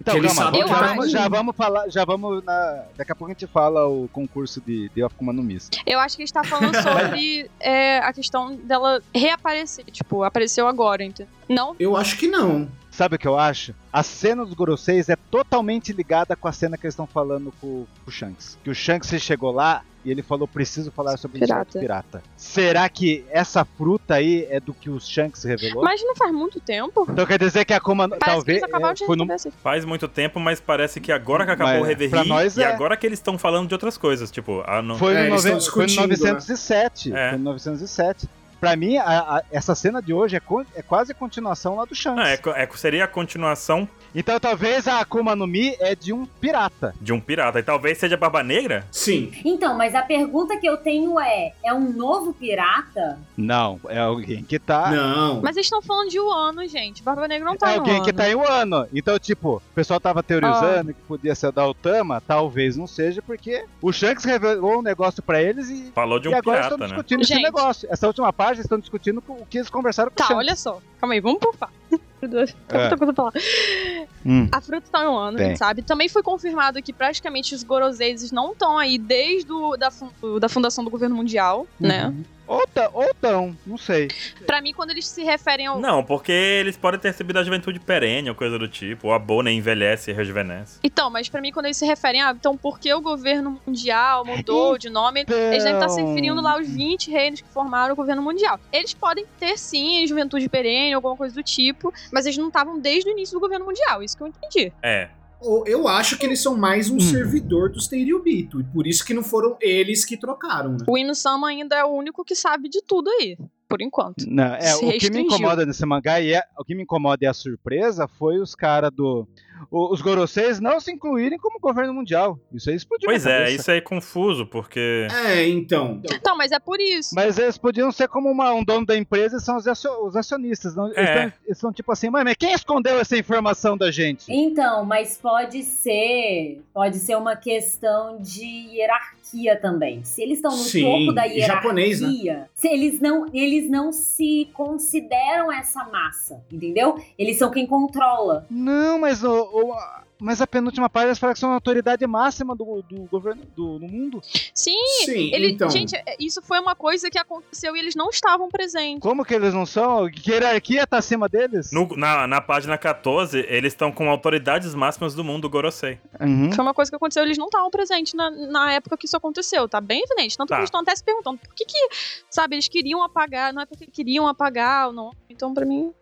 [SPEAKER 1] Então,
[SPEAKER 3] Que ele
[SPEAKER 1] calma,
[SPEAKER 3] sabe
[SPEAKER 1] já,
[SPEAKER 4] que tá
[SPEAKER 1] vamos,
[SPEAKER 3] ruim.
[SPEAKER 1] já vamos falar, já vamos na... Daqui a pouco a gente fala o concurso de, de Akuma no Mi.
[SPEAKER 4] Eu acho que a gente tá falando sobre é, a questão dela reaparecer. Tipo, apareceu agora, entendeu? Não.
[SPEAKER 3] Eu acho que não.
[SPEAKER 1] Sabe o que eu acho? A cena dos Goroseis é totalmente ligada com a cena que eles estão falando com, com o Shanks. Que o Shanks ele chegou lá e ele falou, preciso falar sobre
[SPEAKER 4] Pirata.
[SPEAKER 1] inseto pirata. Será que essa fruta aí é do que o Shanks revelou?
[SPEAKER 4] Mas não faz muito tempo.
[SPEAKER 1] Então quer dizer que a Akuma...
[SPEAKER 4] Parece
[SPEAKER 1] talvez...
[SPEAKER 4] que eles acabaram
[SPEAKER 1] é,
[SPEAKER 4] de
[SPEAKER 1] foi num-
[SPEAKER 4] resolver essa-
[SPEAKER 2] Faz muito tempo, mas parece que agora que acabou
[SPEAKER 1] Mas,
[SPEAKER 2] o Reverie,
[SPEAKER 1] pra nós
[SPEAKER 2] e
[SPEAKER 1] é.
[SPEAKER 2] agora que eles estão falando de outras coisas, tipo, ah, não,
[SPEAKER 1] Foi,
[SPEAKER 3] É,
[SPEAKER 1] no,
[SPEAKER 3] eles
[SPEAKER 1] noven...
[SPEAKER 3] estão
[SPEAKER 1] foi no
[SPEAKER 3] discutindo,
[SPEAKER 1] 907.
[SPEAKER 2] né? É.
[SPEAKER 1] Foi no 907. Pra mim, a- a- essa cena de hoje é, co- é quase a continuação lá do Shanks.
[SPEAKER 2] Ah, é co- é, seria a continuação
[SPEAKER 1] Então talvez a Akuma no Mi é de um pirata.
[SPEAKER 2] de um pirata. E talvez seja Barba Negra?
[SPEAKER 3] Sim,
[SPEAKER 5] Então, mas a pergunta que eu tenho é: é um novo pirata?
[SPEAKER 1] Não, é alguém que tá.
[SPEAKER 3] não.
[SPEAKER 4] Ah, Mas eles estão falando de um ano, gente. Barba Negra não tá
[SPEAKER 1] é
[SPEAKER 4] no
[SPEAKER 1] alguém que
[SPEAKER 4] ano.
[SPEAKER 1] tá em um ano. Então, tipo, o pessoal tava teorizando que podia ser da Otama, talvez não seja, porque o Shanks revelou um negócio pra eles e,
[SPEAKER 2] Falou de um
[SPEAKER 1] e agora
[SPEAKER 2] pirata,
[SPEAKER 1] estão
[SPEAKER 2] né?
[SPEAKER 1] discutindo esse
[SPEAKER 4] Gente.
[SPEAKER 1] negócio. Essa última página estão discutindo com- o que eles conversaram com o
[SPEAKER 4] Tá,
[SPEAKER 1] Shanks.
[SPEAKER 4] olha só. Calma aí, vamos pufar. Meu Deus,
[SPEAKER 1] É.
[SPEAKER 4] tem muita coisa pra falar.
[SPEAKER 1] Hum.
[SPEAKER 4] A fruta tá em um ano, a
[SPEAKER 1] Tem.
[SPEAKER 4] gente sabe. Também foi confirmado que praticamente os goroseises não estão aí desde o, da, fun- da fundação do governo mundial, né?
[SPEAKER 1] Ou, tão- ou tão, não sei.
[SPEAKER 4] Pra mim, quando eles se referem ao.
[SPEAKER 2] Não, porque eles podem ter recebido a juventude perene ou coisa do tipo. Ou a Bona envelhece e rejuvenesce.
[SPEAKER 4] Então, mas pra mim, quando eles se referem a. Então, por que o governo mundial mudou de nome? Eles devem estar se
[SPEAKER 1] Então,
[SPEAKER 4] referindo lá aos 20 reinos que formaram o governo mundial. Eles podem ter, sim, juventude perene, alguma coisa do tipo, mas eles não estavam desde o início do governo mundial, isso que eu entendi.
[SPEAKER 2] É.
[SPEAKER 3] Ou Eu acho que eles são mais um
[SPEAKER 1] Hum.
[SPEAKER 3] servidor dos Teiriubito, e por isso que não foram eles que trocaram, né?
[SPEAKER 4] O Inusama ainda é o único que sabe de tudo aí, por enquanto.
[SPEAKER 1] Não, é,
[SPEAKER 4] Se
[SPEAKER 1] o que me
[SPEAKER 4] restringiu.
[SPEAKER 1] incomoda nesse mangá e é, o que me incomoda é a surpresa foi os caras do o- os goroseis não se incluírem como governo mundial. Isso aí explodiu.
[SPEAKER 2] Pois
[SPEAKER 1] minha
[SPEAKER 2] é,
[SPEAKER 1] cabeça.
[SPEAKER 2] isso aí é confuso, porque.
[SPEAKER 3] É, então.
[SPEAKER 4] Então, mas é por isso.
[SPEAKER 1] Mas eles podiam ser como uma- um dono da empresa e são os, acio- os acionistas. Não, eles,
[SPEAKER 2] É.
[SPEAKER 1] tão- eles são tipo assim, mas mas quem escondeu essa informação da gente?
[SPEAKER 5] Então, mas pode ser, pode ser uma questão de hierarquia também. Se eles estão no
[SPEAKER 3] Sim,
[SPEAKER 5] topo da
[SPEAKER 3] e
[SPEAKER 5] hierarquia,
[SPEAKER 3] japonês, né?
[SPEAKER 5] se eles não, eles não se consideram essa massa, entendeu? Eles são quem controla.
[SPEAKER 1] Não, mas o, o- a- mas a penúltima página eles falam que são a autoridade máxima do, do governo do, no mundo.
[SPEAKER 4] Sim,
[SPEAKER 3] Sim,
[SPEAKER 4] ele,
[SPEAKER 3] então.
[SPEAKER 4] gente, é- isso foi uma coisa que aconteceu e eles não estavam presentes.
[SPEAKER 1] Como que eles não são? Que hierarquia tá acima deles?
[SPEAKER 2] no- na, na página 14, eles estão com autoridades máximas do mundo Gorosei.
[SPEAKER 1] Uhum.
[SPEAKER 4] Foi uma coisa que aconteceu, eles não estavam presentes na, na época que isso aconteceu, tá bem evidente. Tanto
[SPEAKER 2] Tá.
[SPEAKER 4] que eles estão até se perguntando por que que, sabe, eles queriam apagar, não é porque queriam apagar ou não. Então, pra mim,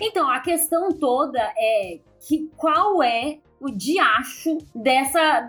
[SPEAKER 5] Então, a questão toda é que qual é o diacho dessa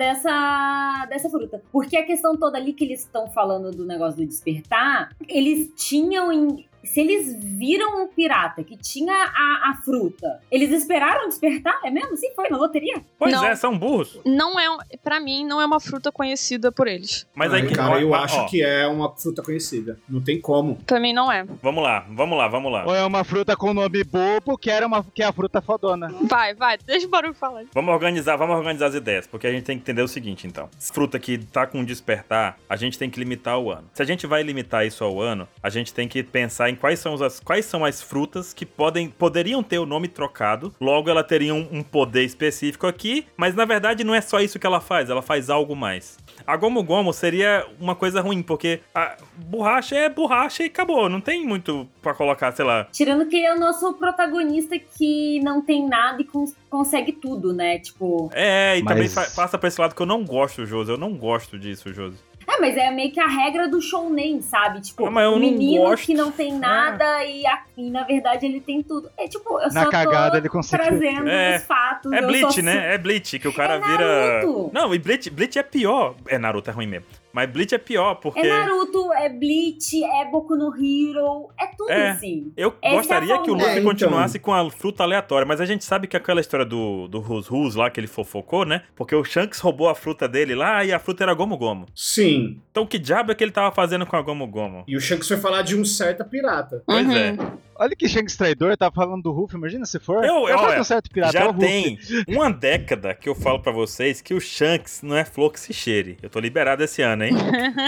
[SPEAKER 5] dessa dessa fruta? Porque a questão toda ali que eles estão falando do negócio do despertar, eles tinham em- se eles viram um pirata que tinha a, a fruta, eles esperaram despertar? É mesmo? Sim, foi na loteria?
[SPEAKER 2] Pois
[SPEAKER 4] Não.
[SPEAKER 2] é, são burros.
[SPEAKER 4] não é, um- pra mim, não é uma fruta conhecida por eles.
[SPEAKER 2] Mas
[SPEAKER 3] Ai,
[SPEAKER 2] aí que.
[SPEAKER 3] cara, eu
[SPEAKER 2] ó,
[SPEAKER 3] acho
[SPEAKER 2] ó,
[SPEAKER 3] que é uma fruta conhecida. Não tem como.
[SPEAKER 4] Pra mim, não é.
[SPEAKER 2] Vamos lá, vamos lá, vamos lá.
[SPEAKER 1] Ou é uma fruta com nome bobo que era uma que é a fruta fodona.
[SPEAKER 4] Vai, vai, deixa o barulho falar.
[SPEAKER 2] Vamos organizar, vamos organizar as ideias, porque a gente tem que entender o seguinte, então. Fruta que tá com despertar, a gente tem que limitar o ano. Se a gente vai limitar isso ao ano, a gente tem que pensar em quais são as, quais são as frutas que podem poderiam ter o nome trocado, logo ela teria um, um poder específico aqui, mas na verdade não é só isso que ela faz, ela faz algo mais. A Gomu Gomu seria uma coisa ruim, porque a borracha é borracha e acabou, não tem muito pra colocar, sei lá.
[SPEAKER 5] Tirando que é o nosso protagonista que não tem nada e cons- consegue tudo, né? Tipo,
[SPEAKER 2] É, e
[SPEAKER 1] Mas-
[SPEAKER 2] também fa- passa pra esse lado que eu não gosto, Josi, eu não gosto disso, Josi.
[SPEAKER 5] É, mas é meio que a regra do shounen, sabe? Tipo,
[SPEAKER 2] Ah, mas eu
[SPEAKER 5] o
[SPEAKER 2] não
[SPEAKER 5] menino
[SPEAKER 2] gosto. É.
[SPEAKER 5] que não tem nada e, a- e, na verdade ele tem tudo. É tipo, eu
[SPEAKER 1] Na
[SPEAKER 5] só
[SPEAKER 1] cagada
[SPEAKER 5] tô
[SPEAKER 1] ele conseguiu.
[SPEAKER 5] trazendo
[SPEAKER 2] É.
[SPEAKER 5] os fatos.
[SPEAKER 2] É
[SPEAKER 5] eu
[SPEAKER 2] Bleach,
[SPEAKER 5] sou su-
[SPEAKER 2] né? É Bleach, que o cara
[SPEAKER 5] É
[SPEAKER 2] vira.
[SPEAKER 5] Naruto.
[SPEAKER 2] Não, e Bleach, Bleach é pior. É Naruto, é ruim mesmo. Mas Bleach é pior, porque.
[SPEAKER 5] É Naruto, é Bleach, é Boku no Hero, é tudo
[SPEAKER 2] É.
[SPEAKER 5] assim.
[SPEAKER 2] Eu
[SPEAKER 5] Essa é a
[SPEAKER 2] gostaria que o
[SPEAKER 5] fórmula.
[SPEAKER 2] Luffy
[SPEAKER 3] É, então.
[SPEAKER 2] continuasse com a fruta aleatória, mas a gente sabe que aquela história do, do Rus Rus lá, que ele fofocou, né? Porque o Shanks roubou a fruta dele lá e a fruta era Gomu Gomu.
[SPEAKER 3] Sim.
[SPEAKER 2] Então que diabo é que ele tava fazendo com a Gomu Gomu?
[SPEAKER 3] E o Shanks foi falar de um certa pirata.
[SPEAKER 2] Pois é.
[SPEAKER 5] Uhum.
[SPEAKER 1] Olha que Shanks traidor, tá falando do Ruff, imagina se for.
[SPEAKER 2] Eu-
[SPEAKER 1] já
[SPEAKER 2] olha,
[SPEAKER 1] tá com certo pirata, é o
[SPEAKER 2] Já
[SPEAKER 1] Ruff.
[SPEAKER 2] tem uma década que eu falo pra vocês que o Shanks não é flor que se cheire. Eu tô liberado esse ano, hein?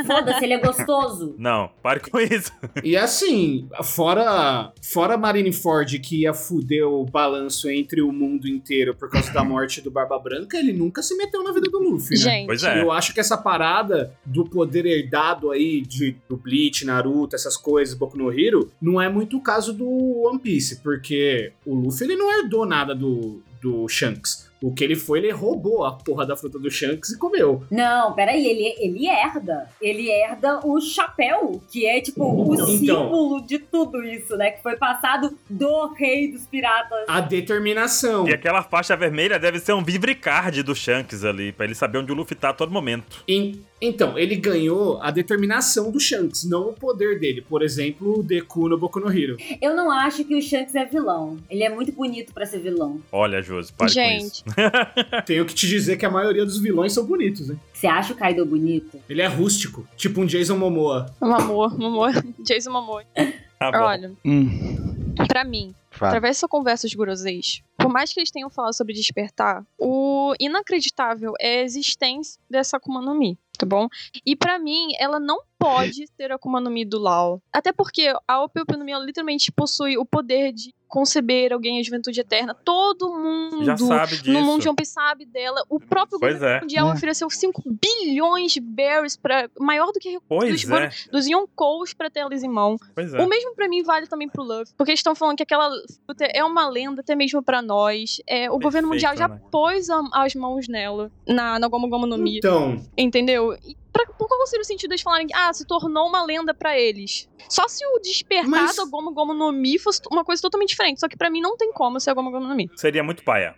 [SPEAKER 5] Foda-se, ele é gostoso.
[SPEAKER 2] Não, pare com isso.
[SPEAKER 3] E assim, fora fora Marineford que ia fuder o balanço entre o mundo inteiro por causa da morte do Barba Branca, ele nunca se meteu na vida do Luffy, né?
[SPEAKER 4] Gente,
[SPEAKER 2] Pois é.
[SPEAKER 3] Eu acho que essa parada do poder herdado aí de, do Bleach, Naruto, essas coisas, Boku no Hero, não é muito o caso do One Piece, porque o Luffy ele não herdou nada do, do Shanks. O que ele foi, ele roubou a porra da fruta do Shanks e comeu.
[SPEAKER 5] Não, peraí, ele, ele herda. Ele herda o chapéu, que é tipo o
[SPEAKER 3] Então.
[SPEAKER 5] símbolo de tudo isso, né? Que foi passado do rei dos piratas.
[SPEAKER 3] A determinação.
[SPEAKER 2] E é- aquela faixa vermelha deve ser um vibricard do Shanks ali, pra ele saber onde o Luffy tá a todo momento.
[SPEAKER 3] Em- então, ele ganhou a determinação do Shanks, não o poder dele. Por exemplo, o Deku no Boku no Hero.
[SPEAKER 5] Eu não acho que o Shanks é vilão. Ele é muito bonito pra ser vilão.
[SPEAKER 2] Olha, Josi, pare com isso. né?
[SPEAKER 4] gente.
[SPEAKER 3] Tenho que te dizer que a maioria dos vilões são bonitos, né?
[SPEAKER 5] Você acha o Kaido bonito?
[SPEAKER 3] Ele é rústico, tipo um Jason Momoa.
[SPEAKER 4] Mamor, mamor. um Jason Mamor.
[SPEAKER 2] Tá bom.
[SPEAKER 4] Olha,
[SPEAKER 1] Hum,
[SPEAKER 4] pra mim,
[SPEAKER 1] fala.
[SPEAKER 4] através dessa conversa de guroseis, por mais que eles tenham falado sobre despertar, o inacreditável é a existência dessa Akuma no Mi, tá bom? E pra mim, ela não pode ter a Akuma no Mi do Lau. Até porque a Opelpe no Mi, ela literalmente possui o poder de conceber alguém a juventude eterna. Todo mundo
[SPEAKER 2] Já sabe disso.
[SPEAKER 4] um no mundo de um One Piece sabe dela. O próprio
[SPEAKER 2] Pois é.
[SPEAKER 4] mundial
[SPEAKER 1] É.
[SPEAKER 4] ofereceu 5 bilhões de berries para maior do que
[SPEAKER 2] Pois
[SPEAKER 4] dos,
[SPEAKER 2] é,
[SPEAKER 4] dos Yonkous pra ter elas em mão.
[SPEAKER 2] pois é.
[SPEAKER 4] O mesmo pra mim vale também pro Luffy, porque eles estão falando que aquela fruta é uma lenda até mesmo pra nós. É, o governo mundial já
[SPEAKER 2] né?
[SPEAKER 4] pôs a- as mãos nela na, na Gomu Gomu no Mi,
[SPEAKER 3] Então,
[SPEAKER 4] entendeu? E pra, por qual seria o sentido deles falarem que ah, se tornou uma lenda pra eles? Só se o despertar
[SPEAKER 3] Mas-
[SPEAKER 4] da Gomu Gomu no Mi fosse uma coisa totalmente diferente, só que pra mim não tem como ser a Gomu Gomu no Mi.
[SPEAKER 2] Seria muito paia.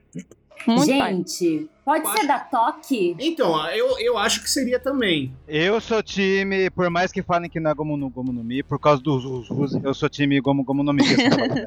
[SPEAKER 4] Muito bem.
[SPEAKER 5] Gente, pode ser da Toque?
[SPEAKER 3] então eu, eu acho que seria também.
[SPEAKER 1] Eu sou time, por mais que falem que não é Gomu no, Gomu no Mi, por causa dos Usus, eu sou time Gomu Gomu no Mi.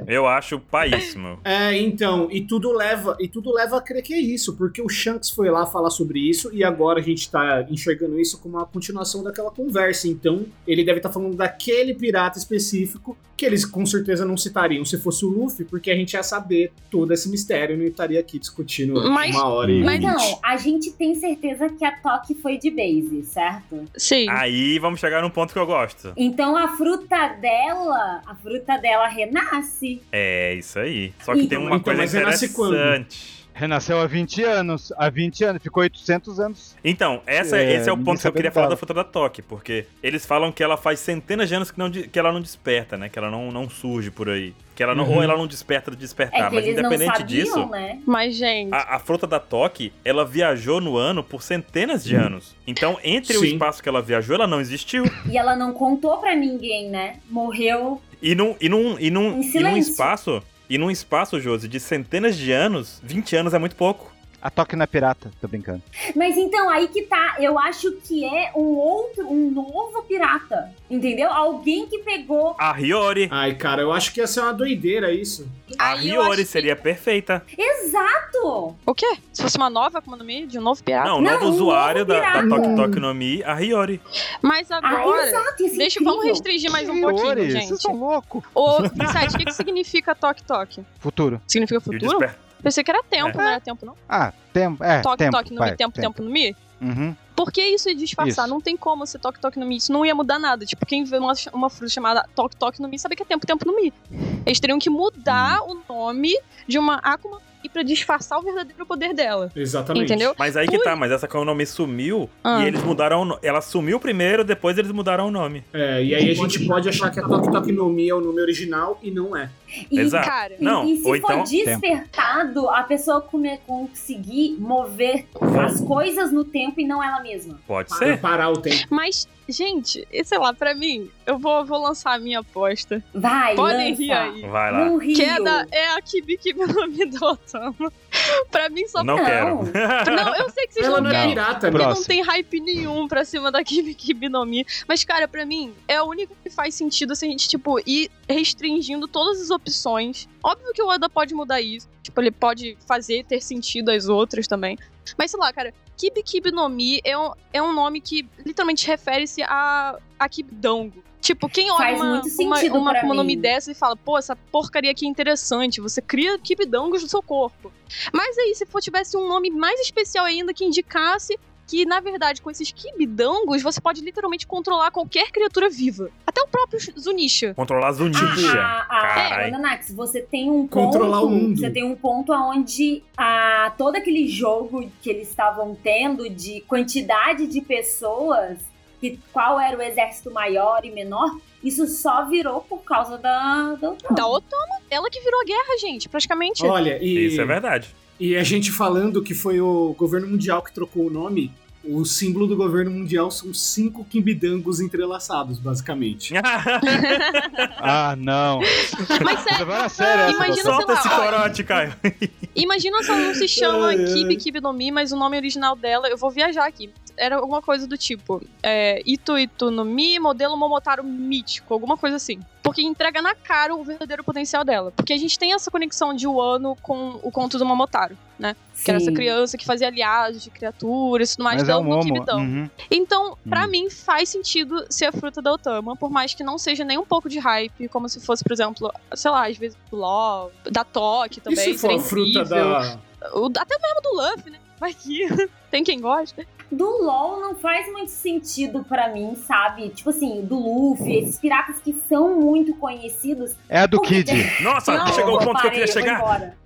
[SPEAKER 2] Eu acho paíssimo.
[SPEAKER 3] É, então, e tudo leva, e tudo leva a crer que é isso, porque o Shanks foi lá falar sobre isso e agora a gente tá enxergando isso como uma continuação daquela conversa. Então, ele deve estar falando daquele pirata específico que eles com certeza não citariam se fosse o Luffy, porque a gente ia saber todo esse mistério e não estaria aqui discutindo
[SPEAKER 4] Mas-
[SPEAKER 3] uma hora e
[SPEAKER 4] mas
[SPEAKER 5] Mas
[SPEAKER 3] vinte.
[SPEAKER 5] não, Então, a gente tem certeza que a Toque foi de base, certo?
[SPEAKER 4] Sim.
[SPEAKER 2] Aí vamos chegar num ponto que eu gosto.
[SPEAKER 5] Então a fruta dela, a fruta dela renasce.
[SPEAKER 2] É isso aí. Só que tem uma
[SPEAKER 3] Então,
[SPEAKER 2] coisa
[SPEAKER 3] mas renasce quando?
[SPEAKER 2] interessante.
[SPEAKER 1] Renasceu há 20 anos, há 20 anos, ficou 800 anos.
[SPEAKER 2] Então, essa,
[SPEAKER 1] É,
[SPEAKER 2] esse é o
[SPEAKER 1] ninguém
[SPEAKER 2] ponto que eu
[SPEAKER 1] sabia
[SPEAKER 2] queria
[SPEAKER 1] do
[SPEAKER 2] falar
[SPEAKER 1] tal.
[SPEAKER 2] da fruta da Toque, porque eles falam que ela faz centenas de anos que, não, de- que ela não desperta, né? Que ela não, não surge por aí. Que ela não,
[SPEAKER 1] Uhum.
[SPEAKER 2] Ou ela não desperta de
[SPEAKER 5] É
[SPEAKER 2] despertar,
[SPEAKER 5] que
[SPEAKER 2] Tá, mas
[SPEAKER 5] eles não
[SPEAKER 2] independente
[SPEAKER 5] sabiam,
[SPEAKER 2] disso,
[SPEAKER 5] né?
[SPEAKER 4] Mas, gente.
[SPEAKER 2] a, a fruta da Toque, ela viajou no ano por centenas de anos. Então, entre o
[SPEAKER 3] Sim.
[SPEAKER 2] espaço que ela viajou, ela não existiu.
[SPEAKER 5] E ela não contou pra ninguém, né? Morreu.
[SPEAKER 2] E num, e num, e num,
[SPEAKER 5] Em
[SPEAKER 2] e num
[SPEAKER 5] silêncio.
[SPEAKER 2] espaço, e num espaço, Josi, de centenas de anos, 20 anos é muito pouco.
[SPEAKER 1] A toque na pirata, tô brincando.
[SPEAKER 5] Mas então aí que tá, eu acho que é um outro, um novo pirata, entendeu? Alguém que pegou.
[SPEAKER 2] A Hiyori,
[SPEAKER 3] Ai, cara, eu acho que ia ser uma doideira isso.
[SPEAKER 2] a
[SPEAKER 4] Aí eu acho
[SPEAKER 2] Hiyori
[SPEAKER 4] que-
[SPEAKER 2] seria perfeita.
[SPEAKER 5] Exato.
[SPEAKER 4] O quê? Se fosse uma nova Akuma no Mi, de um novo pirata?
[SPEAKER 2] Não, o
[SPEAKER 5] Não,
[SPEAKER 2] novo
[SPEAKER 5] um
[SPEAKER 2] usuário da,
[SPEAKER 5] novo
[SPEAKER 2] da
[SPEAKER 5] pirata.
[SPEAKER 2] Tok Tok no Mi, a Hiyori.
[SPEAKER 4] Mas
[SPEAKER 5] Ah,
[SPEAKER 4] agora.
[SPEAKER 5] exato, isso é
[SPEAKER 4] Deixa,
[SPEAKER 5] incrível.
[SPEAKER 4] vamos restringir mais um pouquinho,
[SPEAKER 1] Senhores,
[SPEAKER 4] gente.
[SPEAKER 1] Vocês são loucos?
[SPEAKER 4] Ô, Sete, o que, que significa toque toque?
[SPEAKER 1] Futuro.
[SPEAKER 4] Significa
[SPEAKER 2] E o
[SPEAKER 4] futuro?
[SPEAKER 2] desper...
[SPEAKER 4] Pensei que era tempo, não era tempo, não.
[SPEAKER 1] Ah, tempo, é,
[SPEAKER 4] Toque
[SPEAKER 1] tempo,
[SPEAKER 4] toque no
[SPEAKER 1] vai,
[SPEAKER 4] mi, tempo, tempo no mi.
[SPEAKER 1] Uhum.
[SPEAKER 4] Por que isso ia disfarçar?
[SPEAKER 1] Isso.
[SPEAKER 4] Não tem como ser toque toque no mi. Isso não ia mudar nada. Tipo, quem vê uma, uma fruta chamada toque toque no mi sabe que é tempo, tempo no mi. Eles teriam que mudar o nome de uma Akuma e pra disfarçar o verdadeiro poder dela.
[SPEAKER 3] Exatamente.
[SPEAKER 4] Entendeu?
[SPEAKER 2] Mas aí que tá, mas essa Konomi sumiu
[SPEAKER 4] Ah.
[SPEAKER 2] e eles mudaram o no... Ela sumiu primeiro, depois eles mudaram o nome.
[SPEAKER 3] É, e aí a gente pode achar que a Tok Tok no Mi é o nome original e não é.
[SPEAKER 5] E
[SPEAKER 2] Exato.
[SPEAKER 4] Cara,
[SPEAKER 5] E-
[SPEAKER 2] Não,
[SPEAKER 5] e se
[SPEAKER 2] ou
[SPEAKER 5] for
[SPEAKER 2] então-
[SPEAKER 5] despertado, a pessoa come- conseguir mover as coisas no tempo e não ela mesma.
[SPEAKER 2] Pode
[SPEAKER 3] Para
[SPEAKER 2] ser.
[SPEAKER 3] parar o tempo.
[SPEAKER 4] mas, gente, e sei lá, pra mim, eu vou, vou lançar a minha aposta.
[SPEAKER 5] Vai,
[SPEAKER 4] Podem
[SPEAKER 5] lança.
[SPEAKER 4] rir aí.
[SPEAKER 2] Vai lá.
[SPEAKER 5] Não rio.
[SPEAKER 4] Queda é a Kibi Kibi no Mi do Otama. pra mim só
[SPEAKER 2] Não,
[SPEAKER 5] Não. Ah,
[SPEAKER 2] quero.
[SPEAKER 4] Não, eu sei que vocês
[SPEAKER 3] Ela
[SPEAKER 4] não
[SPEAKER 3] não é
[SPEAKER 1] Não.
[SPEAKER 4] querem.
[SPEAKER 1] Pronto.
[SPEAKER 3] pirata, né?
[SPEAKER 4] Porque não
[SPEAKER 1] Próximo.
[SPEAKER 4] tem hype nenhum pra cima da Kimi Kimi no Mi. Mas, cara, pra mim, é a única que faz sentido se a gente, tipo, ir restringindo todas as opções. Óbvio que o Oda pode mudar isso. Tipo, ele pode fazer ter sentido as outras também. Mas, sei lá, cara, Kibi Kibi no Mi é um, é um nome que literalmente refere-se a, a Kibidongo. Tipo, quem olha
[SPEAKER 5] Faz
[SPEAKER 4] uma,
[SPEAKER 5] muito
[SPEAKER 4] uma,
[SPEAKER 5] sentido
[SPEAKER 4] uma,
[SPEAKER 5] pra
[SPEAKER 4] Akuma no Mi
[SPEAKER 5] mim.
[SPEAKER 4] dessa e fala, pô, essa porcaria aqui é interessante, você cria kibidongos no seu corpo. Mas aí, se for, tivesse um nome mais especial ainda que indicasse que, na verdade, com esses kibidongos, você pode literalmente controlar qualquer criatura viva. Até o próprio Zunisha.
[SPEAKER 2] Controlar Zunisha.
[SPEAKER 5] Ah, ah,
[SPEAKER 2] Tipo, Carai.
[SPEAKER 5] Nanax, você tem um ponto.
[SPEAKER 3] Controlar o mundo.
[SPEAKER 5] Você tem um ponto onde a, todo aquele jogo que eles estavam tendo de quantidade de pessoas, que, qual era o exército maior e menor, isso só virou por causa da. da Otama.
[SPEAKER 4] Da Otama, ela que virou a guerra, gente, praticamente.
[SPEAKER 3] Olha, e,
[SPEAKER 2] Isso é verdade.
[SPEAKER 3] e a gente falando que foi o governo mundial que trocou o nome, o símbolo do governo mundial são cinco quimbidangos entrelaçados, basicamente.
[SPEAKER 1] Ah, não.
[SPEAKER 4] Mas sério,
[SPEAKER 1] Agora é sério essa
[SPEAKER 4] Imagina,
[SPEAKER 1] doutora.
[SPEAKER 4] sei
[SPEAKER 2] Solta
[SPEAKER 4] lá,
[SPEAKER 2] esse
[SPEAKER 4] ó.
[SPEAKER 2] corote, Caio.
[SPEAKER 4] Imagina se ela não se chama
[SPEAKER 3] Ai, ai.
[SPEAKER 4] Kibi Kibi no Mi, mas o nome original dela, eu vou viajar aqui. Era alguma coisa do tipo, é, Ito Ito no Mi, modelo Momotaro mítico, alguma coisa assim. Porque entrega na cara o verdadeiro potencial dela. Porque a gente tem essa conexão de Wano com o conto do Momotaro, né? Que era essa
[SPEAKER 5] Sim.
[SPEAKER 4] criança que fazia aliados de criaturas e tudo mais,
[SPEAKER 1] Mas é
[SPEAKER 4] dando
[SPEAKER 1] um
[SPEAKER 4] no
[SPEAKER 1] homo.
[SPEAKER 3] hum.
[SPEAKER 4] Kibidão.
[SPEAKER 1] Uhum.
[SPEAKER 4] Então, pra
[SPEAKER 1] Hum.
[SPEAKER 4] mim, faz sentido ser a fruta da Otama, por mais que não seja nem um pouco de hype, como se fosse, por exemplo, sei lá, às vezes do LOL, da Toque
[SPEAKER 3] E
[SPEAKER 4] também.
[SPEAKER 3] se for a
[SPEAKER 4] seria
[SPEAKER 3] fruta
[SPEAKER 4] incrível.
[SPEAKER 3] da.
[SPEAKER 4] O- até mesmo do Luffy, né? Vai que tem quem gosta.
[SPEAKER 5] do LoL não faz muito sentido pra mim, sabe? Tipo assim, do Luffy, esses piratas que são muito conhecidos.
[SPEAKER 1] É a do
[SPEAKER 5] Porque-
[SPEAKER 1] Kid.
[SPEAKER 2] Nossa,
[SPEAKER 5] Não,
[SPEAKER 2] chegou o
[SPEAKER 5] eu
[SPEAKER 2] ponto que eu
[SPEAKER 5] parei,
[SPEAKER 2] queria
[SPEAKER 5] vou
[SPEAKER 2] chegar.
[SPEAKER 5] embora.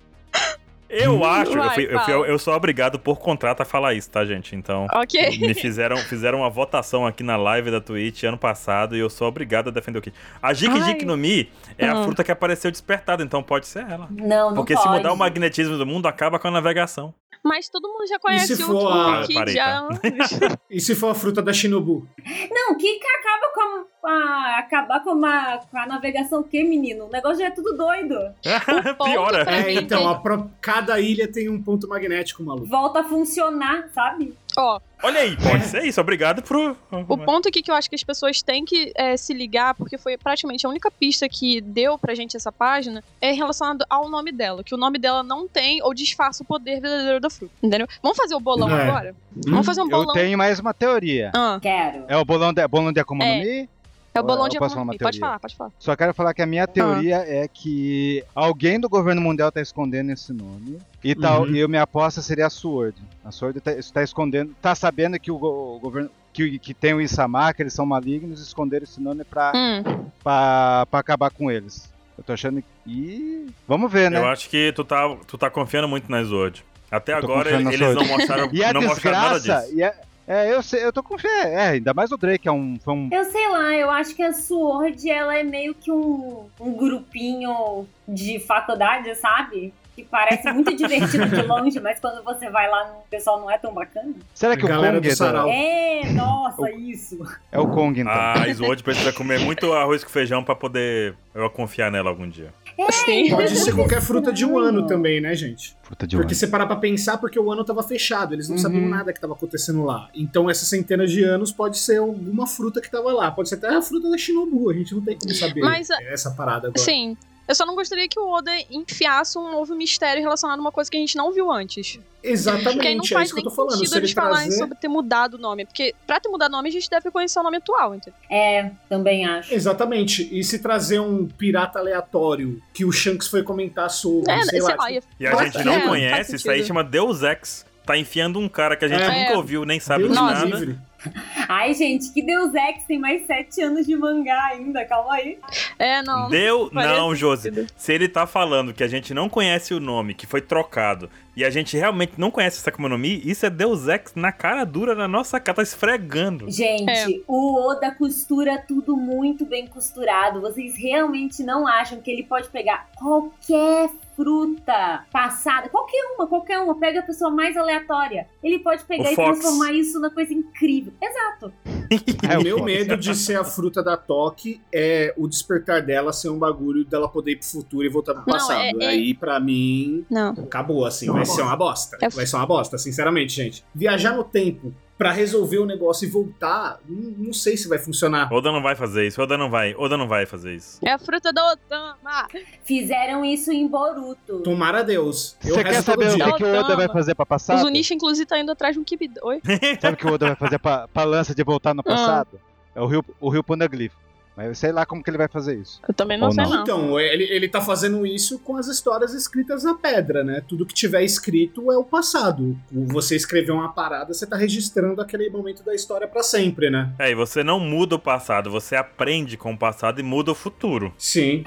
[SPEAKER 2] Eu acho, eu,
[SPEAKER 4] Vai,
[SPEAKER 2] fui- eu, fui-
[SPEAKER 4] fala.
[SPEAKER 2] eu sou obrigado por contrato a falar isso, tá, gente? Então,
[SPEAKER 4] Ok.
[SPEAKER 2] me fizeram, fizeram uma votação aqui na live da Twitch ano passado e eu sou obrigado a defender o Kid. A Jiki
[SPEAKER 4] Ai.
[SPEAKER 2] Jiki no Mi é a
[SPEAKER 4] Ah.
[SPEAKER 2] fruta que apareceu despertada, então pode ser ela.
[SPEAKER 5] Não, não
[SPEAKER 2] Porque
[SPEAKER 5] pode.
[SPEAKER 2] se mudar o magnetismo do mundo, acaba com a navegação.
[SPEAKER 4] Mas todo mundo já conhece
[SPEAKER 3] se
[SPEAKER 4] o
[SPEAKER 3] for a-
[SPEAKER 4] Kid
[SPEAKER 2] Parei,
[SPEAKER 4] já há
[SPEAKER 2] tá?
[SPEAKER 4] anos.
[SPEAKER 3] E se for a fruta da Shinobu?
[SPEAKER 5] Não, que que acaba com a... a- acabar com a, com a navegação o quê, menino? O negócio já é tudo doido.
[SPEAKER 4] um ponto
[SPEAKER 2] Piora.
[SPEAKER 4] pra-
[SPEAKER 3] É,
[SPEAKER 4] mim,
[SPEAKER 3] então,
[SPEAKER 4] tem.
[SPEAKER 3] a pro- cada ilha tem um ponto magnético, maluco.
[SPEAKER 5] Volta a funcionar, sabe?
[SPEAKER 4] Ó,
[SPEAKER 2] Olha aí, pode ser isso. Obrigado pro.
[SPEAKER 4] o ponto aqui que eu acho que as pessoas têm que é, se ligar, porque foi praticamente a única pista que deu pra gente essa página, é relacionado ao nome dela. Que o nome dela não tem ou disfarça o poder verdadeiro da fruta. Entendeu? Vamos fazer o bolão
[SPEAKER 3] É.
[SPEAKER 4] agora? Vamos fazer um
[SPEAKER 1] Hum? Eu
[SPEAKER 4] bolão.
[SPEAKER 1] tenho mais uma teoria.
[SPEAKER 4] Ah,
[SPEAKER 5] Quero.
[SPEAKER 1] É o bolão de, bolão de Akuma
[SPEAKER 4] É.
[SPEAKER 1] no Mi?
[SPEAKER 4] é o bolão
[SPEAKER 1] Eu
[SPEAKER 4] de
[SPEAKER 1] posso
[SPEAKER 4] Akuma
[SPEAKER 1] falar uma
[SPEAKER 4] no Mi. Pode
[SPEAKER 1] teoria?
[SPEAKER 4] falar, pode falar.
[SPEAKER 1] Só quero falar que a minha teoria é que alguém do governo mundial tá escondendo esse nome. E tal,
[SPEAKER 3] Uhum.
[SPEAKER 1] e eu, minha aposta seria a Sword. A Sword tá, está escondendo, tá sabendo que o, go- o governo que, que tem o Isamar, que eles são malignos, esconderam esse nome pra,
[SPEAKER 4] Hum.
[SPEAKER 1] pra, pra acabar com eles. Eu tô achando que. Ih, vamos ver, né?
[SPEAKER 2] Eu acho que tu tá, tu tá confiando muito na Zord. Até
[SPEAKER 1] Eu tô
[SPEAKER 2] agora
[SPEAKER 1] confiando na
[SPEAKER 2] eles
[SPEAKER 1] Zord.
[SPEAKER 2] não mostraram,
[SPEAKER 1] E a
[SPEAKER 2] não mostraram nada
[SPEAKER 1] desgraça.
[SPEAKER 2] disso.
[SPEAKER 1] E a- é, eu, sei, eu tô confiando. É, ainda mais o Drake, é um, foi um
[SPEAKER 5] Eu sei lá, eu acho que a Sword, ela é meio que um, um grupinho de faculdade, sabe? Que parece muito divertido de longe, mas quando você vai lá, o pessoal não é tão bacana.
[SPEAKER 1] Será que o
[SPEAKER 3] Galera
[SPEAKER 1] Kong
[SPEAKER 3] do
[SPEAKER 1] é, da-
[SPEAKER 3] sarau. Ah,
[SPEAKER 5] É, nossa, isso.
[SPEAKER 1] é o Kong então?
[SPEAKER 2] A Zord precisa comer muito arroz com feijão pra poder eu confiar nela algum dia.
[SPEAKER 4] Sim.
[SPEAKER 3] Pode ser qualquer fruta de um ano também, né, gente?
[SPEAKER 1] Puta de um
[SPEAKER 3] Porque se parar pra pensar, porque o ano tava fechado, eles não
[SPEAKER 1] Uhum.
[SPEAKER 3] sabiam nada que tava acontecendo lá. Então essas centenas de anos pode ser alguma fruta que tava lá. Pode ser até a fruta da Shinobu, a gente não tem como saber
[SPEAKER 4] Mas, a-
[SPEAKER 3] essa parada agora.
[SPEAKER 4] Sim. Eu só não gostaria que o Oda enfiasse um novo mistério relacionado a uma coisa que a gente não viu antes. Porque aí não
[SPEAKER 3] Exatamente, é
[SPEAKER 4] faz
[SPEAKER 3] isso que eu
[SPEAKER 4] nem
[SPEAKER 3] tô falando.
[SPEAKER 4] sentido
[SPEAKER 3] Se
[SPEAKER 4] eles
[SPEAKER 3] ele
[SPEAKER 4] falarem
[SPEAKER 3] trazer...
[SPEAKER 4] sobre ter mudado o nome. Porque pra ter mudado o nome, a gente deve conhecer o nome atual, entendeu?
[SPEAKER 5] É, também acho.
[SPEAKER 3] Exatamente, e se trazer um pirata aleatório que o Shanks foi comentar sobre,
[SPEAKER 4] É,
[SPEAKER 3] sei, lá. tipo,
[SPEAKER 4] ia-
[SPEAKER 2] E a
[SPEAKER 3] Nossa,
[SPEAKER 2] gente não
[SPEAKER 3] é, não
[SPEAKER 4] faz
[SPEAKER 2] conhece, isso aí
[SPEAKER 4] sentido.
[SPEAKER 2] chama Deus Ex. Tá enfiando um cara que a gente
[SPEAKER 3] É.
[SPEAKER 2] nunca ouviu, nem sabe
[SPEAKER 3] Deus
[SPEAKER 2] de
[SPEAKER 3] me
[SPEAKER 4] Nossa.
[SPEAKER 2] nada.
[SPEAKER 3] livre.
[SPEAKER 5] Ai, gente, que Deus é que tem mais sete anos de mangá ainda, calma aí.
[SPEAKER 4] É, não.
[SPEAKER 2] Deu?
[SPEAKER 4] parece
[SPEAKER 2] Não, Josi.
[SPEAKER 4] sentido.
[SPEAKER 2] Se ele tá falando que a gente não conhece o nome, que foi trocado, e a gente realmente não conhece essa Akuma no Mi, isso é Deus Ex na cara dura, na nossa cara, tá esfregando.
[SPEAKER 5] Gente,
[SPEAKER 4] É.
[SPEAKER 5] o Oda costura tudo muito bem costurado. Vocês realmente não acham que ele pode pegar qualquer fruta passada, qualquer uma, qualquer uma, pega a pessoa mais aleatória. Ele pode pegar
[SPEAKER 2] O
[SPEAKER 5] e
[SPEAKER 2] Fox.
[SPEAKER 5] transformar isso numa coisa incrível. Exato.
[SPEAKER 1] É,
[SPEAKER 3] o
[SPEAKER 1] o
[SPEAKER 3] meu
[SPEAKER 1] Fox.
[SPEAKER 3] medo de ser a fruta da Toque é o despertar dela ser um bagulho dela poder ir pro futuro e voltar pro
[SPEAKER 4] Não,
[SPEAKER 3] passado.
[SPEAKER 4] é- é-
[SPEAKER 3] Aí, pra mim,
[SPEAKER 4] Não.
[SPEAKER 3] Acabou, assim.
[SPEAKER 5] Uma
[SPEAKER 3] vai
[SPEAKER 5] bosta.
[SPEAKER 3] ser uma bosta.
[SPEAKER 4] É f-
[SPEAKER 3] Vai ser uma bosta, sinceramente, gente. Viajar no tempo pra resolver o negócio e voltar, não, não sei se vai funcionar.
[SPEAKER 2] Oda não vai fazer isso, Oda não vai, Oda não vai fazer isso.
[SPEAKER 4] É a fruta da Otama.
[SPEAKER 5] Fizeram isso em Boruto.
[SPEAKER 3] Tomara a Deus. Eu
[SPEAKER 1] Você
[SPEAKER 3] rezo
[SPEAKER 1] quer saber
[SPEAKER 3] todo
[SPEAKER 1] o
[SPEAKER 3] dia.
[SPEAKER 1] que, que o Oda
[SPEAKER 4] Otama.
[SPEAKER 1] vai fazer pra
[SPEAKER 4] Os
[SPEAKER 1] passado?
[SPEAKER 4] Zunisha, inclusive, tá indo atrás de um Kibid. Oi?
[SPEAKER 1] Sabe o que o Oda vai fazer pra, pra lança de voltar no passado? É o rio, o rio Poneglyph. Mas eu sei lá como que ele vai fazer isso.
[SPEAKER 4] Eu também não
[SPEAKER 2] Ou
[SPEAKER 4] sei,
[SPEAKER 2] não.
[SPEAKER 4] não.
[SPEAKER 3] Então, ele, ele tá fazendo isso com as histórias escritas na pedra, né? Tudo que tiver escrito é o passado. O- Você escreveu uma parada, você tá registrando aquele momento da história pra sempre, né?
[SPEAKER 2] É, e você não muda o passado, você aprende com o passado e muda o futuro.
[SPEAKER 3] Sim.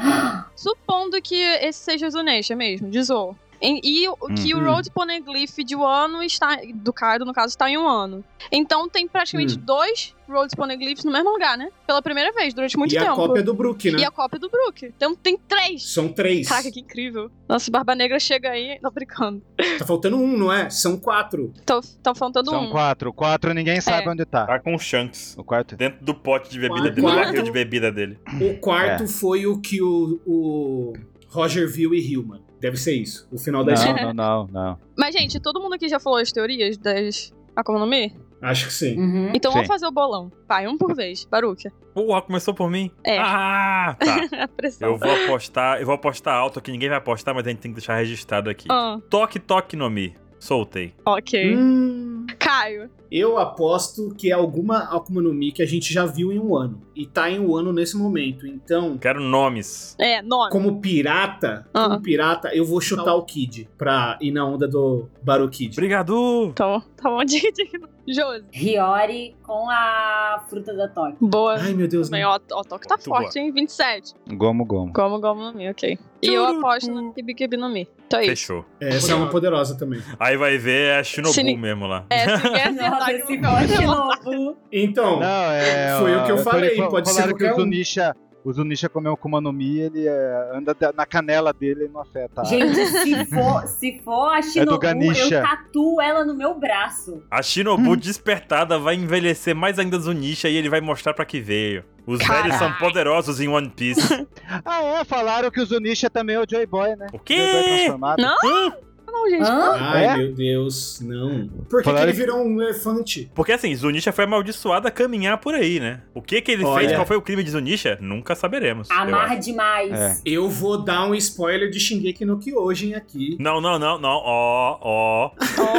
[SPEAKER 4] Supondo que esse seja o Zunisha mesmo, de Zou. Em- E, o- que o
[SPEAKER 3] Uhum.
[SPEAKER 4] Road Poneglyph de um ano está. Do Kaido, no caso, está em um ano. Então tem praticamente
[SPEAKER 3] Hum.
[SPEAKER 4] dois Road Poneglyphs no mesmo lugar, né? Pela primeira vez, durante muito
[SPEAKER 3] e
[SPEAKER 4] tempo.
[SPEAKER 3] a cópia do Brook, né?
[SPEAKER 4] E a cópia do Brook. Então tem três.
[SPEAKER 3] São três.
[SPEAKER 4] Caraca, que incrível. Nossa, Barba Negra chega aí. Tô brincando.
[SPEAKER 3] Tá faltando um, não é? São quatro.
[SPEAKER 4] Tô, tá faltando
[SPEAKER 1] São
[SPEAKER 4] um.
[SPEAKER 1] quatro. Quatro ninguém sabe onde tá.
[SPEAKER 2] Tá com o Shanks
[SPEAKER 1] O quarto.
[SPEAKER 2] dentro do pote de bebida dele,
[SPEAKER 3] Quatro.
[SPEAKER 2] do
[SPEAKER 3] Quatro.
[SPEAKER 2] barril de bebida dele.
[SPEAKER 3] O quarto
[SPEAKER 1] É.
[SPEAKER 3] foi o que o, o Roger viu e Hillman. Deve ser isso. O final da história.
[SPEAKER 1] Não, não, não, não.
[SPEAKER 4] Mas, gente, todo mundo aqui já falou as teorias das Akuma no Mi?
[SPEAKER 3] Acho que sim.
[SPEAKER 5] Uhum.
[SPEAKER 4] Então vamos
[SPEAKER 1] Sim.
[SPEAKER 4] fazer o bolão. Vai, um por vez. Baruca.
[SPEAKER 2] Porra, começou por mim?
[SPEAKER 4] É.
[SPEAKER 2] Ah, tá.
[SPEAKER 4] A pressão.
[SPEAKER 2] Eu vou apostar, eu vou apostar alto aqui, ninguém vai apostar, mas a gente tem que deixar registrado aqui.
[SPEAKER 4] Ah,
[SPEAKER 2] Toque Toque no Mi. Soltei.
[SPEAKER 4] Ok.
[SPEAKER 3] Hum,
[SPEAKER 4] Caio.
[SPEAKER 3] eu aposto que é alguma Akuma no Mi que a gente já viu em um ano. E tá em um ano nesse momento. Então,
[SPEAKER 2] Quero nomes.
[SPEAKER 4] É, nome.
[SPEAKER 3] como pirata,
[SPEAKER 4] Ah.
[SPEAKER 3] como pirata, eu vou chutar o Kid pra ir na onda do Baru Kid.
[SPEAKER 2] Obrigado!
[SPEAKER 4] Então, tá bom, diga, diga. Josi.
[SPEAKER 5] Hiyori com a fruta da Tóquio.
[SPEAKER 4] Boa.
[SPEAKER 3] Ai, meu Deus. né?
[SPEAKER 4] Também,
[SPEAKER 3] não.
[SPEAKER 4] ó, ó, o toque tá
[SPEAKER 2] Muito boa.
[SPEAKER 4] forte, hein? 27.
[SPEAKER 1] Gomo, gomo.
[SPEAKER 4] Como, como no Mi, ok. E eu aposto no Kibi Kibi no Mi. Então é isso.
[SPEAKER 2] Fechou.
[SPEAKER 3] Essa é uma poderosa também.
[SPEAKER 2] Aí vai ver é a Shinobu
[SPEAKER 4] Se ni-
[SPEAKER 2] mesmo lá.
[SPEAKER 4] É, se ninguém
[SPEAKER 5] Nossa,
[SPEAKER 4] acertar aqui,
[SPEAKER 5] esse
[SPEAKER 4] eu vou
[SPEAKER 5] pote
[SPEAKER 4] chamar.
[SPEAKER 5] novo.
[SPEAKER 3] Então,
[SPEAKER 1] Não, é.
[SPEAKER 3] Foi o que eu
[SPEAKER 1] a-
[SPEAKER 3] falei,
[SPEAKER 1] fal-
[SPEAKER 3] pode ser
[SPEAKER 1] falaram que
[SPEAKER 3] qualquer
[SPEAKER 1] o
[SPEAKER 3] um.
[SPEAKER 1] Zunisha, o Zunisha comeu Kuma no Mi, ele é, anda da- na canela dele e não afeta. a-
[SPEAKER 5] Gente, se for, se for a Shinobu,
[SPEAKER 1] Tá. É Ganisha.
[SPEAKER 5] eu tatuo ela no meu braço.
[SPEAKER 2] A Shinobu despertada vai envelhecer mais ainda Zunisha e ele vai mostrar pra que veio. Os velhos
[SPEAKER 4] Caralho.
[SPEAKER 2] são poderosos em One Piece.
[SPEAKER 1] Ah, é, falaram que o Zunisha também é o Joy Boy, né? Joy
[SPEAKER 2] O
[SPEAKER 1] Boy
[SPEAKER 2] quê?
[SPEAKER 1] transformado.
[SPEAKER 4] Não?
[SPEAKER 2] Hã?
[SPEAKER 4] Não, gente.
[SPEAKER 5] Hã?
[SPEAKER 3] Ai,
[SPEAKER 1] É?
[SPEAKER 3] meu Deus, não. Por que, que
[SPEAKER 1] Falaram
[SPEAKER 3] ele
[SPEAKER 1] que-
[SPEAKER 3] virou um elefante?
[SPEAKER 2] Porque assim, Zunisha foi amaldiçoada a caminhar por aí, né? O que que ele
[SPEAKER 3] Olha.
[SPEAKER 2] fez? Qual foi o crime de Zunisha? Nunca saberemos. eu acho.
[SPEAKER 5] Amarra demais.
[SPEAKER 1] É.
[SPEAKER 3] Eu vou dar um spoiler de Shingeki no Kyojin aqui.
[SPEAKER 2] Não, não, não, não. Ó, ó.
[SPEAKER 4] Ó,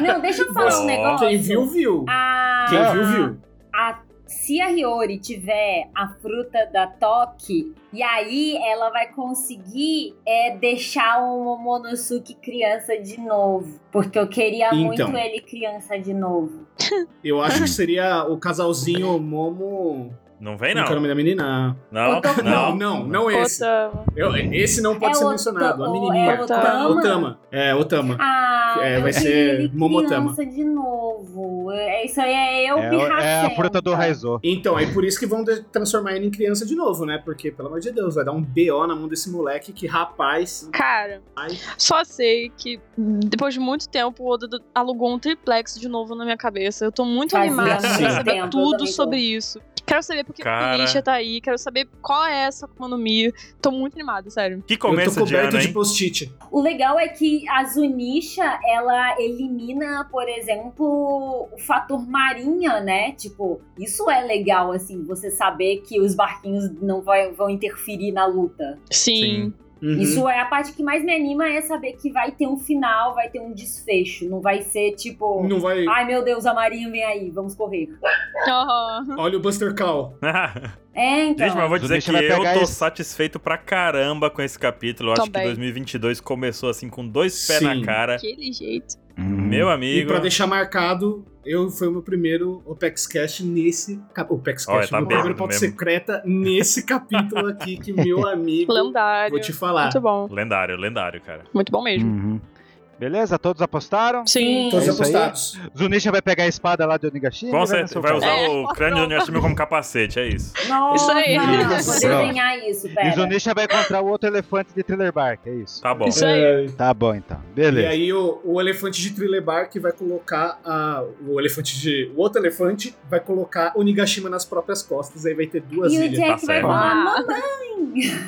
[SPEAKER 5] Não, deixa eu falar
[SPEAKER 2] Ó.
[SPEAKER 5] um negócio.
[SPEAKER 3] Quem viu, viu.
[SPEAKER 5] A-
[SPEAKER 3] Quem viu, viu.
[SPEAKER 5] a- se a Hiyori tiver a fruta da Toque, e aí ela vai conseguir é, deixar o Momonosuke criança de novo. Porque eu queria
[SPEAKER 3] Então.
[SPEAKER 5] muito ele criança de novo.
[SPEAKER 3] Eu acho que seria o casalzinho Momo.
[SPEAKER 2] Não vem,
[SPEAKER 3] Não quero o
[SPEAKER 2] não.
[SPEAKER 3] nome da menina.
[SPEAKER 2] Não,
[SPEAKER 5] Otama.
[SPEAKER 2] não.
[SPEAKER 3] não, não, não esse.
[SPEAKER 4] Otama.
[SPEAKER 3] Eu- esse não pode
[SPEAKER 5] É
[SPEAKER 3] ser
[SPEAKER 5] o-
[SPEAKER 3] mencionado. A
[SPEAKER 5] o-
[SPEAKER 3] menininha.
[SPEAKER 5] é o
[SPEAKER 2] Tá.
[SPEAKER 4] Otama?
[SPEAKER 3] Otama. É, Otama.
[SPEAKER 5] Ah,
[SPEAKER 3] É, vai
[SPEAKER 5] eu
[SPEAKER 3] ser
[SPEAKER 5] queria ele
[SPEAKER 3] Momotama.
[SPEAKER 5] criança de novo. É, Isso aí é eu
[SPEAKER 1] É,
[SPEAKER 5] me
[SPEAKER 1] o- é a
[SPEAKER 5] rachando.
[SPEAKER 1] fruta do Raizou.
[SPEAKER 3] Então, é por isso que vão de- transformar ele em criança de novo, né? Porque, pelo amor de Deus, vai dar um BO na mão desse moleque que, rapaz.
[SPEAKER 4] Cara,
[SPEAKER 3] Ai.
[SPEAKER 4] só sei que depois de muito tempo o Oda alugou um triplex de novo na minha cabeça. Eu tô muito
[SPEAKER 5] Fazia
[SPEAKER 4] animada pra
[SPEAKER 3] muito
[SPEAKER 4] saber
[SPEAKER 5] tempo, eu
[SPEAKER 4] tudo
[SPEAKER 5] também tô.
[SPEAKER 4] sobre isso. Quero saber por que
[SPEAKER 2] assim. Cara.
[SPEAKER 4] o Nisha tá aí, quero saber qual é essa Akuma no Mi. Tô muito animada, sério.
[SPEAKER 2] Que
[SPEAKER 3] eu tô
[SPEAKER 2] começo de
[SPEAKER 3] coberto
[SPEAKER 2] ano,
[SPEAKER 3] de,
[SPEAKER 2] hein?
[SPEAKER 3] post-it.
[SPEAKER 5] O legal é que a Zunisha, ela elimina, por exemplo, o fator marinha, né? Tipo, isso é legal, assim, você saber que os barquinhos não vai- vão interferir na luta.
[SPEAKER 4] Sim.
[SPEAKER 3] Uhum.
[SPEAKER 5] Isso é a parte que mais me anima, é saber que vai ter um final, vai ter um desfecho. Não vai ser, tipo...
[SPEAKER 3] Não vai.
[SPEAKER 5] Ai meu Deus, a marinha vem aí, vamos correr.
[SPEAKER 4] Aham.
[SPEAKER 3] Olha o Buster Call.
[SPEAKER 5] É, então.
[SPEAKER 2] Gente, mas eu vou dizer
[SPEAKER 1] Zunisha
[SPEAKER 2] que
[SPEAKER 1] vai
[SPEAKER 2] eu
[SPEAKER 1] pegar
[SPEAKER 2] tô
[SPEAKER 1] isso.
[SPEAKER 2] satisfeito pra caramba com esse capítulo. Eu acho que
[SPEAKER 4] Também.
[SPEAKER 2] 2022 começou assim com dois pés
[SPEAKER 3] Sim.
[SPEAKER 2] na cara.
[SPEAKER 4] Aquele jeito.
[SPEAKER 2] Meu
[SPEAKER 3] E
[SPEAKER 2] amigo.
[SPEAKER 3] pra deixar marcado, eu foi o meu primeiro Opex Cash nesse capítulo. Opex Cash,
[SPEAKER 2] Olha, tá
[SPEAKER 3] meu primeiro
[SPEAKER 2] bêbado
[SPEAKER 3] pauta
[SPEAKER 2] mesmo.
[SPEAKER 3] secreta nesse capítulo aqui que meu amigo.
[SPEAKER 4] Lendário.
[SPEAKER 3] Vou te falar.
[SPEAKER 4] Muito bom.
[SPEAKER 2] Lendário, lendário, cara.
[SPEAKER 4] Muito bom mesmo.
[SPEAKER 1] Uhum. Beleza? Todos apostaram?
[SPEAKER 4] Sim.
[SPEAKER 3] Todos
[SPEAKER 1] É isso aí?
[SPEAKER 3] apostados.
[SPEAKER 1] Zunisha vai pegar a espada lá de Onigashima?
[SPEAKER 2] Com
[SPEAKER 1] e
[SPEAKER 2] certeza,
[SPEAKER 1] vai
[SPEAKER 2] vai
[SPEAKER 1] lançar
[SPEAKER 2] usar
[SPEAKER 1] o
[SPEAKER 4] É,
[SPEAKER 2] o crânio do Onigashima como capacete, é isso.
[SPEAKER 5] Nossa,
[SPEAKER 4] Isso aí.
[SPEAKER 5] Vou
[SPEAKER 3] Nossa.
[SPEAKER 5] desenhar isso,
[SPEAKER 1] pau. E
[SPEAKER 5] pera.
[SPEAKER 1] Zunisha vai encontrar o outro elefante de Thriller Bark, é isso.
[SPEAKER 2] Tá bom.
[SPEAKER 4] Isso aí.
[SPEAKER 1] Tá bom, então. Beleza.
[SPEAKER 3] E É, aí o, o elefante de Trilebar que vai colocar a, o elefante de. O outro elefante vai colocar o Nigashima nas próprias costas. Aí vai ter duas
[SPEAKER 5] E o
[SPEAKER 3] ilhas.
[SPEAKER 5] Jack
[SPEAKER 2] tá
[SPEAKER 5] vai
[SPEAKER 2] certo.
[SPEAKER 5] falar,
[SPEAKER 4] Ah.
[SPEAKER 5] mamãe.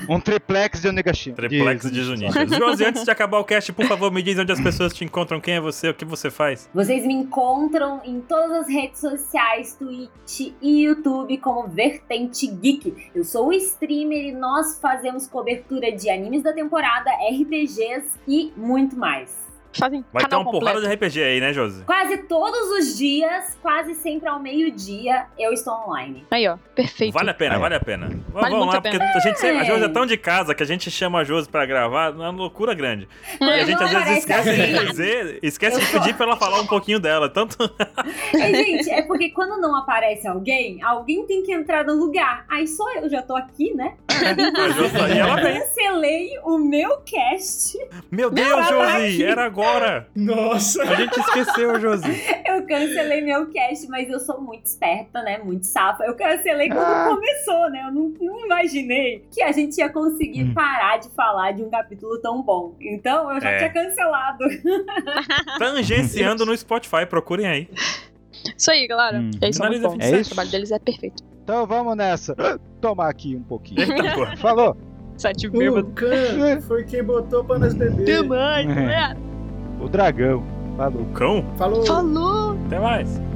[SPEAKER 1] Um triplex de Onigashima.
[SPEAKER 2] Triplex de Juninho. Josi, antes de acabar o cast, por favor, me diz onde as pessoas te encontram, quem é você, o que você faz.
[SPEAKER 5] Vocês me encontram em todas as redes sociais, Twitch e YouTube como Vertente Geek. Eu sou o streamer e nós fazemos cobertura de animes da temporada, RPGs e muito mais.
[SPEAKER 4] Fazem
[SPEAKER 2] Vai ter
[SPEAKER 4] canal
[SPEAKER 2] uma
[SPEAKER 4] completo.
[SPEAKER 2] porrada de RPG aí, né, Josi?
[SPEAKER 5] Quase todos os dias, quase sempre ao meio-dia, eu estou online.
[SPEAKER 4] Aí, ó. Perfeito.
[SPEAKER 2] Vale a pena,
[SPEAKER 1] É.
[SPEAKER 2] vale a pena. V-
[SPEAKER 4] Vale
[SPEAKER 2] Vamos
[SPEAKER 4] muito
[SPEAKER 2] lá,
[SPEAKER 4] a
[SPEAKER 2] porque
[SPEAKER 4] pena.
[SPEAKER 2] a, gente, sempre- a
[SPEAKER 5] É.
[SPEAKER 2] Josi é tão de casa que a gente chama a Josi pra gravar, é uma loucura grande.
[SPEAKER 4] É.
[SPEAKER 2] E a gente
[SPEAKER 5] Não
[SPEAKER 2] às vezes
[SPEAKER 5] parece
[SPEAKER 2] esquece de
[SPEAKER 5] assim.
[SPEAKER 2] dizer, esquece
[SPEAKER 5] Eu
[SPEAKER 2] de
[SPEAKER 5] sou-
[SPEAKER 2] pedir pra ela falar um pouquinho dela. Tanto
[SPEAKER 5] E, gente, é porque quando não aparece alguém, alguém tem que entrar no lugar. Aí só eu já tô aqui, né?
[SPEAKER 2] a Josi tá aí, ela vem.
[SPEAKER 5] Cancelei o meu cast.
[SPEAKER 2] Meu Deus, Josi,
[SPEAKER 5] aqui.
[SPEAKER 2] era agora.
[SPEAKER 3] Nossa!
[SPEAKER 2] A gente esqueceu, Josi.
[SPEAKER 5] Eu cancelei meu cast, mas eu sou muito esperta, né? Muito safa. Eu cancelei quando
[SPEAKER 1] Ah.
[SPEAKER 5] começou, né? Eu não, não imaginei que a gente ia conseguir
[SPEAKER 1] Hum.
[SPEAKER 5] parar de falar de um capítulo tão bom. Então eu já
[SPEAKER 2] É.
[SPEAKER 5] tinha cancelado.
[SPEAKER 2] Tangenciando no Spotify, procurem aí.
[SPEAKER 4] Isso aí, galera.
[SPEAKER 1] Hum.
[SPEAKER 4] É isso, muito
[SPEAKER 2] Finaliza
[SPEAKER 4] bom.
[SPEAKER 2] a
[SPEAKER 1] fixação.
[SPEAKER 4] O trabalho deles é perfeito.
[SPEAKER 1] Então vamos nessa. Tomar aqui um pouquinho.
[SPEAKER 2] Eita, porra.
[SPEAKER 1] Falou.
[SPEAKER 4] Sete bêbado.
[SPEAKER 3] O Khan foi quem botou pra nós
[SPEAKER 4] Uh. Hum.
[SPEAKER 3] beber.
[SPEAKER 4] Demais,
[SPEAKER 1] É.
[SPEAKER 4] galera.
[SPEAKER 1] O dragão. Falou.
[SPEAKER 2] O cão?
[SPEAKER 3] Falou.
[SPEAKER 4] Falou!
[SPEAKER 2] Até mais.